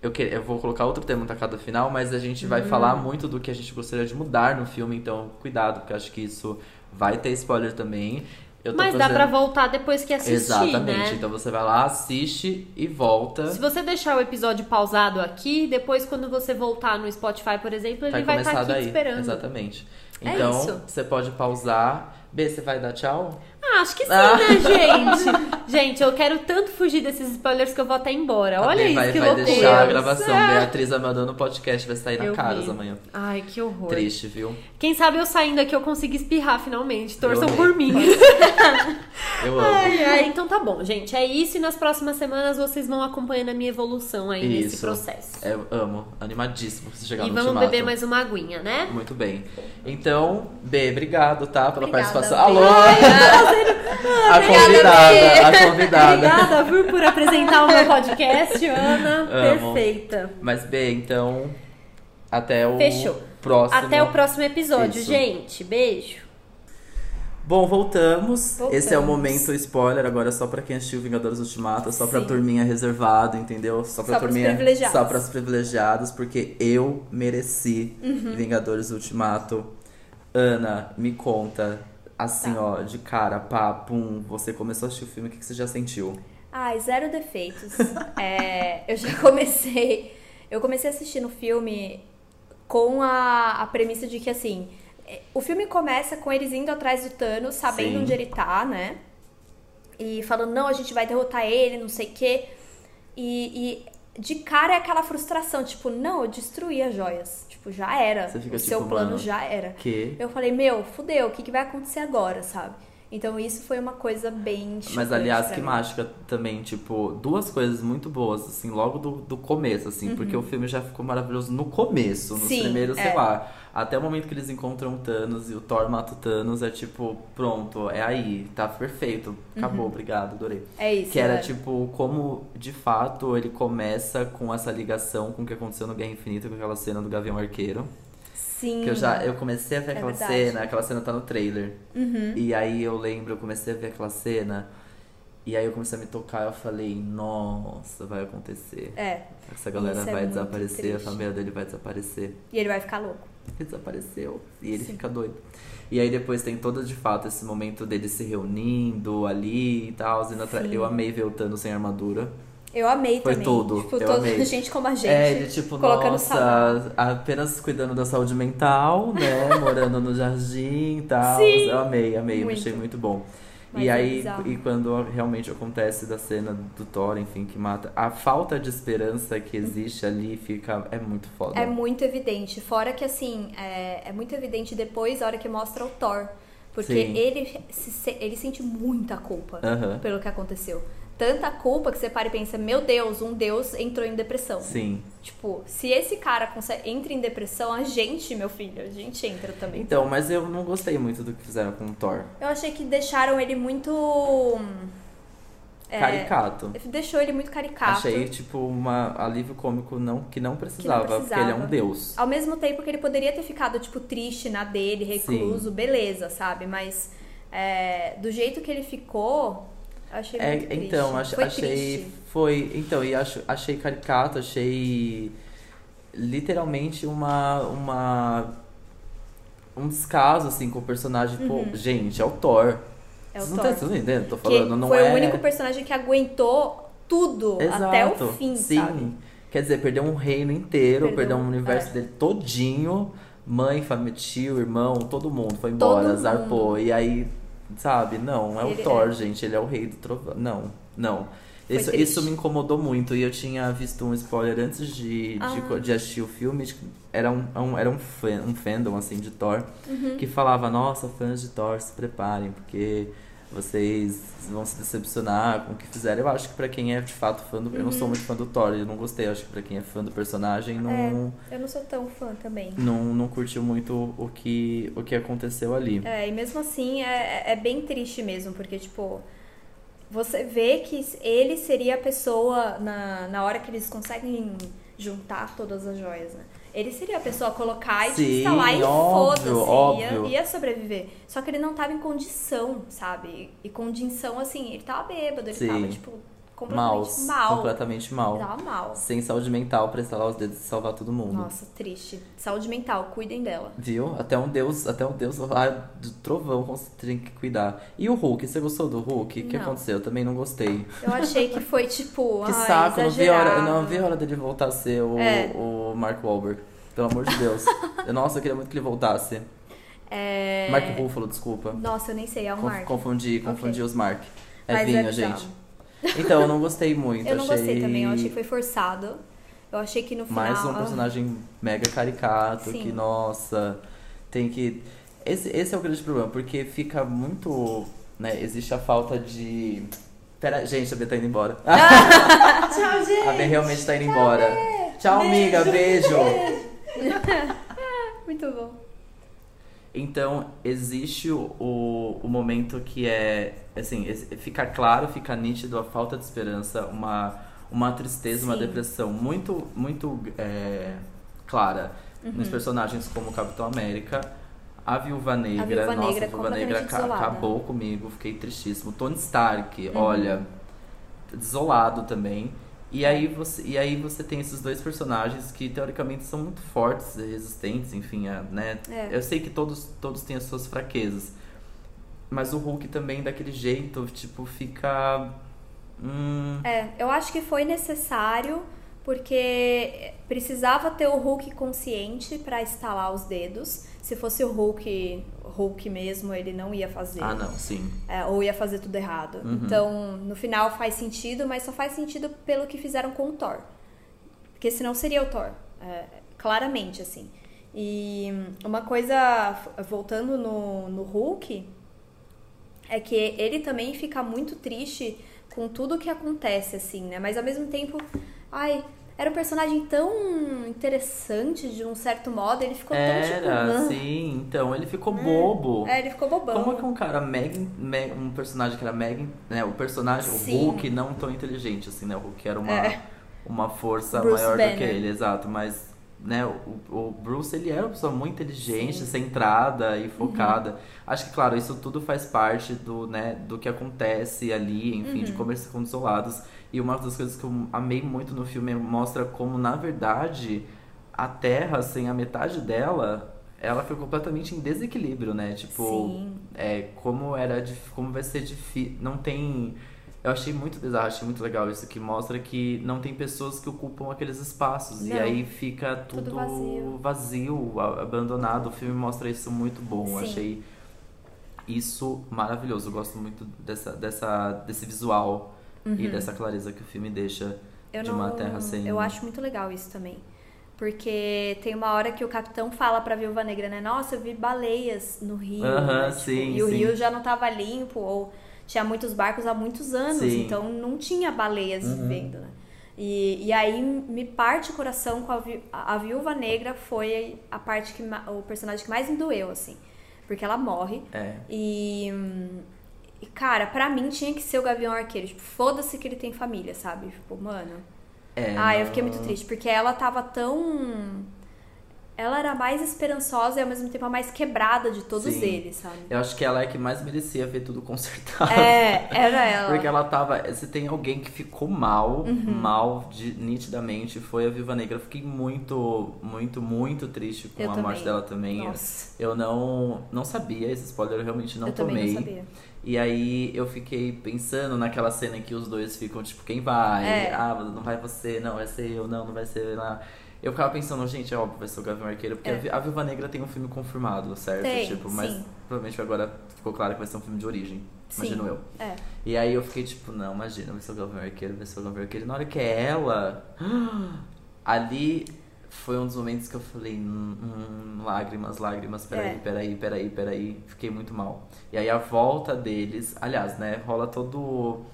eu, que- eu vou colocar outro tema na cada final, mas a gente
Uhum.
vai falar muito do que a gente gostaria de mudar no filme, então cuidado, porque eu acho que isso vai ter spoiler também. Eu tô
Mas dá
fazendo...
pra voltar depois que assistir,
Exatamente.
né?
Então você vai lá, assiste e volta.
Se você deixar o episódio pausado aqui, depois quando você voltar no Spotify, por exemplo, ele vai estar
começar
aqui te
daí.
esperando.
Exatamente.
É
Então,
isso.
você pode pausar. B, você vai dar tchau?
Ah, acho que sim,
Ah.
né, gente? gente, eu quero tanto fugir desses spoilers que eu vou até embora.
A
Olha
B
isso,
Tá vai,
que
vai
loucura.
deixar a gravação.
Ah.
Beatriz mandando o podcast, vai sair na
Eu
caras
vi.
amanhã.
Ai, que horror.
Triste, viu?
Quem sabe eu saindo aqui eu consigo espirrar finalmente. Torçam
amei.
por mim.
Eu amo.
Ai, ai, então tá bom, gente. É isso e nas próximas semanas vocês vão acompanhando a minha evolução aí nesse
Isso.
processo.
Eu amo. Animadíssimo pra você chegar
e
no
vamos
ultimato.
beber mais uma aguinha, né?
Muito bem. Então, B, obrigado, tá? Pela
Obrigada,
participação.
B.
Alô! a convidada, a convidada.
Obrigada, Vu, por apresentar o meu podcast, Ana.
Amo.
Perfeita.
Mas, B, então, até o
Fechou.
próximo.
Até o próximo episódio,
Isso.
gente. Beijo.
Bom, voltamos.
Voltamos.
Esse é o momento spoiler, agora só pra quem assistiu Vingadores Ultimato, só pra turminha reservada, entendeu? Só pra
Só pros
turminha.
privilegiados.
Só pras privilegiados, porque eu mereci
Uhum.
Vingadores Ultimato. Ana, me conta, assim,
Tá.
ó, de cara, pá, pum, você começou a assistir o filme, o que, que você já sentiu?
Ai, zero defeitos. É, eu já comecei. Eu comecei a assistir no filme com a, a premissa de que, assim, é, o filme começa com eles indo atrás do Thanos, sabendo
Sim.
onde ele tá, né? E falando, não, a gente vai derrotar ele, não sei o quê. E, e de cara é aquela frustração, tipo, não, eu destruí as joias. Tipo, já era.
Você fica
o seu
tipo,
plano
mano,
já era.
Que.
Eu falei, meu, fudeu, o que, que vai acontecer agora, sabe? Então isso foi uma coisa bem
Mas
chocante
aliás,
pra
que
mim.
mágica também, tipo, duas coisas muito boas, assim, logo do, do começo, assim, porque o filme já ficou maravilhoso no começo, nos
Uhum. Sim,
primeiros, sei
é.
lá. Até o momento que eles encontram o Thanos e o Thor mata o Thanos, é tipo, pronto, é aí, tá perfeito, acabou, obrigado, adorei.
É Uhum. isso.
Que era
né?
tipo, como de fato ele começa com essa ligação com o que aconteceu no Guerra Infinita, com aquela cena do Gavião Arqueiro.
Sim.
tipo, Que eu já eu comecei a ver aquela
Uhum. É verdade. Uhum.
cena, aquela cena tá no trailer. E aí eu lembro, eu comecei a ver aquela cena. E aí eu comecei a me tocar, eu falei, nossa, vai acontecer.
É.
Essa galera
Isso é
vai
muito
desaparecer, a
triste.
família dele vai desaparecer.
E ele vai ficar louco.
Ele desapareceu. E ele fica doido. E aí depois tem todo, de fato, esse momento dele se reunindo ali e tal. indo atrás. Eu amei ver o Thanos sem armadura.
Eu amei
Foi
também.
tudo,
Tipo,
eu
toda
amei.
gente como a gente.
É, ele tipo,
colocando
nossa,
saúde.
apenas cuidando da saúde mental, né? Morando no jardim e tal.
Sim.
Eu amei, amei,
Muito.
achei muito bom.
Mas
e
é
aí,
bizarro.
e quando realmente acontece da cena do Thor, enfim, que mata, a falta de esperança que existe ali fica. É muito foda.
É muito evidente. Fora que, assim, é, é muito evidente depois a hora que mostra o Thor. Porque
Sim.
ele, se se- ele sente muita culpa
Aham.
pelo que aconteceu. Tanta culpa que você para e pensa, meu Deus, um Deus entrou em depressão.
Sim.
Tipo, se esse cara consegue, entra em depressão, a gente, meu filho, a gente entra também.
Então, mas eu não gostei muito do que fizeram com o Thor.
Eu achei que deixaram ele muito. hum, é,
Caricato.
Deixou ele muito caricato.
Achei, tipo, uma alívio cômico não, que não precisava, porque ele é
precisava.
um deus.
Ao mesmo tempo que ele poderia ter ficado, tipo, triste na dele, recluso, beleza, sabe? Mas é, do jeito que ele ficou, achei
É,
muito triste.
então, ach-
Foi
achei.
triste.
Foi. Então, e acho, achei caricato, achei literalmente uma. uma um descaso, assim, com o personagem. Pô, gente, é o Thor.
Uhum. É o
Vocês
Thor.
Não tá, vocês não entendem o que eu tô
que
falando, não
foi
é.
o único personagem que aguentou tudo
Exato.
até o fim,
Sim.
sabe?
Quer dizer, perdeu um reino inteiro, perdeu,
Perdeu- é.
um universo dele todinho. Mãe, família, tio, irmão, todo mundo foi
Todo
embora, zarpou. E aí, sabe, não, é
Ele
o Thor,
é.
gente, ele é o rei do trovão. Não, não. Isso,
triste.
isso me incomodou muito. E eu tinha visto um spoiler antes de, de,
Ah.
co- de assistir o filme. de- Era um, um- era um,
Uhum.
fan- um fandom, assim, de Thor. Que falava, nossa, fãs de Thor, se preparem. Porque Vocês vão se decepcionar com o que fizeram. Eu acho que pra quem é de fato fã do. Eu
Uhum.
não sou muito fã do Thor, eu não gostei. Eu acho que pra quem é fã do personagem não,
Eu não sou tão fã também.
não, não curtiu muito o que, o que aconteceu ali.
É, e mesmo assim é, é bem triste mesmo, porque, tipo, você vê que ele seria a pessoa, na, na hora que eles conseguem juntar todas as joias, né? Ele seria a pessoa a colocar e
Sim,
instalar e
óbvio,
foda-se,
óbvio.
ia, ia sobreviver. Só que ele não tava em condição, sabe? E condição, assim, ele tava bêbado, ele
Sim.
tava, tipo, completamente
Maus.
mal.
Completamente
Ele
mal.
tava mal.
Sem saúde mental pra estalar os dedos e salvar todo mundo.
Nossa, triste. Saúde mental, cuidem dela.
Viu? Até um deus, até um deus lá do trovão cons- tem que cuidar. E o Hulk, você gostou do Hulk? O que
Não.
aconteceu? Eu também não gostei.
Eu achei que foi, tipo,
Que
ai,
saco, eu não vi, a hora, eu não
exagerado. É.
vi a hora dele voltar a ser o, o Mark Wahlberg. Pelo amor de Deus. Eu- Nossa, eu queria muito que ele voltasse. Mark Ruffalo, desculpa.
Nossa, eu nem sei, é o
Conf-
É. Mark.
Confundi, confundi os Mark. É
Mas
vinho,
é bizarro.
gente. Então, eu não gostei muito.
Eu não
achei...
gostei também, eu achei que foi forçado. Eu achei que no final. ah.
Mais um personagem mega caricato,
Sim.
que, nossa, tem que. Esse, esse é o grande problema, porque fica muito. Né, existe a falta de. Pera, gente, a B tá indo embora.
Tchau, gente.
A B realmente tá indo embora. Tchau, amiga, beijo.
Ah, Muito bom.
Então, existe o, o, o momento que é, assim, es- fica claro, fica nítido a falta de esperança, uma, uma tristeza, uma depressão muito, muito é, clara nos personagens como Capitão América, a Viúva Negra,
Viúva
nossa,
Negra
a Viúva Negra
completamente
ca-
desolada.
acabou comigo, fiquei tristíssimo. Tony Stark, olha, desolado também. E aí, você, e aí você tem esses dois personagens que teoricamente são muito fortes, resistentes, enfim, a- né? Eu sei que todos, todos têm as suas fraquezas. Mas o Hulk também daquele jeito, tipo, fica. Hum,
É, eu acho que foi necessário porque precisava ter o Hulk consciente pra estalar os dedos. Se fosse o Hulk, Hulk mesmo, ele não ia fazer.
Ah, não, sim.
É, ou ia fazer tudo errado.
Uhum.
Então, no final faz sentido, mas só faz sentido pelo que fizeram com o Thor. Porque senão seria o Thor. é, claramente, assim. E hum, uma coisa, f- voltando no, no Hulk, é que ele também fica muito triste com tudo que acontece, assim, né? Mas ao mesmo tempo, ai, era um personagem tão interessante, de um certo modo, ele ficou
Era,
tão tipo. "Ah".
sim. Então, ele ficou bobo.
É, ele ficou bobão.
Como é que um cara mega, mega- um personagem que era mega, né, o personagem,
Sim. É.
o Hulk não tão inteligente assim, né? O Hulk era uma uma força
Bruce
maior do que
Banner.
ele, exato, mas né, o, o Bruce ele era uma pessoa muito inteligente, centrada
Uhum.
e focada. Acho que claro, isso tudo faz parte do, né, do que acontece ali, enfim,
Uhum.
de como eles ficam isolados. E uma das coisas que eu amei muito no filme é mostra como na verdade a Terra sem a metade dela, ela foi completamente em desequilíbrio, né? Tipo,
Sim.
é, como era dif- como vai ser difícil não tem eu achei muito bizarro achei muito legal isso que mostra que não tem pessoas que ocupam aqueles espaços e
Não.
aí fica tudo,
Tudo vazio.
vazio, a- abandonado o filme mostra isso muito bom Eu
Sim.
achei isso maravilhoso eu gosto muito dessa, dessa desse visual e
Uhum.
dessa clareza que o filme deixa
Eu
de
não-
uma terra sem
Eu acho muito legal isso também. Porque tem uma hora que o capitão fala pra Viúva Negra, né? Nossa, eu vi baleias no rio.
Aham,
né? Tipo,
sim,
E o
sim.
rio já não tava limpo, ou tinha muitos barcos há muitos anos,
Sim. Uhum.
então não tinha baleias vivendo, né? E, e aí me parte o coração com a, vi- a a Viúva Negra foi a parte que ma- o personagem que mais me doeu, assim. Porque ela morre.
é
E, hum, e, cara, pra mim tinha que ser o Gavião Arqueiro. Tipo, foda-se que ele tem família, sabe? Tipo, mano.
é
Ah, eu
não-
fiquei muito triste, porque ela tava tão. Ela era a mais esperançosa e ao mesmo tempo a mais quebrada de todos
Sim.
eles, sabe?
eu acho que ela é a que mais merecia ver tudo consertado
É, era ela.
Porque ela tava. Se tem alguém que ficou mal,
Uhum.
mal de- nitidamente, foi a Viva Negra. Eu fiquei muito, muito, muito triste com
Eu
a
também.
morte dela também.
Nossa.
Eu não, não sabia, esse spoiler eu realmente não
eu
tomei.
também não sabia.
E aí eu fiquei pensando naquela cena em que os dois ficam, tipo, quem vai?
É.
Ah, não vai você, não, vai ser eu, não, não vai ser lá. Eu ficava pensando, gente, é óbvio, vai ser o Gavião Arqueiro, porque a Vi- a Viúva Negra tem um filme confirmado, certo?
É. Tem,
tipo, mas
sim.
provavelmente agora ficou claro que vai ser um filme de origem.
Sim,
Imagino eu.
é.
E aí eu fiquei tipo, não, imagina, vai ser o Gavião Arqueiro, vai ser o Gavião Arqueiro. Na hora que é ela, ali foi um dos momentos que eu falei, "Hum, hum, lágrimas, lágrimas, peraí,
É.
peraí, peraí, peraí. Fiquei muito mal. E aí a volta deles, aliás, né, rola todo.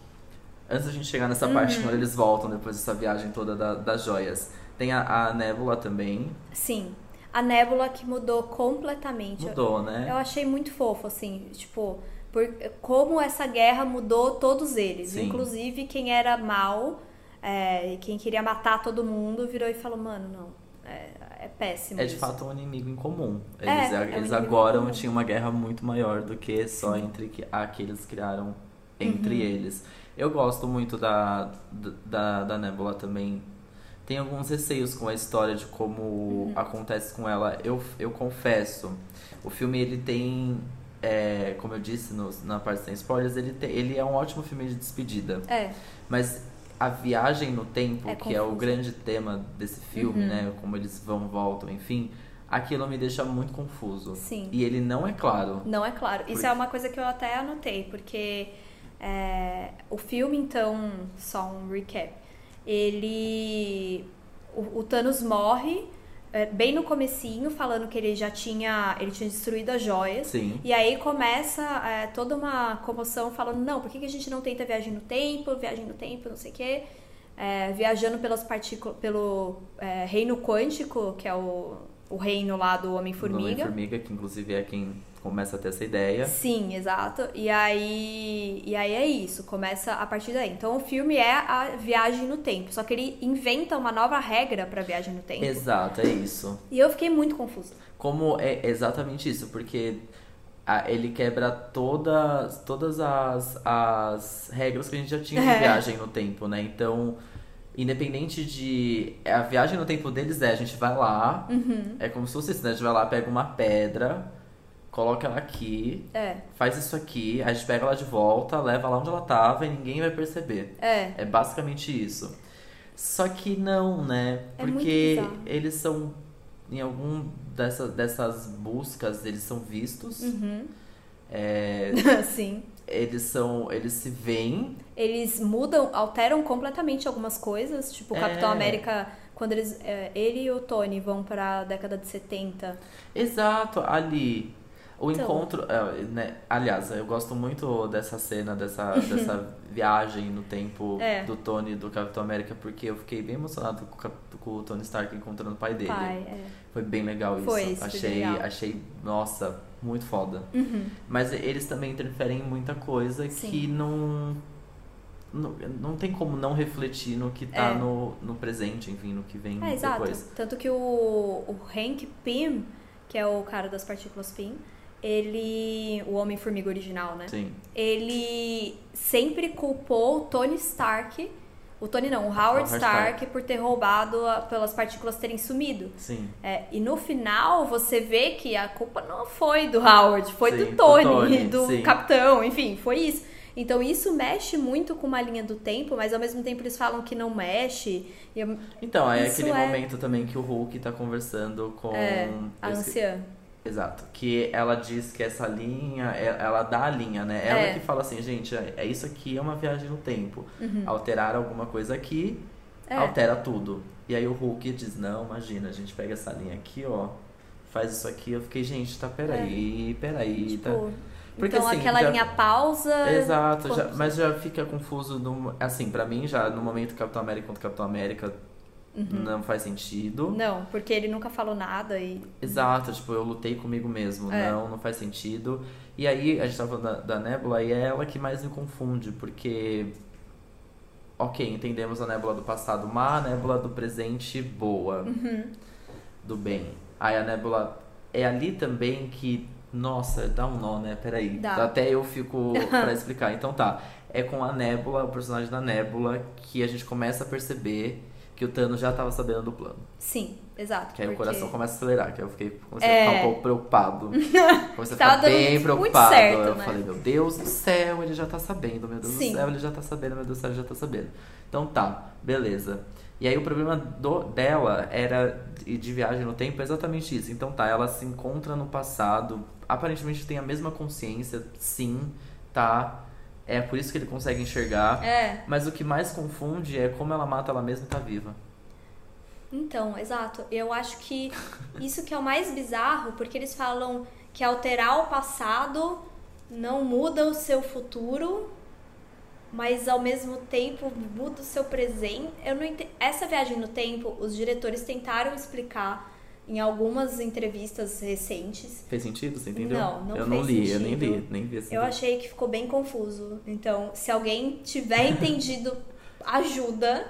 Antes da gente chegar nessa
Uhum.
parte, quando eles voltam depois dessa viagem toda da- das joias, tem a, a nébula também.
Sim. A nébula que mudou completamente. Eu-
Mudou, né?
Eu achei muito fofo, assim, tipo, por, como essa guerra mudou todos eles.
Sim.
Inclusive quem era mal, é, e quem queria matar todo mundo, virou e falou, mano, não, é, é péssimo.
É de
isso."
fato um inimigo em comum.
É,
Eles,
é um
eles
inimigo
agora
em comum.
tinham uma guerra muito maior do que só entre que, a que eles criaram entre
Uhum.
eles. Eu gosto muito da, da, da Nebula também. Tem alguns receios com a história de como
Uhum.
acontece com ela. Eu, eu confesso, o filme ele tem, é, como eu disse no- na parte sem spoilers, ele, tem- ele é um ótimo filme de despedida.
É.
Mas a viagem no tempo,
É
que é o
confuso. Uhum.
grande tema desse filme, né? Como eles vão, voltam, enfim. Aquilo me deixa muito confuso.
Sim.
E ele não é claro.
Não é claro. Isso
Por-
é uma coisa que eu até anotei, porque é, o filme, então, só um recap, ele. O, o Thanos morre é, bem no comecinho, falando que ele já tinha. ele tinha destruído as joias.
Sim.
E aí começa é, toda uma comoção falando, não, por que, que a gente não tenta viagem no tempo, viagem no tempo, não sei o quê. É, viajando pelas partículas, pelo é, reino quântico, que é o, o reino lá do
Do
Homem-Formiga.
Homem-Formiga, que inclusive é quem começa a ter essa ideia.
Sim, exato. E aí, e aí é isso, começa a partir daí. Então o filme é a viagem no tempo, só que ele inventa uma nova regra pra viagem no tempo.
Exato, é isso.
E eu fiquei muito confusa.
Como é exatamente isso, porque a- ele quebra todas, todas as, as regras que a gente já tinha de
É.
viagem no tempo, né? Então, independente de. A viagem no tempo deles é: a gente vai lá,
Uhum.
é como se fosse isso, né? A gente vai lá, pega uma pedra, coloca ela aqui,
É.
faz isso aqui, a gente pega ela de volta, leva lá onde ela tava e ninguém vai perceber.
É.
É basicamente isso. Só que não, né?
É muito
Porque
bizarro.
eles são. Em algum dessa, dessas buscas, eles são vistos.
Uhum.
É,
Sim.
eles são. Eles se veem.
Eles mudam, alteram completamente algumas coisas, tipo o
É.
Capitão América quando eles é, ele e o Tony vão pra década de 70.
Exato, ali. O
Então.
encontro. é, né? Aliás, eu gosto muito dessa cena, dessa, dessa viagem no tempo
É.
do Tony e do Capitão América, porque eu fiquei bem emocionado com, o Cap- com o Tony Stark encontrando o pai dele.
Pai, é.
Foi bem legal isso.
Foi, isso foi bem
achei,
legal.
achei, nossa, muito foda.
Uhum.
Mas eles também interferem em muita coisa que
Sim.
não, não. Não tem como não refletir no que tá
É.
no, no presente, enfim, no que vem
É, exato.
depois.
Tanto que o, o Hank Pym, que é o cara das partículas Pym, ele. O Homem-Formiga original, né?
Sim.
Ele sempre culpou o Tony Stark. O Tony não, o Howard
Howard
Stark,
Stark.
por ter roubado a- pelas partículas terem sumido.
Sim.
É, e no final você vê que a culpa não foi do Howard, foi
Sim,
do
do
Tony,
Tony,
do
sim.
capitão, enfim, foi isso. Então isso mexe muito com uma linha do tempo, mas ao mesmo tempo eles falam que não mexe. E eu-
Então, é
Isso
aquele
é-
momento também que o Hulk tá conversando com.
a
eu esque-
anciã.
Exato. Que ela diz que essa linha, é- ela dá a linha, né? Ela
É.
que fala assim, gente, é é isso aqui é uma viagem no tempo. Alterar alguma coisa aqui,
Uhum. É.
altera tudo. E aí o Hulk diz, não, imagina, a gente pega essa linha aqui, ó, faz isso aqui. Eu fiquei, gente, tá, peraí, peraí. tá...
É. Tipo,
Porque,
então
assim,
aquela
já-
linha pausa.
Exato, já-
confuso.
mas já fica confuso. No, assim, pra mim, já no momento Capitão América contra Capitão América,
Uhum.
não faz sentido.
Não, porque ele nunca falou nada e.
Exato, tipo, eu lutei comigo mesmo.
É.
Não, não faz sentido. E aí, a gente tava falando da, da Nebula e é ela que mais me confunde, porque. Ok, entendemos a Nebula do passado má, a Nebula do presente boa.
Uhum.
Do bem. Aí a Nebula. É ali também que. Nossa, dá um nó, né? Peraí.
Dá.
Até eu fico pra explicar. Então tá. É com a Nebula, o personagem da Nebula, que a gente começa a perceber que o Thanos já tava sabendo do plano.
Sim, exato.
Que aí o
porque-
coração começa a acelerar, que aí eu fiquei comecei a
É.
ficar um pouco preocupado. Comecei a
Tava
ficar
dando
bem
muito
preocupado.
certo,
eu
né?
falei, meu Deus do céu, ele já tá sabendo, meu Deus
Sim.
do céu, ele já tá sabendo, meu Deus do céu, ele já tá sabendo. Então tá, beleza. E aí o problema do- dela era de de viagem no tempo é exatamente isso. Então tá, ela se encontra no passado, aparentemente tem a mesma consciência, sim, tá. É por isso que ele consegue enxergar.
É.
Mas o que mais confunde é como ela mata ela mesma e tá viva.
Então, exato. Eu acho que isso que é o mais bizarro, porque eles falam que alterar o passado não muda o seu futuro, mas ao mesmo tempo muda o seu presente. Eu não ente... Essa viagem no tempo, os diretores tentaram explicar em algumas entrevistas recentes.
Fez sentido? Você entendeu?
Não, não
Eu não
fez
li, eu
sentido.
nem li, nem vi esse
Eu
livro.
achei que ficou bem confuso. Então, se alguém tiver entendido, ajuda.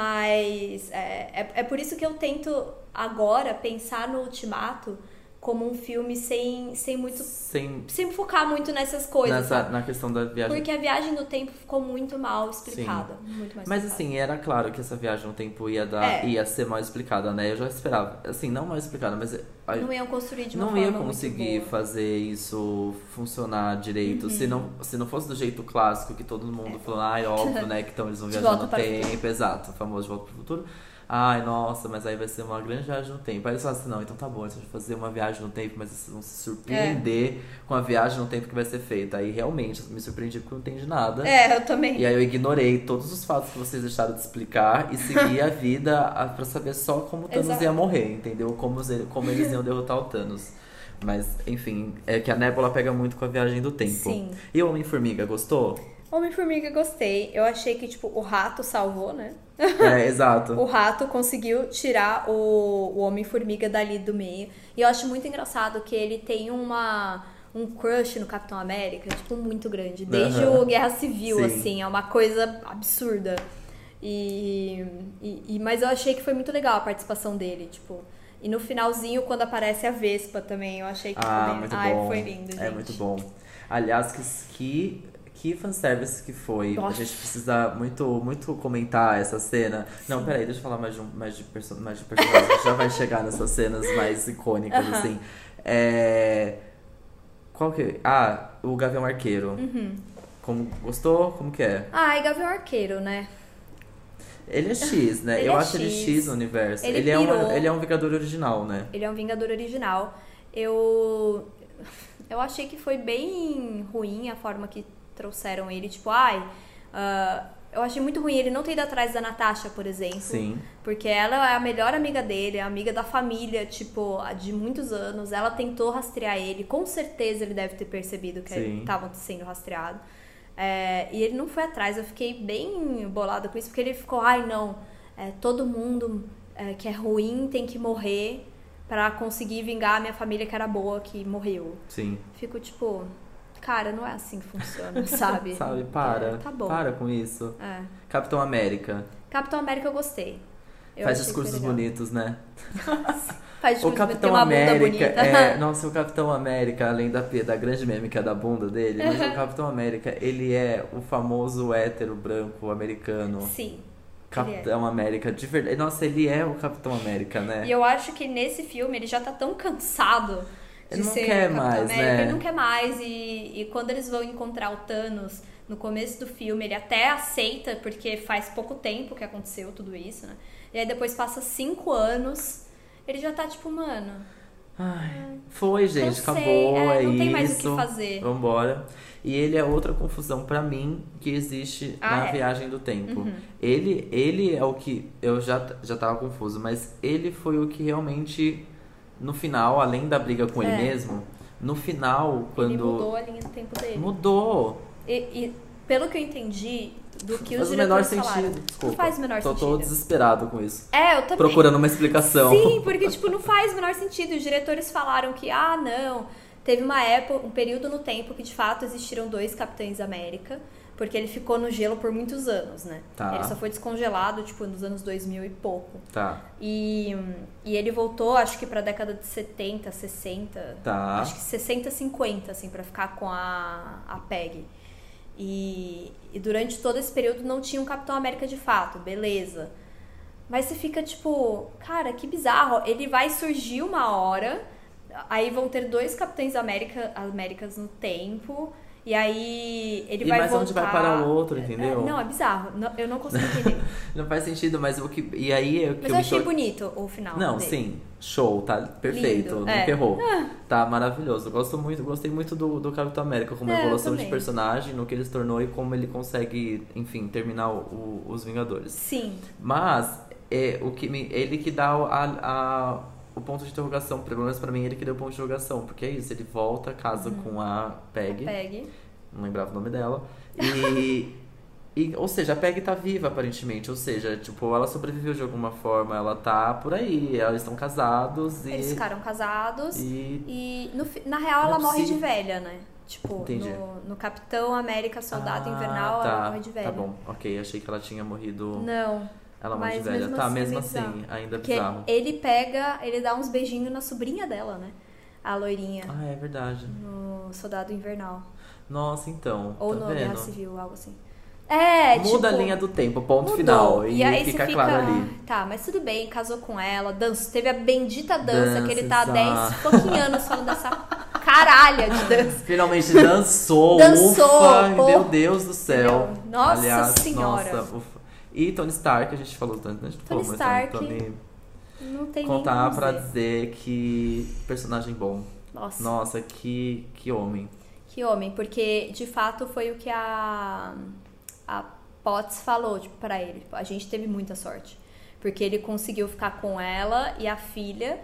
Mas é, é, é por isso que eu tento agora pensar no Ultimato como um filme sem, sem muito.
Sem.
sem focar muito nessas coisas.
Nessa, na questão da viagem
Porque a viagem no tempo ficou muito mal explicada. Muito mais
Mas
explicada.
assim, era claro que essa viagem no tempo ia dar,
É.
ia ser mal explicada, né? Eu já esperava. Assim, não mal explicada, mas a-
Não iam construir de
assim, não
uma forma
ia
muito
conseguir
boa. Uhum.
fazer isso funcionar direito. Se, não, se não fosse do jeito clássico que todo mundo falou, ai, óbvio, né? Que então eles vão
É. De
viajar
volta
no
para o
tempo. Exato, o famoso de volta pro futuro. Ai, nossa, mas aí vai ser uma grande viagem no tempo. Aí eles falam assim, não, então tá bom, eles vão fazer uma viagem no tempo, mas vocês vão
É.
se surpreender com a viagem no tempo que vai ser feita. Aí realmente me surpreendi porque eu não entendi nada.
É, eu também.
E aí eu ignorei todos os fatos que vocês deixaram de explicar e segui a vida a- pra saber só como o Thanos
Exato.
ia morrer, entendeu? Como, os- como eles iam derrotar o Thanos. Mas, enfim, é que a Nebula pega muito com a viagem do tempo.
Sim.
E o Homem-Formiga, gostou?
Homem-Formiga, gostei. Eu achei que, tipo, o rato salvou, né?
é, exato.
O rato conseguiu tirar o, o Homem-Formiga dali do meio. E eu acho muito engraçado que ele tem uma, um crush no Capitão América, tipo, muito grande. Desde
Aham.
o Guerra Civil,
Sim.
assim, é uma coisa absurda. E, e, e- Mas eu achei que foi muito legal a participação dele, tipo. E no finalzinho, quando aparece a Vespa também, eu achei que
Ah,
foi bem...
muito
Ai,
bom.
foi lindo, gente.
É muito bom. Aliás, que, que, que fanservice que foi. A
Nossa.
gente precisa muito, muito comentar essa cena. Não, peraí, deixa eu falar mais de, um, mais de, perso mais de personagem. a gente já vai chegar nessas cenas mais icônicas, assim. É... Qual que... Ah, o Gavião Arqueiro.
Uhum.
Como, gostou? Como que é?
Ai, Ah, Gavião Arqueiro, né?
Ele é X, né?
Ele
eu
é
acho ele
X.
X no universo.
Ele
é, um,
pirou.
ele é um Vingador original, né?
Ele é um Vingador original. Eu eu achei que foi bem ruim a forma que trouxeram ele, tipo, ai, ah, eu achei muito ruim ele não ter ido atrás da Natasha, por exemplo,
Sim.
porque ela é a melhor amiga dele, é a amiga da família, tipo, há de muitos anos. Ela tentou rastrear ele, com certeza ele deve ter percebido que
Sim.
estava sendo rastreado. É, e ele não foi atrás, eu fiquei bem bolada com isso, porque ele ficou, ai não, é, todo mundo é, que é ruim tem que morrer pra conseguir vingar a minha família que era boa, que morreu.
Sim.
Fico tipo, cara, não é assim que funciona, sabe?
Sabe, para.
É, tá bom.
Para com isso.
É.
Capitão América.
Capitão América eu gostei. Eu
Faz
achei que
discursos
foi legal.
bonitos, né?
Faz
O
discurso bonito,
Capitão
tem uma bunda
América.
bonita.
É, nossa, o Capitão América, além da, da grande mêmica da bunda dele, mas o Capitão América, ele é o famoso hétero branco americano.
Sim.
Capitão América, de verdade. Nossa, ele é o Capitão América, né?
E eu acho que nesse filme ele já tá tão cansado de
Ele não
ser
quer
o Capitão
mais,
América,
né?
ele não quer mais. E, e quando eles vão encontrar o Thanos no começo do filme, ele até aceita, porque faz pouco tempo que aconteceu tudo isso, né? E aí depois passa cinco anos, ele já tá tipo, mano,
Ai, foi, gente,
cansei,
acabou,
é,
é
não tem mais o que
isso.
fazer.
Vambora. E ele é outra confusão pra mim que existe
Ah,
na
é. Uhum.
viagem do tempo. Ele, ele é o que eu já já tava confuso, mas ele foi o que realmente no final, além da briga com ele mesmo, no final quando
É. ele mudou a linha do tempo dele.
Mudou.
E, e pelo que eu entendi, do que
faz
os
o menor
diretores falaram.
sentido. Desculpa.
Não faz o menor
Tô, tô
sentido.
desesperado com isso.
É, eu também.
Procurando uma explicação.
Sim, porque, tipo, não faz o menor sentido. Os diretores falaram que, ah, não, teve uma época, um período no tempo que, de fato, existiram dois Capitães América, porque ele ficou no gelo por muitos anos, né?
Tá.
Ele só foi descongelado, tipo, nos anos 2000 e pouco.
Tá,
E, e ele voltou, acho que pra década de 70, 60,
tá.
acho que 60, 50, assim, pra ficar com a, a PEG. E, e durante todo esse período não tinha um Capitão América de fato, beleza. Mas você fica tipo, cara, que bizarro. Ele vai surgir uma hora, aí vão ter dois Capitães América, Américas no tempo, e aí ele
e
vai
mais
voltar...
onde vai parar o outro,
É,
entendeu?
não, é bizarro. Não- eu não consigo entender.
Não faz sentido, mas o que. E aí é o que eu
Mas eu
me
achei
tor-
bonito o final
Não,
dele.
sim, show, tá perfeito,
Lindo,
nunca
é.
errou. Tá maravilhoso. Gosto muito, gostei muito do, do Capitão América como
É, eu
evolução de
também.
personagem, no que ele se tornou e como ele consegue, enfim, terminar o- o- os Vingadores.
Sim.
Mas é, o que me- ele que dá o- a, a- o ponto de interrogação, pelo menos pra mim, ele que deu o ponto de interrogação, porque é isso, ele volta, casa
Uhum.
com a Peg,
Pegue.
não lembrava o nome dela, e, e, ou seja, a Peg tá viva, aparentemente, ou seja, tipo, ela sobreviveu de alguma forma, ela tá por aí, elas estão casados e...
Eles ficaram casados.
e
E no fi- na real
Não
ela
é
morre de
possível.
velha, né? Tipo,
Entendi.
no, no Capitão América Soldado
Ah,
Invernal
tá,
ela morre de velha.
Tá bom, ok, achei que ela tinha morrido...
Não,
Ela morre de
mas
velha.
mesmo
Tá,
assim é
mesmo
meio bizarro.
assim, ainda é
porque
bizarro.
ele pega, ele dá uns beijinhos na sobrinha dela, né? A loirinha,
Ah, é verdade.
no Soldado Invernal.
Nossa, então.
Uhum. Ou
tá
no Guerra
vendo?
Civil, algo assim. É,
Muda a
tipo,
linha do tempo, ponto
mudou.
final. E,
aí
fica,
você
claro ali.
"Ah, Tá, mas tudo bem, casou com ela, dança. Teve a bendita dança, que ele tá há
Dança,
10 e pouquinho anos falando dessa caralha de dança.
Finalmente dançou.
Dançou,
ufa,
pô.
meu Deus do céu.
Meu, nossa
Aliás,
senhora.
Nossa, ufa. E Tony Stark, a gente falou tanto, né? Pô, mas Tony
Stark,
Tony
Não tem nem
contar
como
pra
dizer.
dizer que personagem bom.
Nossa.
Nossa, que, que homem.
Que homem, porque de fato foi o que a, a Potts falou tipo, pra ele. Tipo, a gente teve muita sorte. Porque ele conseguiu ficar com ela e a filha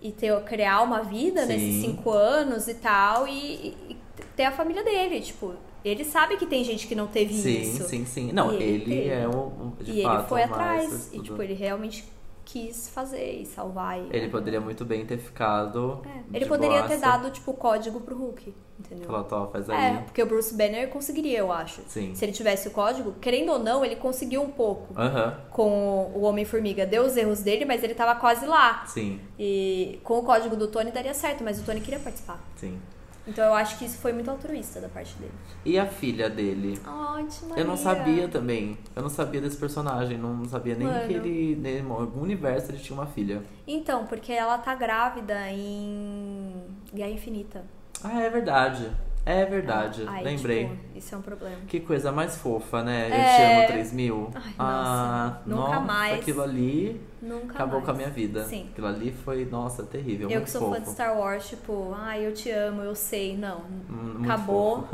e ter, criar uma vida
Sim.
nesses cinco anos e tal, e, e ter a família dele. Tipo, ele sabe que tem gente que não teve
Sim,
isso.
sim, sim. Não,
E ele
ele,
teve.
é um. um- De
e
fato,
ele foi
um
atrás.
maestro,
E
tudo.
tipo, ele realmente quis fazer e salvar. E,
Ele poderia muito bem ter ficado.
É.
de
Ele poderia ter
boaça.
dado, tipo, código pro Hulk, entendeu?
Falou, "Tó, faz
É,
aí.
porque o Bruce Banner conseguiria, eu acho.
Sim.
Se ele tivesse o código, querendo ou não, ele conseguiu um pouco
Aham,
com o Homem-Formiga. Deu os erros dele, mas ele tava quase lá.
sim,
E com o código do Tony daria certo, mas o Tony queria participar.
sim.
Então eu acho que isso foi muito altruísta da parte dele.
E a filha dele?
Ótimo.
Eu não sabia também. Eu não sabia desse personagem. Não sabia nem
Mano.
que ele. nem- Em algum universo ele tinha uma filha.
Então, porque ela tá grávida em Guerra Infinita.
Ah, é verdade. É verdade.
Aí,
Lembrei.
tipo, isso é um problema.
Que coisa mais fofa, né? Eu te
É.
amo 3000.
Ai,
ah,
nossa. Nunca
nossa,
mais.
Aquilo ali
Nunca
acabou
mais.
com a minha vida.
Sim.
Aquilo ali foi, nossa, terrível.
Eu
muito
que sou
fofo.
fã de Star Wars, tipo, ai, eu te amo, eu sei. Não,
Hum, muito
acabou.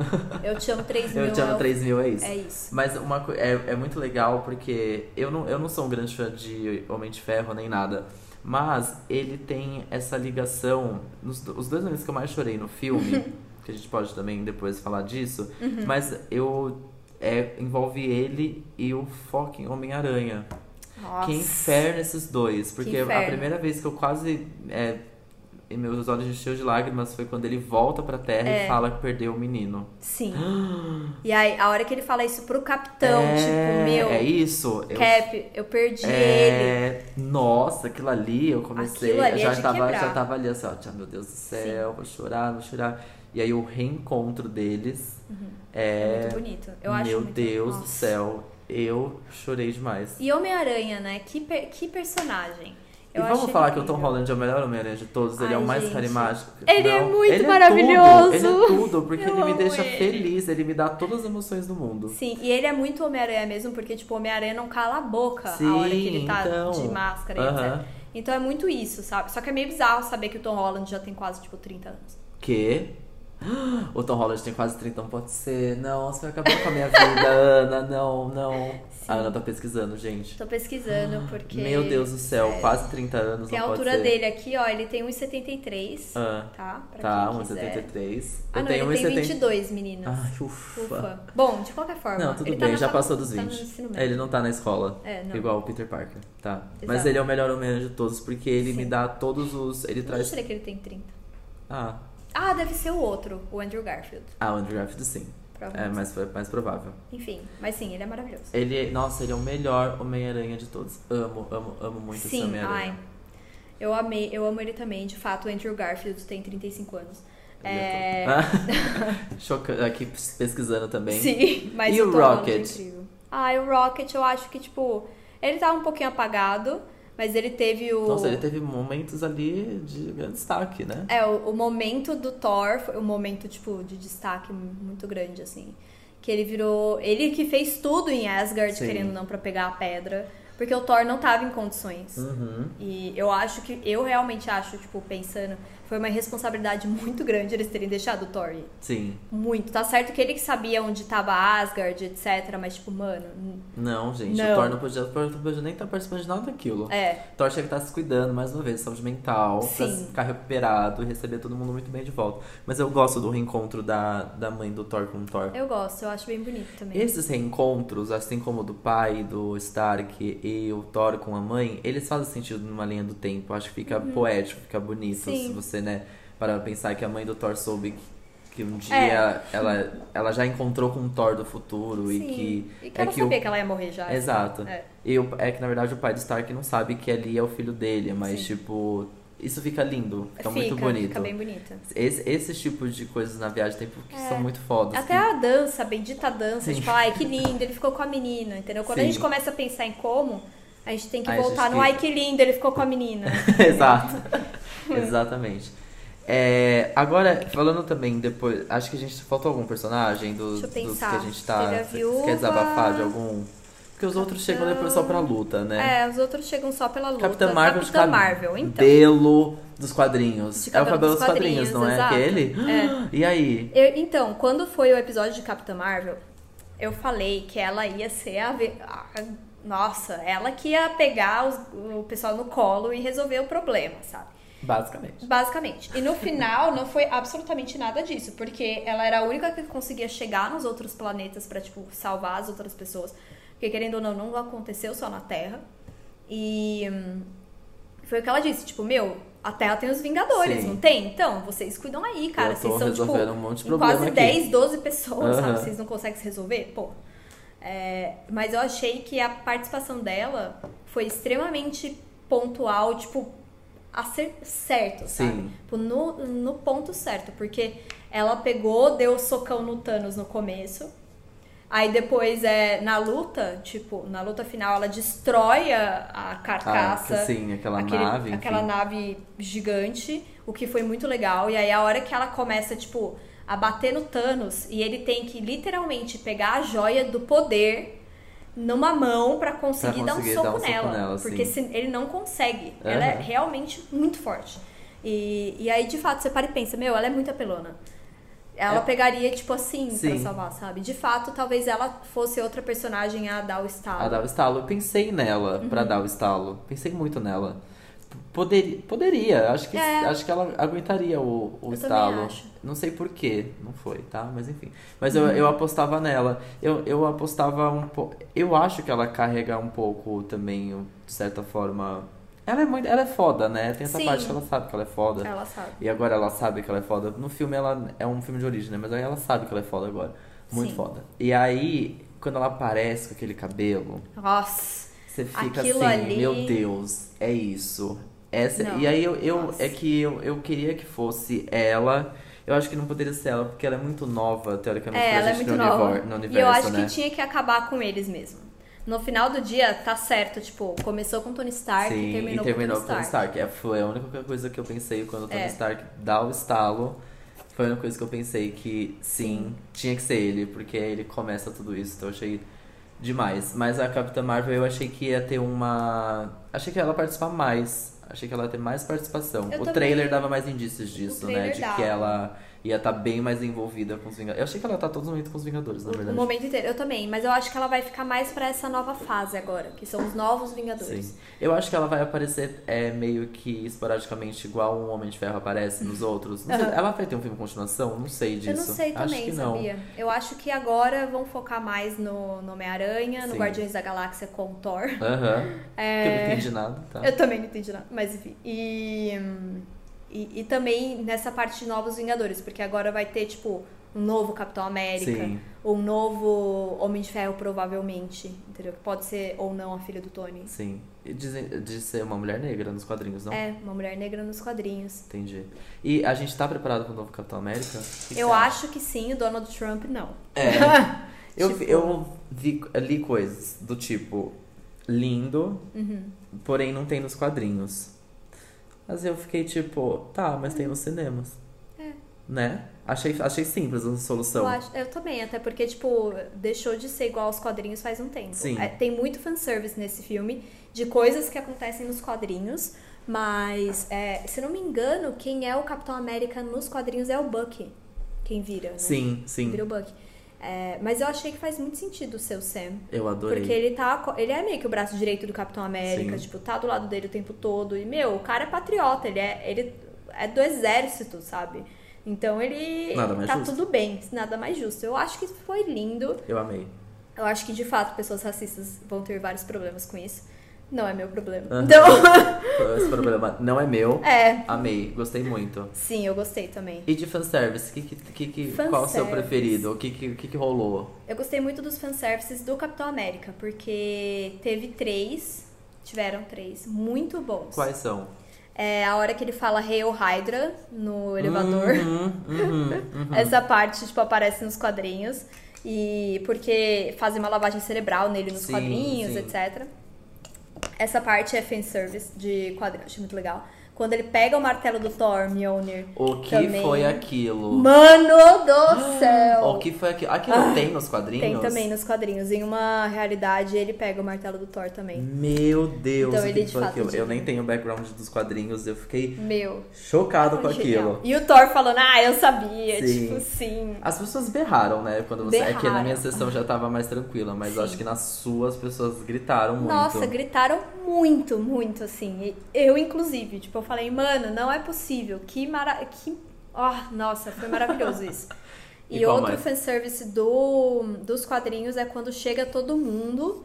Eu te amo 3 mil.
Eu te
é
amo
o-
3000, é isso.
É isso.
Mas uma co- é, é muito legal porque eu não, eu não sou um grande fã de Homem de Ferro nem nada. Mas ele tem essa ligação. Nos, do- os dois momentos que eu mais chorei no filme, que a gente pode também depois falar disso,
Uhum.
mas eu. É, envolve ele e o fucking Homem-Aranha. Que inferno esses dois. Porque a
inferno.
primeira vez que eu quase. É, e meus olhos encheu de lágrimas foi quando ele volta pra terra
É.
e fala que perdeu o menino.
Sim. e aí, a hora que ele fala isso pro capitão,
é,
tipo, meu,
É isso. eu
Cap, eu perdi ele.
É, nossa, aquilo ali eu comecei.
Aquilo ali
eu
é
já,
de
tava,
quebrar.
já tava ali assim, ó, tia, meu Deus do céu, vou chorar, vou chorar. E aí o reencontro deles
É
é.
muito bonito. Eu acho
meu
muito
Deus do
Nossa.
céu, eu chorei demais.
E Homem-Aranha, né? Que, per- que personagem. Eu
e vamos
acho
falar
ele
que o Tom
incrível.
Holland é o melhor Homem-Aranha de todos, ele é o
Ai,
mais
gente.
carismático.
Ele é
Não,
muito
ele
maravilhoso.
Tudo, ele é tudo, porque
Eu
ele me
amo
deixa
ele.
feliz, ele me dá todas as emoções do mundo.
Sim, e ele é muito Homem-Aranha mesmo, porque, tipo, Homem-Aranha não cala a boca a hora que ele tá
então.
de máscara e
Aham.
etc. Então é muito isso, sabe? Só que é meio bizarro saber que o Tom Holland já tem quase, tipo, 30 anos.
Que? O Tom Holland tem quase 30, não pode ser. Não, você vai acabar com a minha vida, Ana. Não, não. A Ana tá pesquisando, gente.
Tô pesquisando, porque.
Ah, Meu Deus do céu, quase 30 anos,
Tem é a
não pode
altura
ser.
dele aqui, ó. Ele tem 1,73.
Ah,
Tá? Pra
tá,
quem quiser.
1,73.
Ah,
eu
não,
tenho
ele tem
1,70.
22, meninas.
Ai, Ah, ufa.
Ufa. Bom, de qualquer forma.
Não, tudo
ele tá
bem,
na
já
facu-
passou dos
tá no
20.
ensino médio.
ele não tá na escola.
É, não.
Igual o Peter Parker. Tá. Mas
Exato.
ele é o melhor Homem-Aranha de todos, porque ele me
Sim.
dá todos os. Ele
Não
traz.
sei que ele tem 30.
Ah,
Ah, deve ser o outro, o Andrew Garfield.
ah, o Andrew Garfield, sim. É
Provavelmente.
mais, mais provável.
Enfim, mas sim, ele é maravilhoso.
Ele, é- nossa, ele é o melhor Homem-Aranha de todos. Amo, amo, amo é muito esse
sim, ai.
Homem-Aranha.
Eu amei, eu amo ele também. De fato, o Andrew Garfield tem 35 anos.
Ele
É.
tão- Chocando, aqui pesquisando também.
Sim, mas
E o
Tom Holland é
Rocket?
incrível. Ah, e o Rocket, eu acho que, tipo, ele tava um pouquinho apagado, mas ele teve o.
Nossa, ele teve momentos ali de grande destaque, né?
É, o, o momento do Thor foi um momento, tipo, de destaque muito grande, assim. Que ele virou. Ele que fez tudo em Asgard,
Sim.
querendo ou não, pra pegar a pedra. porque o Thor não tava em condições.
Uhum.
E eu acho que, eu realmente acho, tipo, pensando, foi uma responsabilidade muito grande eles terem deixado o Thor ir.
Sim.
Muito. Tá certo que ele que sabia onde tava Asgard, etc. Mas, tipo, mano.
Não, gente. O
Não.
Thor não podia, o Thor não podia nem estar participando de nada daquilo.
É,
Thor tinha que estar se cuidando, mais uma vez, saúde mental, pra
Sim.
ficar recuperado e receber todo mundo muito bem de volta. Mas eu gosto do reencontro da, da mãe do Thor com o Thor.
eu gosto, eu acho bem bonito também.
Esses reencontros, assim como o do pai, do Stark e o Thor com a mãe, eles fazem sentido numa linha do tempo. Acho que fica
Uhum.
poético, fica bonito se você, né, para pensar que a mãe do Thor soube que, que um dia
É.
ela, ela já encontrou com o Thor do futuro e é que.
E que eu não sabia que ela ia morrer já.
Exato.
É.
E o- é que na verdade o pai do Stark não sabe que ali é o filho dele, mas tipo, isso fica lindo, fica, muito bonito. Assim.
Fica bem bonita.
Esse, esses tipos de coisas na viagem tem que são muito fodas.
É. Até a dança, a bendita dança,
Sim.
tipo, ai que lindo, ele ficou com a menina, entendeu? Quando a
Sim.
gente começa a pensar em como, a gente tem que
Aí a
voltar
gente
no ai
fica.
que lindo, ele ficou com a menina.
Exato. Exatamente. É, agora, falando também depois. Acho que a gente. Faltou algum personagem dos,
Deixa eu
dos que
pensar.
a gente tá.
Teve a
você
viúva.
quer desabafar de algum? Porque os outros chegam depois só pra luta, né?
É, os outros chegam só pela luta.
Capitã Marvel,
Capitã
de
Marvel, então.
cabelo dos quadrinhos.
De
É o
cabelo
cabelo
dos
dos quadrinhos,
quadrinhos,
não é?
exato. É.
Aquele? E aí?
Eu- então, quando foi o episódio de Capitã Marvel, eu falei que ela ia ser a. ve- a- nossa, ela que ia pegar os- o pessoal no colo e resolver o problema, sabe?
Basicamente.
Basicamente. E no final não foi absolutamente nada disso, porque ela era a única que conseguia chegar nos outros planetas pra tipo salvar as outras pessoas, porque querendo ou não, não aconteceu só na Terra. E hum, foi o que ela disse, tipo, meu, a Terra tem os Vingadores,
Sim.
não tem? Então, vocês cuidam aí, cara,
Eu tô
vocês são tipo
resolvendo um monte de
em
problema
quase
aqui.
10, 12 pessoas,
Aham.
sabe? Vocês não conseguem se resolver? Pô. É, mas eu achei que a participação dela foi extremamente pontual, tipo, a ser certo, sabe?
Sim.
Tipo, no, no ponto certo, porque ela pegou, deu socão no Thanos no começo. Aí depois é na luta, tipo, na luta final ela destrói a, a carcaça
Ah, sim, aquela
aquele-
nave.
aquela
enfim.
nave gigante, o que foi muito legal. E aí a hora que ela começa, tipo, a bater no Thanos e ele tem que literalmente pegar a joia do poder numa mão pra conseguir,
Pra conseguir
dar
dar
um soco
um soco
nela,
nela,
porque
sim.
se- ele não consegue. Ela é
Aham.
realmente muito forte. E, e aí de fato você para e pensa, meu, ela é muito apelona. Ela
É.
pegaria, tipo assim,
Sim.
pra salvar, sabe? De fato, talvez ela fosse outra personagem a dar o estalo.
A dar o estalo. Eu pensei nela
Uhum.
pra dar o estalo. Pensei muito nela. Poderia, poderia. Acho que,
É.
acho que ela aguentaria o, o
Eu
estalo.
também acho. Uhum.
Não sei porquê, não foi, tá? Mas enfim. Mas eu, eu apostava nela. Eu, eu apostava um pouco. Eu acho que ela carrega um pouco também, um- de certa forma. Ela é muito. Ela é foda, né? Tem essa
Sim.
parte que ela sabe que ela é foda.
Ela sabe.
E agora ela sabe que ela é foda. No filme ela é um filme de origem, né? Mas aí ela sabe que ela é foda agora. Muito
Sim.
foda. E aí, quando ela aparece com aquele cabelo,
Nossa.
você fica
Aquilo
assim,
ali-
meu Deus, é isso. Essa...
Não,
E aí eu, eu
nossa.
é que eu, eu queria que fosse ela. Eu acho que não poderia ser ela, porque ela é muito nova, teoricamente,
É,
pra
ela é
gente
muito
no,
nova.
univor- no universo,
e eu acho
né?
que tinha que acabar com eles mesmo. No final do dia, tá certo, tipo, começou com Tony Stark
Sim,
e terminou,
e terminou
com Tony Stark.
É, foi a única coisa que eu pensei quando o Tony
É.
Stark dá o estalo. Foi a única coisa que eu pensei que sim, tinha que ser ele, porque ele começa tudo isso. Então eu achei demais. Mas a Capitã Marvel eu achei que ia ter uma. Achei que ela ia participar mais. Achei que ela ia ter mais participação. o
também.
trailer dava mais indícios disso, né?
trailer
De
dava.
que ela ia estar bem mais envolvida com os Vingadores. Eu achei que ela tá todo momento com os Vingadores, na
O
verdade.
momento inteiro, eu também, mas eu acho que ela vai ficar mais pra essa nova fase agora, que são os novos Vingadores.
Sim. Eu acho que ela vai aparecer é, meio que esporadicamente igual um Homem de Ferro aparece nos outros. Não sei, ela vai ter um filme de continuação? Não sei disso.
Eu não sei
acho
também,
que não.
sabia? Eu acho que agora vão focar mais no, no Homem-Aranha, no
Sim.
Guardiões da Galáxia com o Thor.
Aham. Que eu não
É...
entendi nada, tá?
Eu também não entendi nada, mas enfim. E, hum, e, e também nessa parte de Novos Vingadores, porque agora vai ter, tipo, um novo Capitão América,
Sim.
um novo Homem de Ferro, provavelmente, entendeu? Que pode ser ou não a filha do Tony.
Sim. E dizem, de ser uma mulher negra nos quadrinhos, não?
É, uma mulher negra nos quadrinhos.
Entendi. E a gente tá preparado pro novo Capitão América? O que que
Eu
você acha? É.
acho que sim, o Donald Trump não.
Eu,
Tipo-
eu vi, li coisas do tipo lindo,
Uhum.
porém não tem nos
Hum. É.
quadrinhos. Mas eu fiquei tipo, tá, mas tem nos cinemas. né? Achei, achei simples a solução.
Eu, acho- eu também, até porque, tipo, deixou de ser igual aos quadrinhos faz um tempo.
Sim.
É, tem muito fanservice nesse filme, de coisas que acontecem nos quadrinhos, mas, é, se não me engano, quem é o Capitão América nos quadrinhos é o Bucky. Quem vira, né?
Sim,
Vira
sim.
o Bucky. É, mas eu achei que faz muito sentido ser o Sam.
Eu adorei.
Porque ele tá. co- Ele é meio que o braço direito do Capitão América,
Sim.
tipo, tá do lado dele o tempo todo. E, meu, o cara é patriota, ele é, ele é do exército, sabe? Então ele
Nada mais
tá
justo.
tudo bem, nada mais justo. Eu acho que isso foi lindo.
Eu amei.
Eu acho que de fato pessoas racistas vão ter vários problemas com isso. Não é meu problema.
Aham.
Então,
Esse problema não é meu.
é.
Amei, gostei muito.
Sim, eu gostei também.
E de fanservice, que, que, que, que, qual é o seu
Fanservice.
preferido? O que, que, que, que rolou?
Eu gostei muito dos fanservices do Capitão América, porque teve três. Tiveram três muito bons.
Quais são?
É a hora que ele fala Hail Hydra no elevador.
Uhum, uhum, uhum.
Essa parte, tipo, aparece nos quadrinhos. E porque fazem uma lavagem cerebral nele nos
Sim,
quadrinhos,
sim.
etc. Essa parte é fanservice de quadrinhos, achei muito legal. Quando ele pega o martelo do Thor, Mjolnir.
O que
também.
foi aquilo?
Mano do céu!
O que foi aquilo? Aquilo tem nos quadrinhos?
Ah, Tem também nos quadrinhos. Em uma realidade, ele pega o martelo do Thor também.
Hum. Meu Deus,
Então,
o
ele
que
de
foi
fato
aquilo?
tinha.
Eu nem tenho background dos quadrinhos, eu fiquei
Meu.
chocado com
genial.
aquilo.
E o Thor falando, ah, eu sabia.
Sim.
Tipo, sim.
As pessoas berraram, né? Quando você. É que na
Berraram.
minha sessão já tava mais tranquila, mas eu acho que na sua as pessoas gritaram muito.
Nossa, gritaram muito, muito, assim. E Eu, inclusive, tipo, eu falei, mano, não é possível. Que mara... Que... ó, nossa, foi maravilhoso isso.
E
E,
qual
outro
mais?
fanservice do, dos quadrinhos é quando chega todo mundo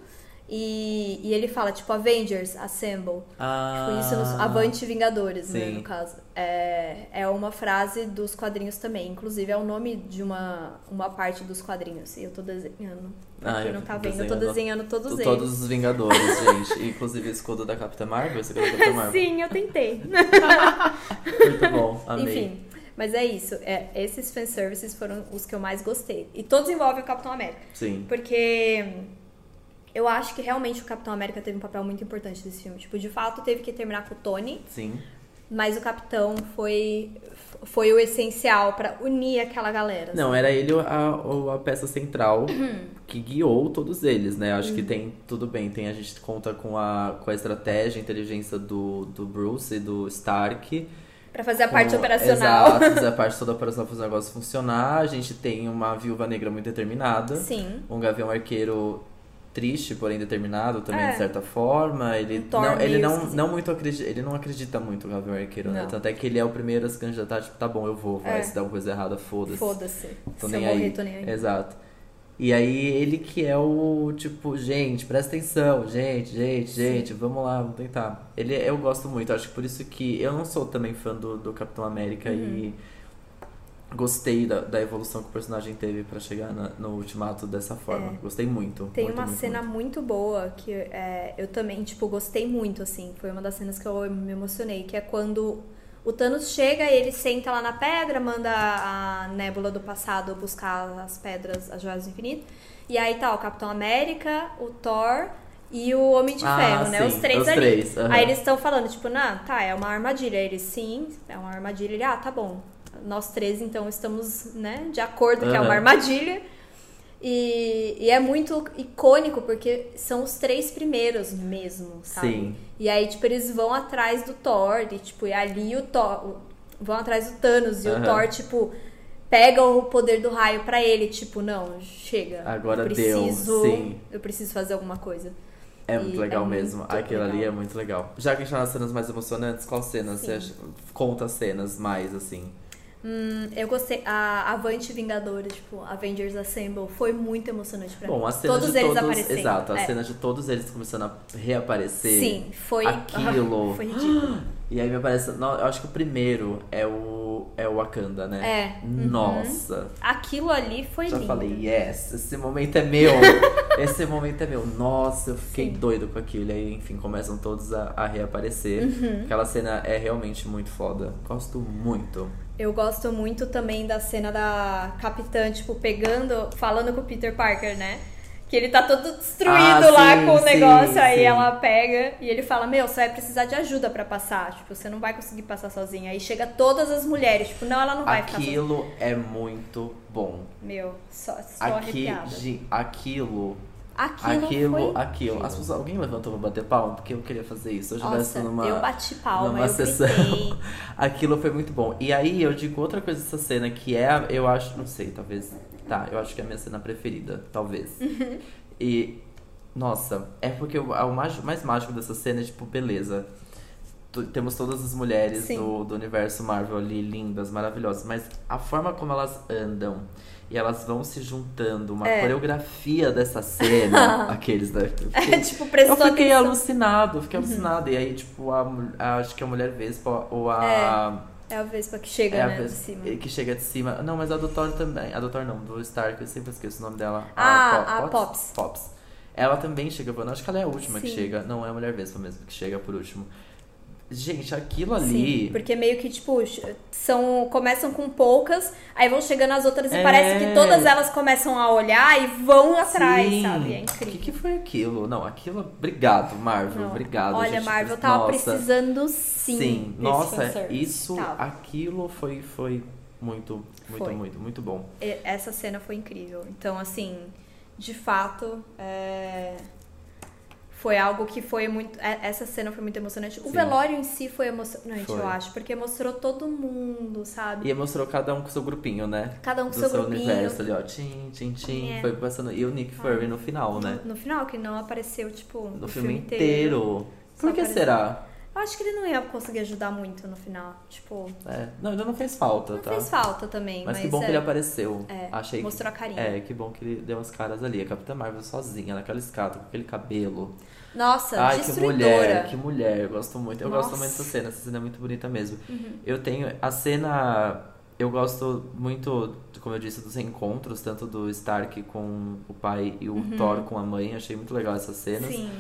e, e ele fala, tipo, Avengers, Assemble.
Ah,
Tipo, isso nos Avante Vingadores, né,
Sim.
no caso. É, é uma frase dos quadrinhos também. Inclusive, é o nome de uma, uma parte dos quadrinhos. E eu tô desenhando. Pra
Ah,
quem
eu
não tá
fico
vendo, eu tô
desenhando.
desenhando todos eles.
Todos os Vingadores, gente. Inclusive o escudo da Capitã Marvel, esse escudo da Capitã Marvel.
Sim, eu tentei.
Muito bom, amei.
Enfim, mas é isso. É, esses fanservices foram os que eu mais gostei. E todos envolvem o Capitão América.
Sim.
Porque eu acho que realmente o Capitão América teve um papel muito importante nesse filme. Tipo, de fato teve que terminar com o Tony,
Sim.
mas o Capitão foi, foi o essencial pra unir aquela galera.
Não, era ele a, o- a peça central
Uhum.
que guiou todos eles, né? Acho que tem, tudo bem, tem a gente conta com a, com a estratégia, a inteligência do, do Bruce e do Stark.
Pra fazer a parte
Com-
operacional.
Exato, fazer a parte toda operacional fazer o negócio funcionar. A gente tem uma viúva negra muito determinada.
Sim.
Um gavião arqueiro triste, porém determinado também,
É. Um
de certa forma. Ele,
Thor
não, ele
meio
não,
esquisito.
não muito acredita. Ele não acredita muito no Gavião Arqueiro, né?
Não.
Tanto é que ele é o primeiro a se candidatar, tipo, tá bom, eu vou, vai,
É.
se der uma coisa errada, foda-se.
Foda-se.
Tô
Se
nem
eu morrer,
aí.
tô nem aí.
Exato. E aí ele que é o tipo, gente, presta atenção, gente, gente, gente, vamos lá, vamos tentar. Ele eu gosto muito, acho que por isso que eu não sou também fã do, do Capitão América e
Uhum.
gostei da, da evolução que o personagem teve pra chegar na- no ultimato dessa forma. Gostei muito.
É. Tem
muito,
uma
muito,
cena
muito.
muito boa que é, eu também, tipo, gostei muito, assim. Foi uma das cenas que eu me emocionei, que é quando o Thanos chega e ele senta lá na pedra, manda a nébula do passado buscar as pedras, as joias do infinito. E aí tá o Capitão América, o Thor e o Homem de
Ah,
Ferro, né?
sim,
Os três
os
ali.
três, aham.
Aí eles estão falando, tipo, não, tá, é uma armadilha. Aí Eles, sim, é uma armadilha. Ele, ah, tá bom. Nós três, então, estamos, né, de acordo que é
Aham.
uma armadilha. E, e é muito icônico porque são os três primeiros mesmo, sabe?
Sim.
E aí, tipo, eles vão atrás do Thor, e, tipo, e ali o Thor. o- vão atrás do Thanos e
Aham.
o Thor, tipo, pega o poder do raio pra ele, tipo, não, chega.
Agora
eu
deu,
preciso,
sim.
Eu preciso fazer alguma coisa.
É muito
E
legal
é
mesmo.
muito
Aquilo ali é
legal.
muito legal. Já que a gente tá nas cenas mais emocionantes, qual cena você acha- conta as cenas mais assim?
Hum, Eu gostei. A Avante Vingadores, tipo, Avengers Assemble, foi muito emocionante pra
Bom,
mim.
a cena
todos
de
eles
todos,
aparecendo.
exato, a
é.
cena de todos eles começando a reaparecer.
Sim, foi.
Aquilo.
foi ridículo.
E aí me aparece, não, eu acho que o primeiro é o é o Wakanda, né? É. Nossa.
Aquilo ali foi
Já
Uhum. lindo.
falei, yes, esse momento é meu. esse momento é meu. Nossa, eu fiquei doido com aquilo. E aí, enfim, começam todos a, a reaparecer.
Uhum.
Aquela cena é realmente muito foda. Gosto muito.
Eu gosto muito também da cena da capitã, tipo, pegando, falando com o Peter Parker, né? Que ele tá todo destruído
Ah,
lá
sim,
com o
sim,
negócio, aí
sim.
ela pega e ele fala: Meu, você vai precisar de ajuda pra passar. Tipo, você não vai conseguir passar sozinha. Aí chega todas as mulheres, tipo, não, ela não vai ficar sozinha.
Aquilo é muito bom.
Meu, só estou
Aqui,
arrepiada.
gi- aquilo,
Aquilo,
aquilo,
foi...
aquilo. As pessoas, alguém levantou pra bater palma? Porque eu queria fazer isso. Eu estivesse
Nossa,
numa.
eu bati palma,
numa
eu
sessão.
gritei.
Aquilo foi muito bom. E aí eu digo outra coisa dessa cena que é, eu acho, não sei, talvez. Tá, eu acho que é a minha cena preferida, talvez.
Uhum.
e, nossa, é porque o, o mais, mais mágico dessa cena é tipo, beleza. Tu- Temos todas as mulheres
Sim.
do, do universo Marvel ali, lindas, maravilhosas, mas a forma como elas andam e elas vão se juntando, uma coreografia dessa cena, aqueles né? da.
É, tipo, prestou
Eu fiquei
atenção.
alucinado, fiquei
Uhum.
alucinado. E aí, tipo, a, mul- a- acho que a mulher Vespa ou a.
É a Vespa que chega,
é a
né, de
Ves-
cima.
que chega de cima. Não, mas a do Thor também. A do Thor não, do Stark, eu sempre esqueço o nome dela.
Ah,
Po-
a Pops.
Pops. Ela também chega voando. Acho que ela é a última que
Sim.
chega. Não, é a mulher Vespa mesmo que chega por último. Gente, aquilo ali.
Sim, porque meio que, tipo, são, começam com poucas, aí vão chegando as outras e
É.
parece que todas elas começam a olhar e vão tá atrás,
Sim.
sabe? É
O que,
incrível.
que foi aquilo? Não, aquilo. Obrigado, Marvel.
Não,
Obrigado.
Olha,
gente,
Marvel
por- Nossa.
tava precisando sim. um desse
nossa,
fanservice.
isso,
Tava.
aquilo foi, foi muito, muito,
Foi.
muito, muito bom.
E- Essa cena foi incrível. Então, assim, de fato, é, foi algo que foi muito. é- Essa cena foi muito emocionante. O
Sim.
velório em si foi emocionante,
Foi.
eu acho, porque mostrou todo mundo, sabe?
E mostrou cada um com seu grupinho, né?
Cada um Ah. com
Do
seu
seu
grupinho.
universo ali, ó. Tchim, tchim, tchim.
É.
Foi passando. E o Nick Fury no final, né?
No final, que não apareceu, tipo,
No
o
filme, inteiro.
Só
Por que
apareceu.
será?
Eu acho que ele não ia conseguir ajudar muito no final. Tipo,
É. Não, ainda não fez falta,
não
tá?
fez falta também,
mas,
mas,
que bom
é,
que ele apareceu. Achei que-
mostrou a carinha.
É, que bom que ele deu as caras ali. A Capitã Marvel sozinha, naquela escada, com aquele cabelo.
Nossa,
Ai, que
destruidora.
mulher, que mulher. Eu gosto muito. Eu
Nossa. Uhum.
gosto muito dessa cena. Essa cena é muito bonita mesmo. Eu tenho. A cena. Eu gosto muito, como eu disse, dos encontros, tanto do Stark com o pai e o Thor com a mãe. Achei muito legal essas cenas.
Uhum. Sim.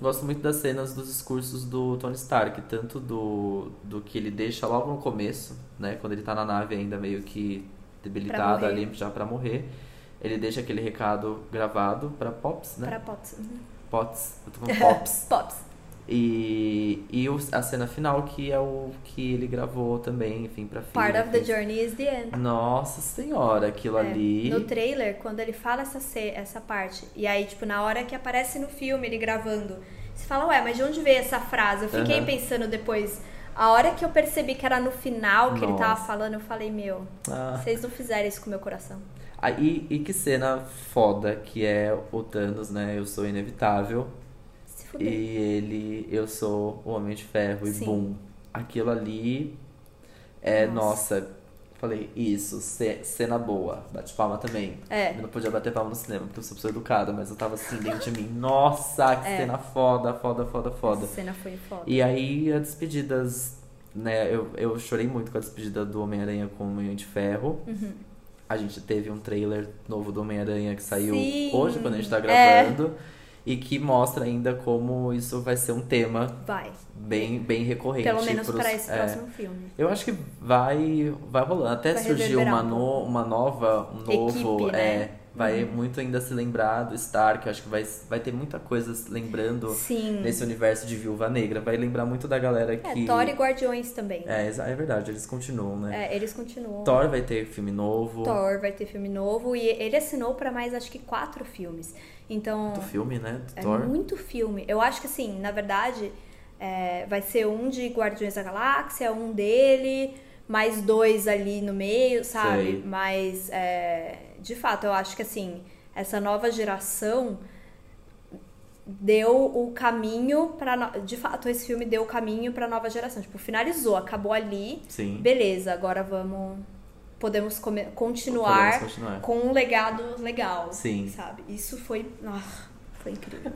Gosto muito das cenas dos discursos do Tony Stark, tanto do, do que ele deixa logo no começo, né? Quando ele tá na nave ainda meio que debilitado
Pra morrer.
ali, já pra morrer. Ele deixa aquele recado gravado pra Pops, né?
Pra Pops. Uhum.
Pots. Eu tô falando Pops.
Pops.
E, e o- a cena final, que é o que ele gravou também, enfim, pra filha.
Part of the
enfim.
journey is the end.
Nossa senhora, aquilo
É,
ali.
No trailer, quando ele fala essa, ce- essa parte, e aí, tipo, na hora que aparece no filme ele gravando, você fala, ué, mas de onde veio essa frase? Eu fiquei
Aham.
pensando depois. A hora que eu percebi que era no final que ele
Nossa.
tava falando, eu falei, meu,
Ah,
vocês não fizeram isso com o meu coração.
ah, e, e que cena foda que é o Thanos, né? Eu sou inevitável.
Se fuder.
E ele, eu sou o Homem de Ferro,
Sim.
e bum. Aquilo ali é, nossa. Falei, isso, ce- cena boa. Bate palma também.
É.
Eu não podia bater palma no cinema, porque eu sou pessoa educada, mas eu tava assim dentro de mim. Nossa,
É.
que cena foda, foda, foda, foda.
Essa cena foi foda.
E é aí, as despedidas, né? Eu, eu chorei muito com a despedida do Homem-Aranha com o Homem de Ferro.
Uhum.
A gente teve um trailer novo do Homem-Aranha que saiu
Sim.
hoje, quando a gente tá
É.
gravando. E que mostra ainda como isso vai ser um tema
Vai.
bem, bem recorrente.
Pelo menos
pros-
pra esse
é.
próximo filme.
Eu acho que vai, vai rolando. Até
Vai
surgir uma,
reverberar um
no- uma nova, um
Equipe,
novo.
né?
É, vai muito ainda se lembrar do Stark. Eu acho que vai, vai ter muita coisa se lembrando
Sim.
nesse universo de viúva negra. Vai lembrar muito da galera
É,
que.
Thor e Guardiões também.
é, exa- é verdade, eles continuam, né?
É, eles continuam.
Thor vai ter filme novo.
Thor vai ter filme novo e ele assinou pra mais acho que quatro filmes. Então
Do filme, né? Do
é
Thor.
muito filme. Eu acho que assim, na verdade, é, vai ser um de Guardiões da Galáxia, um dele, mais dois ali no meio, sabe?
Sei.
Mas é, de fato, eu acho que assim, essa nova geração deu o caminho para de fato esse filme deu o caminho pra nova geração tipo finalizou acabou ali
Sim.
beleza, agora vamos. Podemos come-
Podemos
continuar
continuar.
com um legado legal.
Sim.
Sabe? Isso foi. Ah, foi incrível.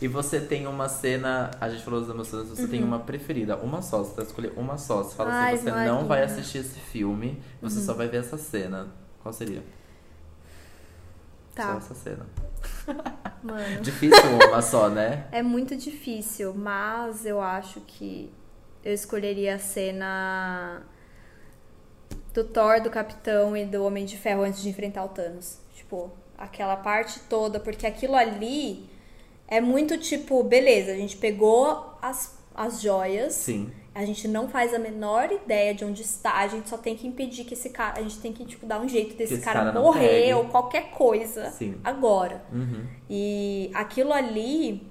E você tem uma cena. A gente falou das emoções, você tem uma preferida, uma só. Você tá escolher uma só. Você fala
Uhum. Ai, Uhum.
assim: você
Marina.
não vai assistir esse filme, você só vai ver essa cena. Qual seria? Só
Tá,
essa cena.
mano.
Difícil uma só, né?
É muito difícil, mas eu acho que eu escolheria a cena do Thor, do Capitão e do Homem de Ferro antes de enfrentar o Thanos. Tipo, aquela parte toda, porque aquilo ali é muito tipo, beleza, a gente pegou as, as joias,
Sim.
a gente não faz a menor ideia de onde está, a gente só tem que impedir que esse cara, a gente tem que tipo dar um jeito desse
esse
cara,
cara não pegue.
morrer ou qualquer coisa
Sim.
agora.
Uhum.
E aquilo ali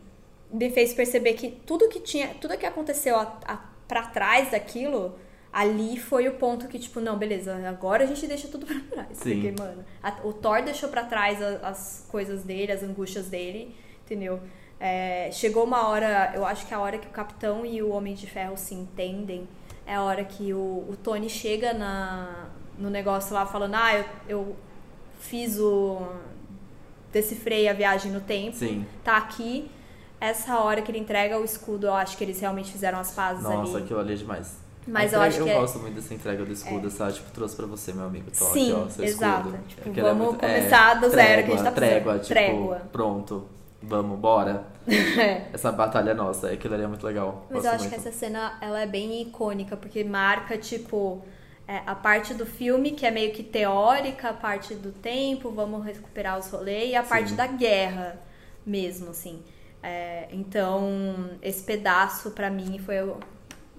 me fez perceber que tudo que tinha, tudo que aconteceu a, a, pra trás daquilo, ali foi o ponto que, tipo, não, beleza, agora a gente deixa tudo pra trás.
Sim.
Porque, mano, a- o Thor deixou pra trás a- as coisas dele, as angústias dele, entendeu? É, chegou uma hora, eu acho que é a hora que o Capitão e o Homem de Ferro se entendem é a hora que o, o Tony chega na, no negócio lá falando, ah, eu, eu fiz o. decifrei a viagem no tempo
Sim.
tá aqui. Essa hora que ele entrega o escudo, eu acho que eles realmente fizeram as pazes
Nossa,
ali.
aquilo ali é demais.
Mas
A
eu
entrega-
acho que é-
gosto muito dessa entrega do escudo, sabe? Tipo, trouxe pra você, meu amigo. Tô
Sim,
aqui, ó, seu
exato.
escudo.
Tipo,
Aquilo é
vamos
muito-
começar do zero que a gente tá
trégua,
precisando.
Trégua,
Trégua.
tipo, pronto. Vamos, bora. Essa batalha é nossa, aquilo ali é muito legal.
Mas
gosto
eu acho
muito.
que essa cena ela é bem icônica, porque marca, tipo, é, a parte do filme que é meio que teórica, a parte do tempo, vamos recuperar os rolês, e a parte da guerra mesmo, assim. É, então, esse pedaço, pra mim, foi o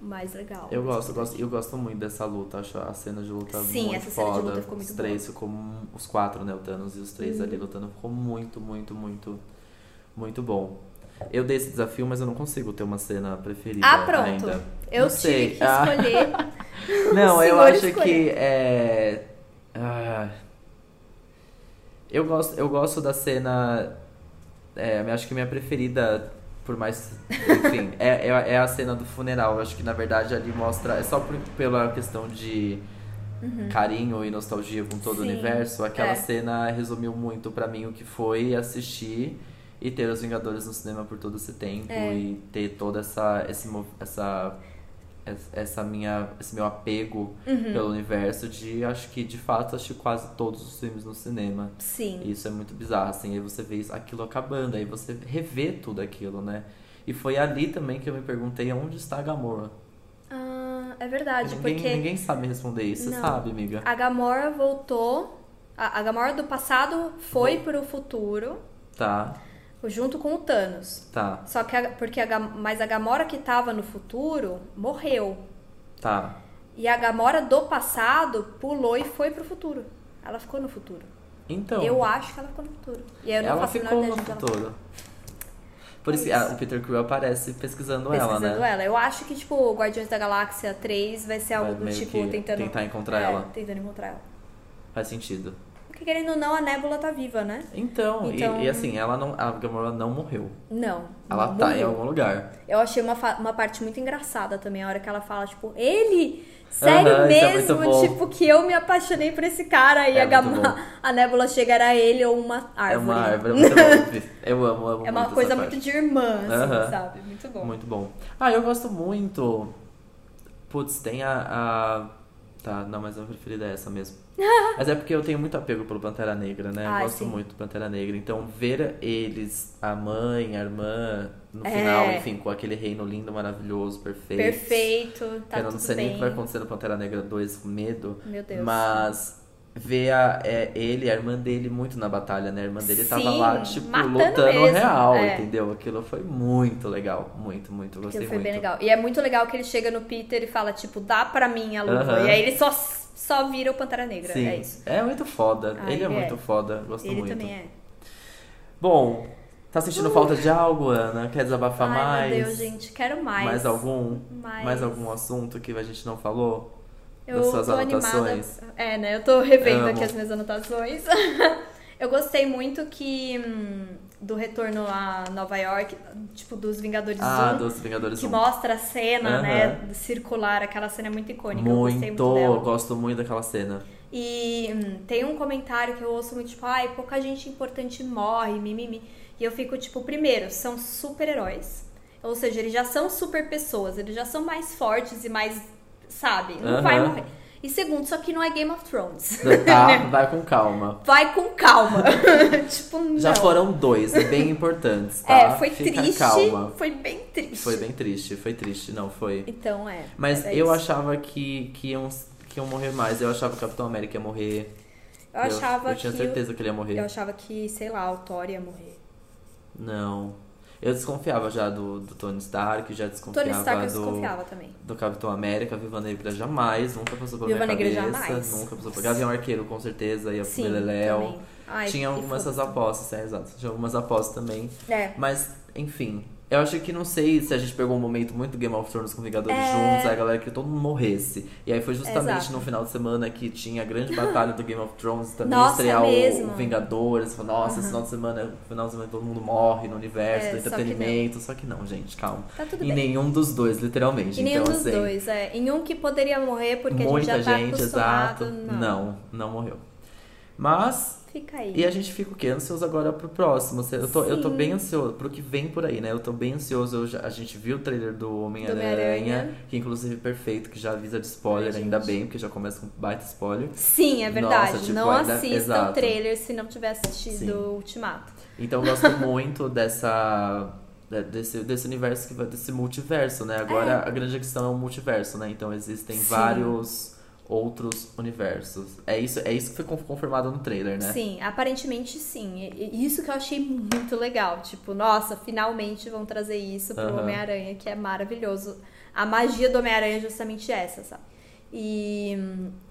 mais legal.
Eu gosto, eu gosto, eu gosto muito dessa luta, acho a cena de luta
Sim,
muito
essa cena de
foda.
luta ficou muito Uhum.
os três ficou mu- os quatro, né, o Thanos e os três ali lutando, ficou muito, muito, muito muito bom. Eu dei esse desafio, mas eu não consigo ter uma cena preferida
Ah, pronto.
ainda.
Eu
Não
tive
sei.
que
Ah.
escolher.
Não, eu
senhor
acho
escolher.
que é ah, eu gosto, eu gosto da cena é, eu acho que minha preferida, por mais. Enfim, é, é, é a cena do funeral. Eu acho que na verdade ali mostra. É só por- pela questão de
Uhum.
carinho e nostalgia com todo o
Sim,
universo. Aquela
é.
cena resumiu muito pra mim o que foi assistir e ter os Vingadores no cinema por todo esse tempo
É.
e ter toda essa. Esse, mov- essa es- essa minha esse meu apego
Uhum.
pelo universo de acho que de fato acho quase todos os filmes no cinema
Sim.
e Isso é muito bizarro, assim. Aí você vê isso- aquilo acabando, aí você revê tudo aquilo, né? E foi ali também que eu me perguntei onde está a Gamora.
Ah, é verdade,
ninguém,
porque
ninguém sabe responder isso, você
Não.
sabe, amiga?
a Gamora voltou. A, a Gamora do passado foi pro futuro
Tá,
junto com o Thanos.
tá,
Só que a, porque a, Gam- mas a Gamora que tava no futuro morreu.
tá.
E a Gamora do passado pulou e foi pro futuro. Ela ficou no futuro.
Então,
Eu acho que ela ficou no futuro. E eu não
ela
faço a
ficou
menor
no
ideia de onde ela
futuro. Por isso que ah, o Peter Quill aparece pesquisando, ela,
pesquisando
né?
ela. Eu acho que, tipo, Guardiões da Galáxia 3 vai ser algo
Vai
do
meio
tipo
que
tentando.
tentar encontrar
é,
ela.
Tentando encontrar ela.
Faz sentido.
Porque querendo ou não, a Nébula tá viva, né?
Então, e-
Então-
E, assim, ela não, a Gamora não morreu.
Não.
Ela
não
tá em
morreu.
algum lugar.
Eu achei uma, fa- uma parte muito engraçada também, a hora que ela fala, tipo, ele? Sério
Aham, isso é muito
mesmo?
bom.
tipo, que eu me apaixonei por esse cara e
É
a,
muito
gama-
bom.
a nébula chega, era ele ou uma árvore.
É uma árvore. muito bom. Eu amo, amo
É uma
muito
coisa
essa
muito
parte.
de irmã, assim,
Aham.
sabe? Muito bom.
Muito bom. Ah, eu gosto muito. Putz, tem a. a- Tá, não, mas a minha preferida é essa mesmo. mas é porque eu tenho muito apego pelo Pantera Negra, né?
Ai,
eu gosto
sim.
muito do Pantera Negra. Então, ver eles, a mãe, a irmã, no
É.
final, enfim, com aquele reino lindo, maravilhoso, perfeito.
Perfeito, tá
eu não
tudo
sei
bem.
nem o que vai acontecer no Pantera Negra 2 com medo.
Meu Deus.
Mas ver a, é, ele, a irmã dele, muito na batalha, né? A irmã dele tava
Sim,
lá, tipo,
matando
lutando
mesmo,
real,
é.
entendeu? Aquilo foi muito legal. Muito, muito. Eu Gostei
Aquilo foi
muito.
bem legal. E é muito legal que ele chega no Peter e fala, tipo, dá pra mim a luva.
Aham.
E aí ele só, só vira o Pantera Negra.
Sim.
É isso.
muito foda.
Ah,
ele é,
ele é.
muito foda. Gosto
ele
muito.
também é. Uh.
Bom, tá sentindo falta de algo, Ana? Quer desabafar
Ai,
mais?
meu Deus, gente, quero mais.
Mais algum?
Mais.
Mais algum assunto que a gente não falou?
Eu
das suas
tô
anotações?
animada. É, né? Eu tô revendo
Amo.
aqui as minhas anotações. Eu gostei muito que hum, do retorno a Nova York, tipo dos Vingadores
Ah,
1,
dos Vingadores
que
1.
mostra a cena,
Aham.
né, do circular, aquela cena é muito icônica, eu gostei
Muito,
muito dela.
gosto muito daquela cena.
E hum, tem um comentário que eu ouço muito, tipo, ai, pouca gente importante morre, mimimi. E eu fico, tipo, primeiro, são super-heróis. Ou seja, eles já são super pessoas, eles já são mais fortes e mais, sabe, não
Aham.
vai morrer. E segundo, só que não é Game of Thrones.
Tá, vai com calma.
Vai com calma. tipo, não.
Já foram dois, é bem importantes, tá?
É, foi
Fica
triste.
calma.
Foi bem triste.
Foi bem triste, foi triste, não, foi.
Então é.
Mas
era
eu
isso.
achava que, que, iam, que iam morrer mais. Eu achava que o Capitão América ia morrer.
Eu achava
eu tinha
que.
certeza que ele ia morrer.
Eu achava que, sei lá, o Thor ia morrer.
Não. Eu desconfiava já do, do Tony Stark, já desconfiava
Tony Stark eu
do,
desconfiava também.
do Capitão América, Viva Negra jamais, nunca passou pela
Viúva
minha
Negra
cabeça.
jamais.
Nunca passou pela Gavião Arqueiro, com certeza, ia pro
Sim,
Beleléu.
também. Ai,
Tinha
e
algumas
foda-se.
essas apostas, é, exato. Tinha algumas apostas também.
É.
Mas, enfim. Eu acho que não sei se a gente pegou um momento muito Game of Thrones com Vingadores juntos, aí a galera que todo mundo morresse. E aí foi justamente
É. Exato.
no final de semana que tinha a grande batalha do Game of Thrones também
Nossa,
estrear o-
mesmo.
o Vingadores. Falou, Nossa, esse final de semana, no final de semana todo mundo morre no universo do
É, só que não.
entretenimento. Só que não, gente, calma.
Tá tudo
e
bem.
nenhum dos dois, literalmente.
E nenhum
então,
dos
assim,
dois, é. Em um que poderia morrer porque
muita
a gente já tá
gente,
acostumado.
exato.
Não.
não, não morreu. Mas
Fica aí.
e a gente fica o quê? Ansioso agora pro próximo. Eu tô, eu tô
Sim.
bem ansioso pro que vem por aí, né? Eu tô bem ansioso. Eu já- a gente viu o trailer do Homem-Aranha,
Homem-Aranha.
que inclusive é perfeito, que já avisa de spoiler, ainda bem, porque já começa com baita spoiler.
Sim, é verdade.
Nossa, tipo,
não
ainda-
assista
exato.
o trailer se não tiver assistido
Sim.
o Ultimato.
Então eu gosto muito dessa. de- Desse, desse universo que vai. desse multiverso, né? Agora a grande questão é o multiverso, né? Então existem
Sim.
vários outros universos. É isso, é isso que foi con- confirmado no trailer, né?
Sim, aparentemente sim. E- e Isso que eu achei muito legal. Tipo, nossa, finalmente vão trazer isso pro
Aham.
Homem-Aranha, que é maravilhoso. A magia do Homem-Aranha é justamente essa, sabe? E,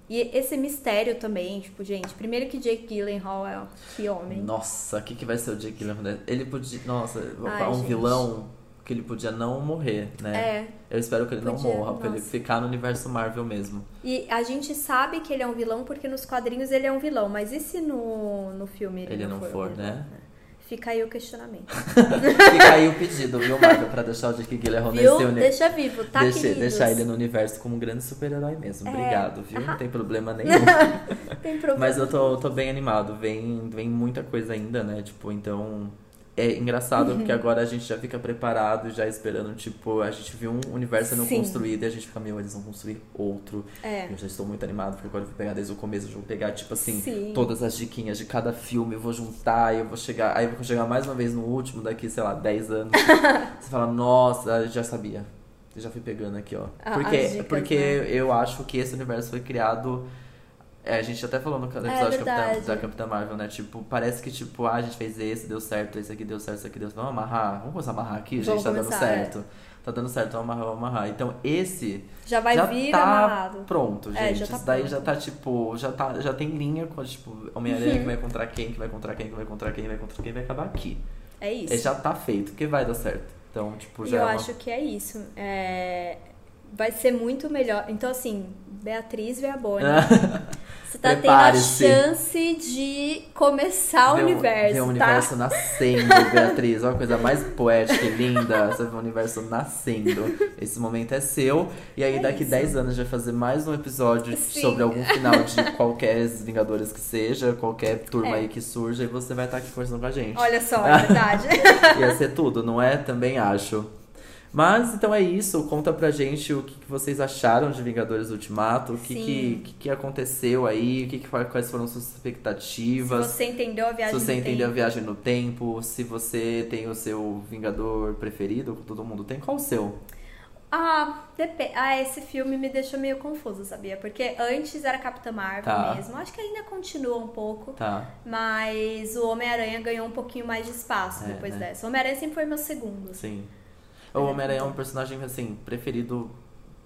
e esse mistério também, tipo, gente, primeiro que Jake Gyllenhaal é que homem.
Nossa, o que, que vai ser o Jake Gyllenhaal? Ele podia. Nossa,
Ai,
um
gente.
vilão que ele podia não morrer, né?
É.
Eu espero que ele não
Podia,
morra, pra ele
nossa.
ficar no universo Marvel mesmo.
E a gente sabe que ele é um vilão porque nos quadrinhos ele é um vilão, mas e se no, no filme ele,
Ele não
for, um
for,
vilão?
né?
Fica aí o questionamento.
Fica aí o pedido, viu, Marvel, pra deixar o Jake Gyllenhaal nesse
né? Viu?
universo.
Deixa vivo, tá,
Deixa,
queridos? É.
deixar ele no universo como um grande super-herói mesmo. Obrigado, viu? Não tem problema nenhum.
Tem problema.
Mas eu tô, tô bem animado. Vem, vem muita coisa ainda, né? Tipo, então. É engraçado porque agora a gente já fica preparado, já esperando. Tipo, a gente viu um universo não
Sim.
construído e a gente fica, meu, eles vão construir outro.
É.
Eu já estou muito animado porque agora eu vou pegar desde o começo. Eu vou pegar, tipo assim,
Sim.
todas as diquinhas de cada filme. Eu vou juntar, eu vou chegar. Aí eu vou chegar mais uma vez no último daqui, sei lá, 10 anos. Você fala, nossa, eu já sabia. Eu já fui pegando aqui, ó.
A-
porque
as dicas,
porque
né?
eu acho que esse universo foi criado. É, a gente até falou no episódio
É
de Capitã,
verdade.
da Capitã Marvel, né? Tipo, parece que, tipo, ah, a gente fez esse, deu certo, esse aqui deu certo, esse aqui deu certo. Vamos amarrar, vamos começar a amarrar aqui, gente,
Vamos
tá dando
começar, é.
certo. Tá dando certo, vamos amarrar, vamos amarrar. Então, esse
Já vai
já
vir
tá
amarrado.
pronto, gente.
É, já tá
Isso daí
pronto.
já tá, tipo, já, tá, já tem linha com, tipo, Homem-Aranha
Uhum.
que vai encontrar quem, que vai encontrar quem, que vai encontrar quem, que vai encontrar quem, vai acabar aqui.
É isso.
Ele já tá feito, porque vai dar certo. Então, tipo,
E
já
eu
é uma
acho que é isso. É, Vai ser muito melhor. Então, assim, Beatriz Veaboni, você tá tendo a
Ah, Prepare-se.
chance de começar o
Ver o- ver
universo,
o
tá?
um universo nascendo, Beatriz. Olha que coisa mais poética e linda. Você vê o universo nascendo. Esse momento é seu. E aí, daqui 10 anos, a gente vai fazer mais um episódio
Sim.
sobre algum final de qualquer Vingadores que seja, qualquer turma
É.
aí que surja, e você vai estar aqui conversando com a gente.
Olha só, é verdade.
Ia ser tudo, não é? Também acho. Mas então é isso. Conta pra gente o que, que vocês acharam de Vingadores Ultimato, o que,
Sim.
que, que, que aconteceu aí, o que, que foi- quais foram suas
Se
expectativas.
você entendeu a
Se
viagem
você
do
entendeu a
tempo.
viagem no tempo, se você tem o seu Vingador preferido, que todo mundo tem, qual o seu?
Ah, depe- ah, esse filme me deixou meio confusa, sabia? Porque antes era Capitã Marvel
Tá.
mesmo. Acho que ainda continua um pouco.
Tá,
Mas o Homem-Aranha ganhou um pouquinho mais de espaço
É,
depois
né?
dessa. O Homem-Aranha sempre foi meu segundo. assim.
sim. O Homem-Aranha é um personagem, assim, preferido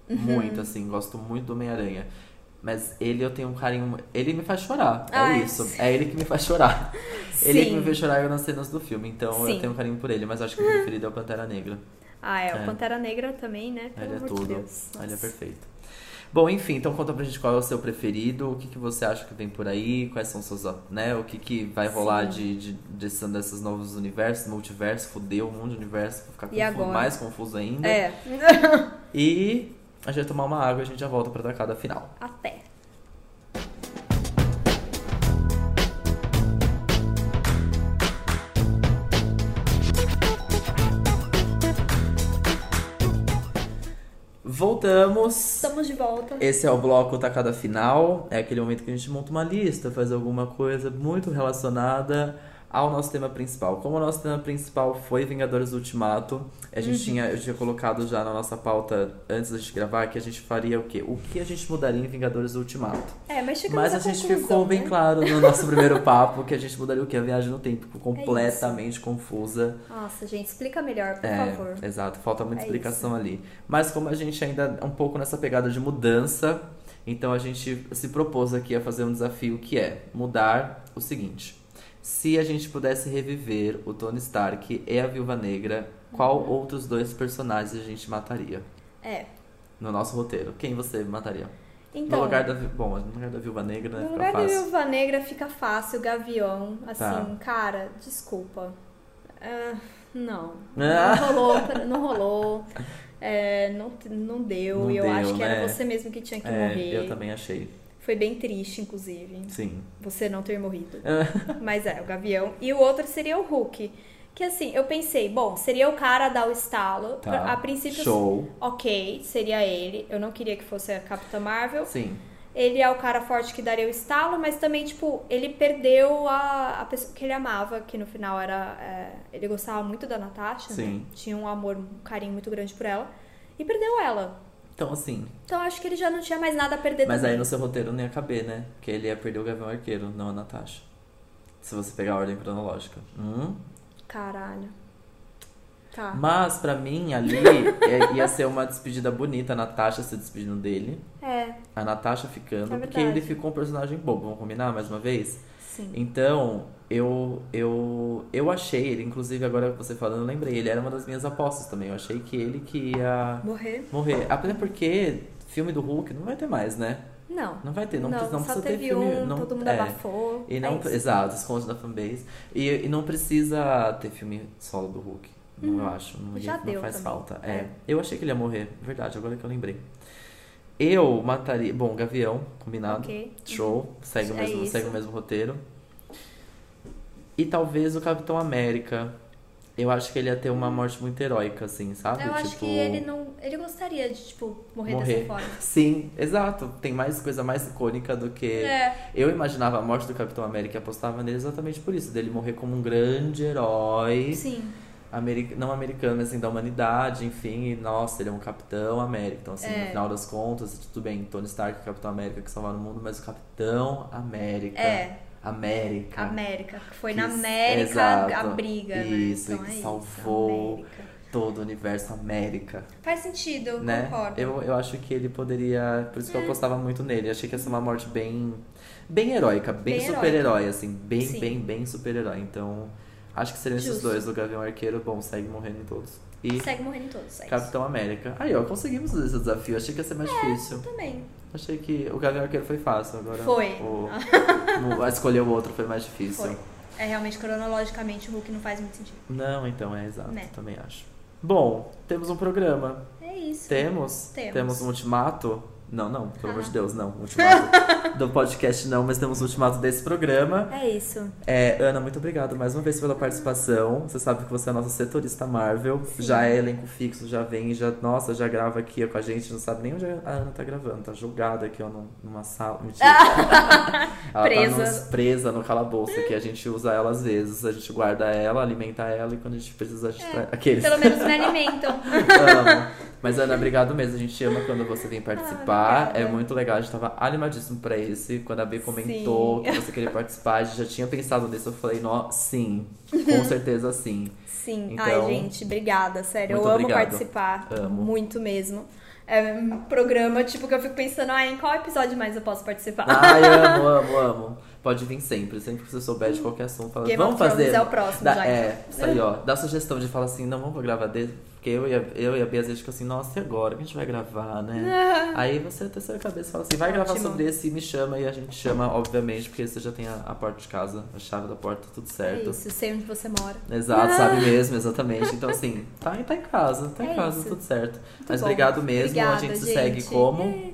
Uhum.
muito, assim, gosto muito do Homem-Aranha. Mas ele eu tenho um carinho. Ele me faz chorar. É
Ai,
isso. É ele que me faz chorar. Ele é que
Sim.
me fez chorar eu nas cenas do filme. Então eu
Sim.
tenho um carinho por ele, mas acho que o meu preferido é o Pantera Negra.
Ah, é,
É.
O Pantera Negra também, né? Pelo
Ele é
amor
tudo.
de Deus.
Ele é
Nossa.
perfeito. Bom, enfim, então conta pra gente qual é o seu preferido, o que, que você acha que vem por aí, quais são seus, né, o que, que vai rolar de, de, desse- desses novos universos, multiverso, fudeu, um monte de universo, vou ficar
E
confu-
agora?
mais confuso ainda.
É,
E a gente vai tomar uma água e a gente já volta pra tacada final.
até.
Voltamos!
Estamos de volta.
Esse é o bloco tacada final. É aquele momento que a gente monta uma lista, faz alguma coisa muito relacionada ao nosso tema principal. Como o nosso tema principal foi Vingadores Ultimato, a gente
Uhum.
tinha, eu tinha colocado já na nossa pauta antes da gente gravar que a gente faria o quê? O que a gente mudaria em Vingadores Ultimato?
É, mas chegamos
Mas
à
a gente
conclusão,
ficou bem
né? É
claro no nosso primeiro papo que a gente mudaria o quê? A viagem no tempo, ficou completamente confusa.
Nossa, gente, explica melhor, por
É,
favor. É
exato, falta muita explicação ali. Mas como a gente ainda é um pouco nessa pegada de mudança, então a gente se propôs aqui a fazer um desafio que é mudar o seguinte. Se a gente pudesse reviver o Tony Stark e a Viúva Negra,
Uhum.
qual outros dois personagens a gente mataria?
É.
No nosso roteiro, quem você mataria?
Então,
no lugar da Vi- bom, no lugar da Viúva Negra, né?
no
Fica
lugar da
fácil. Tá.
Viúva Negra fica fácil, Gavião, assim, cara, desculpa. Ah, não.
Ah.
Não rolou, pra- não rolou. É, não, te- não deu.
Não
eu
deu,
acho que
né?
era você mesmo que tinha que
É,
morrer.
eu também achei.
Foi bem triste, inclusive,
Sim.
você não ter morrido.
Ah,
Mas é, o Gavião. E o outro seria o Hulk. Que assim, eu pensei, bom, seria o cara a dar o estalo.
Tá.
Pra- A princípio, assim,
Show.
ok, seria ele. Eu não queria que fosse a Capitã Marvel.
Sim.
Ele é o cara forte que daria o estalo, mas também, tipo, ele perdeu a, a pessoa que ele amava, que no final era. é, ele gostava muito da Natasha, né?
Sim.
Tinha um amor, um carinho muito grande por ela. E perdeu ela.
Então, assim,
Então acho que ele já não tinha mais nada a perder
Mas aí
também.
no seu roteiro não ia caber, né? Porque ele ia perder o Gavião Arqueiro, não a Natasha. Se você pegar a ordem cronológica. Hum?
Caralho. Tá.
Mas pra mim, ali é- ia ser uma despedida bonita, a Natasha se despedindo dele.
É,
A Natasha ficando,
É
porque
verdade.
ele ficou um personagem bobo, vamos combinar mais uma vez?
sim.
Então, eu, eu, eu achei ele, inclusive agora você falando, eu lembrei, ele era uma das minhas apostas também. Eu achei que ele que ia
Morrer?
morrer. Até porque filme do Hulk não vai ter mais, né?
Não.
Não vai ter, não, precisa, não
só
precisa ter
teve
filme.
um,
não,
todo mundo
é.
abafou.
E não,
é isso.
exato, esconde da fanbase. E, e não precisa ter filme solo do Hulk. Não, eu acho. Não,
Uhum. Já
não
deu
faz
também.
falta. É.
É.
Eu achei que ele ia morrer, é verdade, agora que eu lembrei. Eu mataria. Bom, Gavião, combinado.
Ok.
Show. Segue, o
É
mesmo,
isso.
segue o mesmo roteiro. E talvez o Capitão América. Eu acho que ele ia ter uma
Hum.
morte muito heróica, assim, sabe?
Eu acho
Tipo,
que ele não. Ele gostaria de, tipo, morrer, dessa forma.
Sim, exato. Tem mais coisa mais icônica do que.
É.
Eu imaginava a morte do Capitão América e apostava nele exatamente por isso, dele morrer como um grande herói,
Sim.
ameri- não americano, mas assim, da humanidade, enfim, e nossa, ele é um Capitão América. Então, assim, no final das contas, tudo bem, Tony Stark e Capitão América que salvaram o mundo, mas o Capitão América.
É.
América.
América. que Foi
que-
na América
exato,
a briga, né?
Isso,
Então
e
é
que
isso,
salvou
América.
todo o universo América
Faz sentido, eu
né?
concordo.
Eu, eu acho que ele poderia. Por isso que eu apostava muito nele. Achei que ia ser uma morte bem. Bem heróica, bem,
Bem
super-herói, assim. Bem,
Sim.
bem, bem super-herói. Então, acho que seriam esses
Justo.
dois. O Gavião Arqueiro, bom, segue morrendo em todos. E
Segue morrendo em todos, é isso.
Capitão América. Aí, ó, conseguimos fazer esse desafio. Achei que ia ser
É.
mais difícil.
Também.
Achei que o Gavião Arqueiro foi fácil. Agora,
Foi.
O, o- escolher o outro foi mais difícil.
Foi. É realmente cronologicamente o Hulk não faz muito sentido.
Não, então, é exato.
Né.
Também acho. Bom, temos um programa.
É isso.
Temos?
Temos. Ah.
um ultimato? Não, não, pelo amor de Deus, não. um Ultimato do podcast não, mas temos o ultimato desse programa.
É isso.
É, Ana, muito obrigado mais uma vez pela participação. Você sabe que você é a nossa setorista Marvel. Já é elenco fixo, já vem, já, nossa, já grava aqui com a gente. Não sabe nem onde a Ana tá gravando. Tá julgada aqui, ó, num- numa sala. Mentira. ela tá
Presa.
num- presa no calabouço, que a gente usa ela às vezes. A gente guarda ela, alimenta ela e quando a gente precisa, a gente traz- Aqueles.
É, Pelo menos me alimentam.
Amo. Mas, Ana, obrigado mesmo. A gente ama quando você vem
Ah,
participar. é muito legal. A gente tava animadíssimo pra esse. Quando a B comentou que você queria participar, a gente já tinha pensado nisso. Eu falei, nó, sim. Com certeza, sim.
Sim.
Então,
Ai, gente, obrigada, sério.
muito
eu amo
obrigado.
participar.
Amo.
Muito mesmo. É um programa, tipo, que eu fico pensando, ah, em qual episódio mais eu posso participar?
Ai, amo, amo, amo. Pode vir sempre. Sempre que você souber de qualquer assunto, fala,
Game
Ah, vamos
of Thrones
fazer.
é o próximo,
Dá-
já,
É, isso aí, ó. Dá sugestão de falar assim, não, vamos gravar desse. Porque eu e, a, eu e a Bia, às vezes, ficam assim, nossa, e agora? O que a gente vai gravar,
É
né? Aí você, terceira cabeça, fala assim, vai gravar
Ótimo.
sobre esse e me chama. E a gente chama, obviamente, porque você já tem a, a porta de casa, a chave da porta, tudo
É
certo.
isso, sei onde você mora.
Exato, sabe mesmo, exatamente. Então, assim, tá, tá em casa, tá em
É
casa,
isso.
tudo certo. Mas
bom.
obrigado mesmo, a
Obrigada,
gente se
gente.
segue como?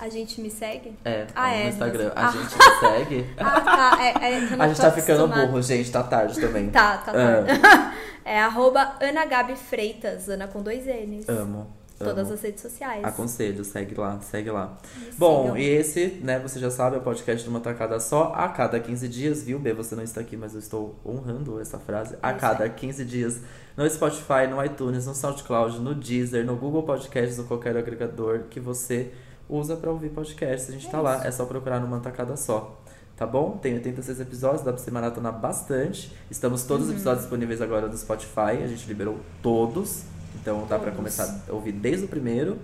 A gente me segue?
É,
Ah, é,
no Instagram.
mesmo.
A gente se segue.
Ah, tá. É, é, eu não
A gente
tô
tá ficando
acostumada.
burro, gente, tá tarde também.
Tá, tá, tá.
Ah,
É arroba Ana Gabi Freitas, Ana com dois N's.
amo.
Todas as redes sociais.
Aconselho, segue lá, segue lá. Bom, e esse, né, você já sabe, é o podcast de uma tacada só, a cada 15 dias, viu, B? Você não está aqui, mas eu estou honrando essa frase. A cada 15 dias, no Spotify, no iTunes, no SoundCloud, no Deezer, no Google Podcasts, ou qualquer agregador que você usa para ouvir podcasts. A gente tá lá, é só procurar numa tacada só. Tá bom? Tem 86 episódios, dá pra você maratonar bastante. Estamos todos os episódios disponíveis agora no Spotify, a gente liberou todos. Então dá pra começar a ouvir desde o primeiro.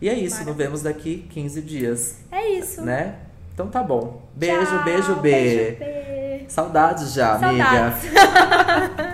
E é isso, nos vemos daqui 15 dias,
É isso.
né? Então tá bom. Beijo, beijo, beijo. Saudades já, amiga.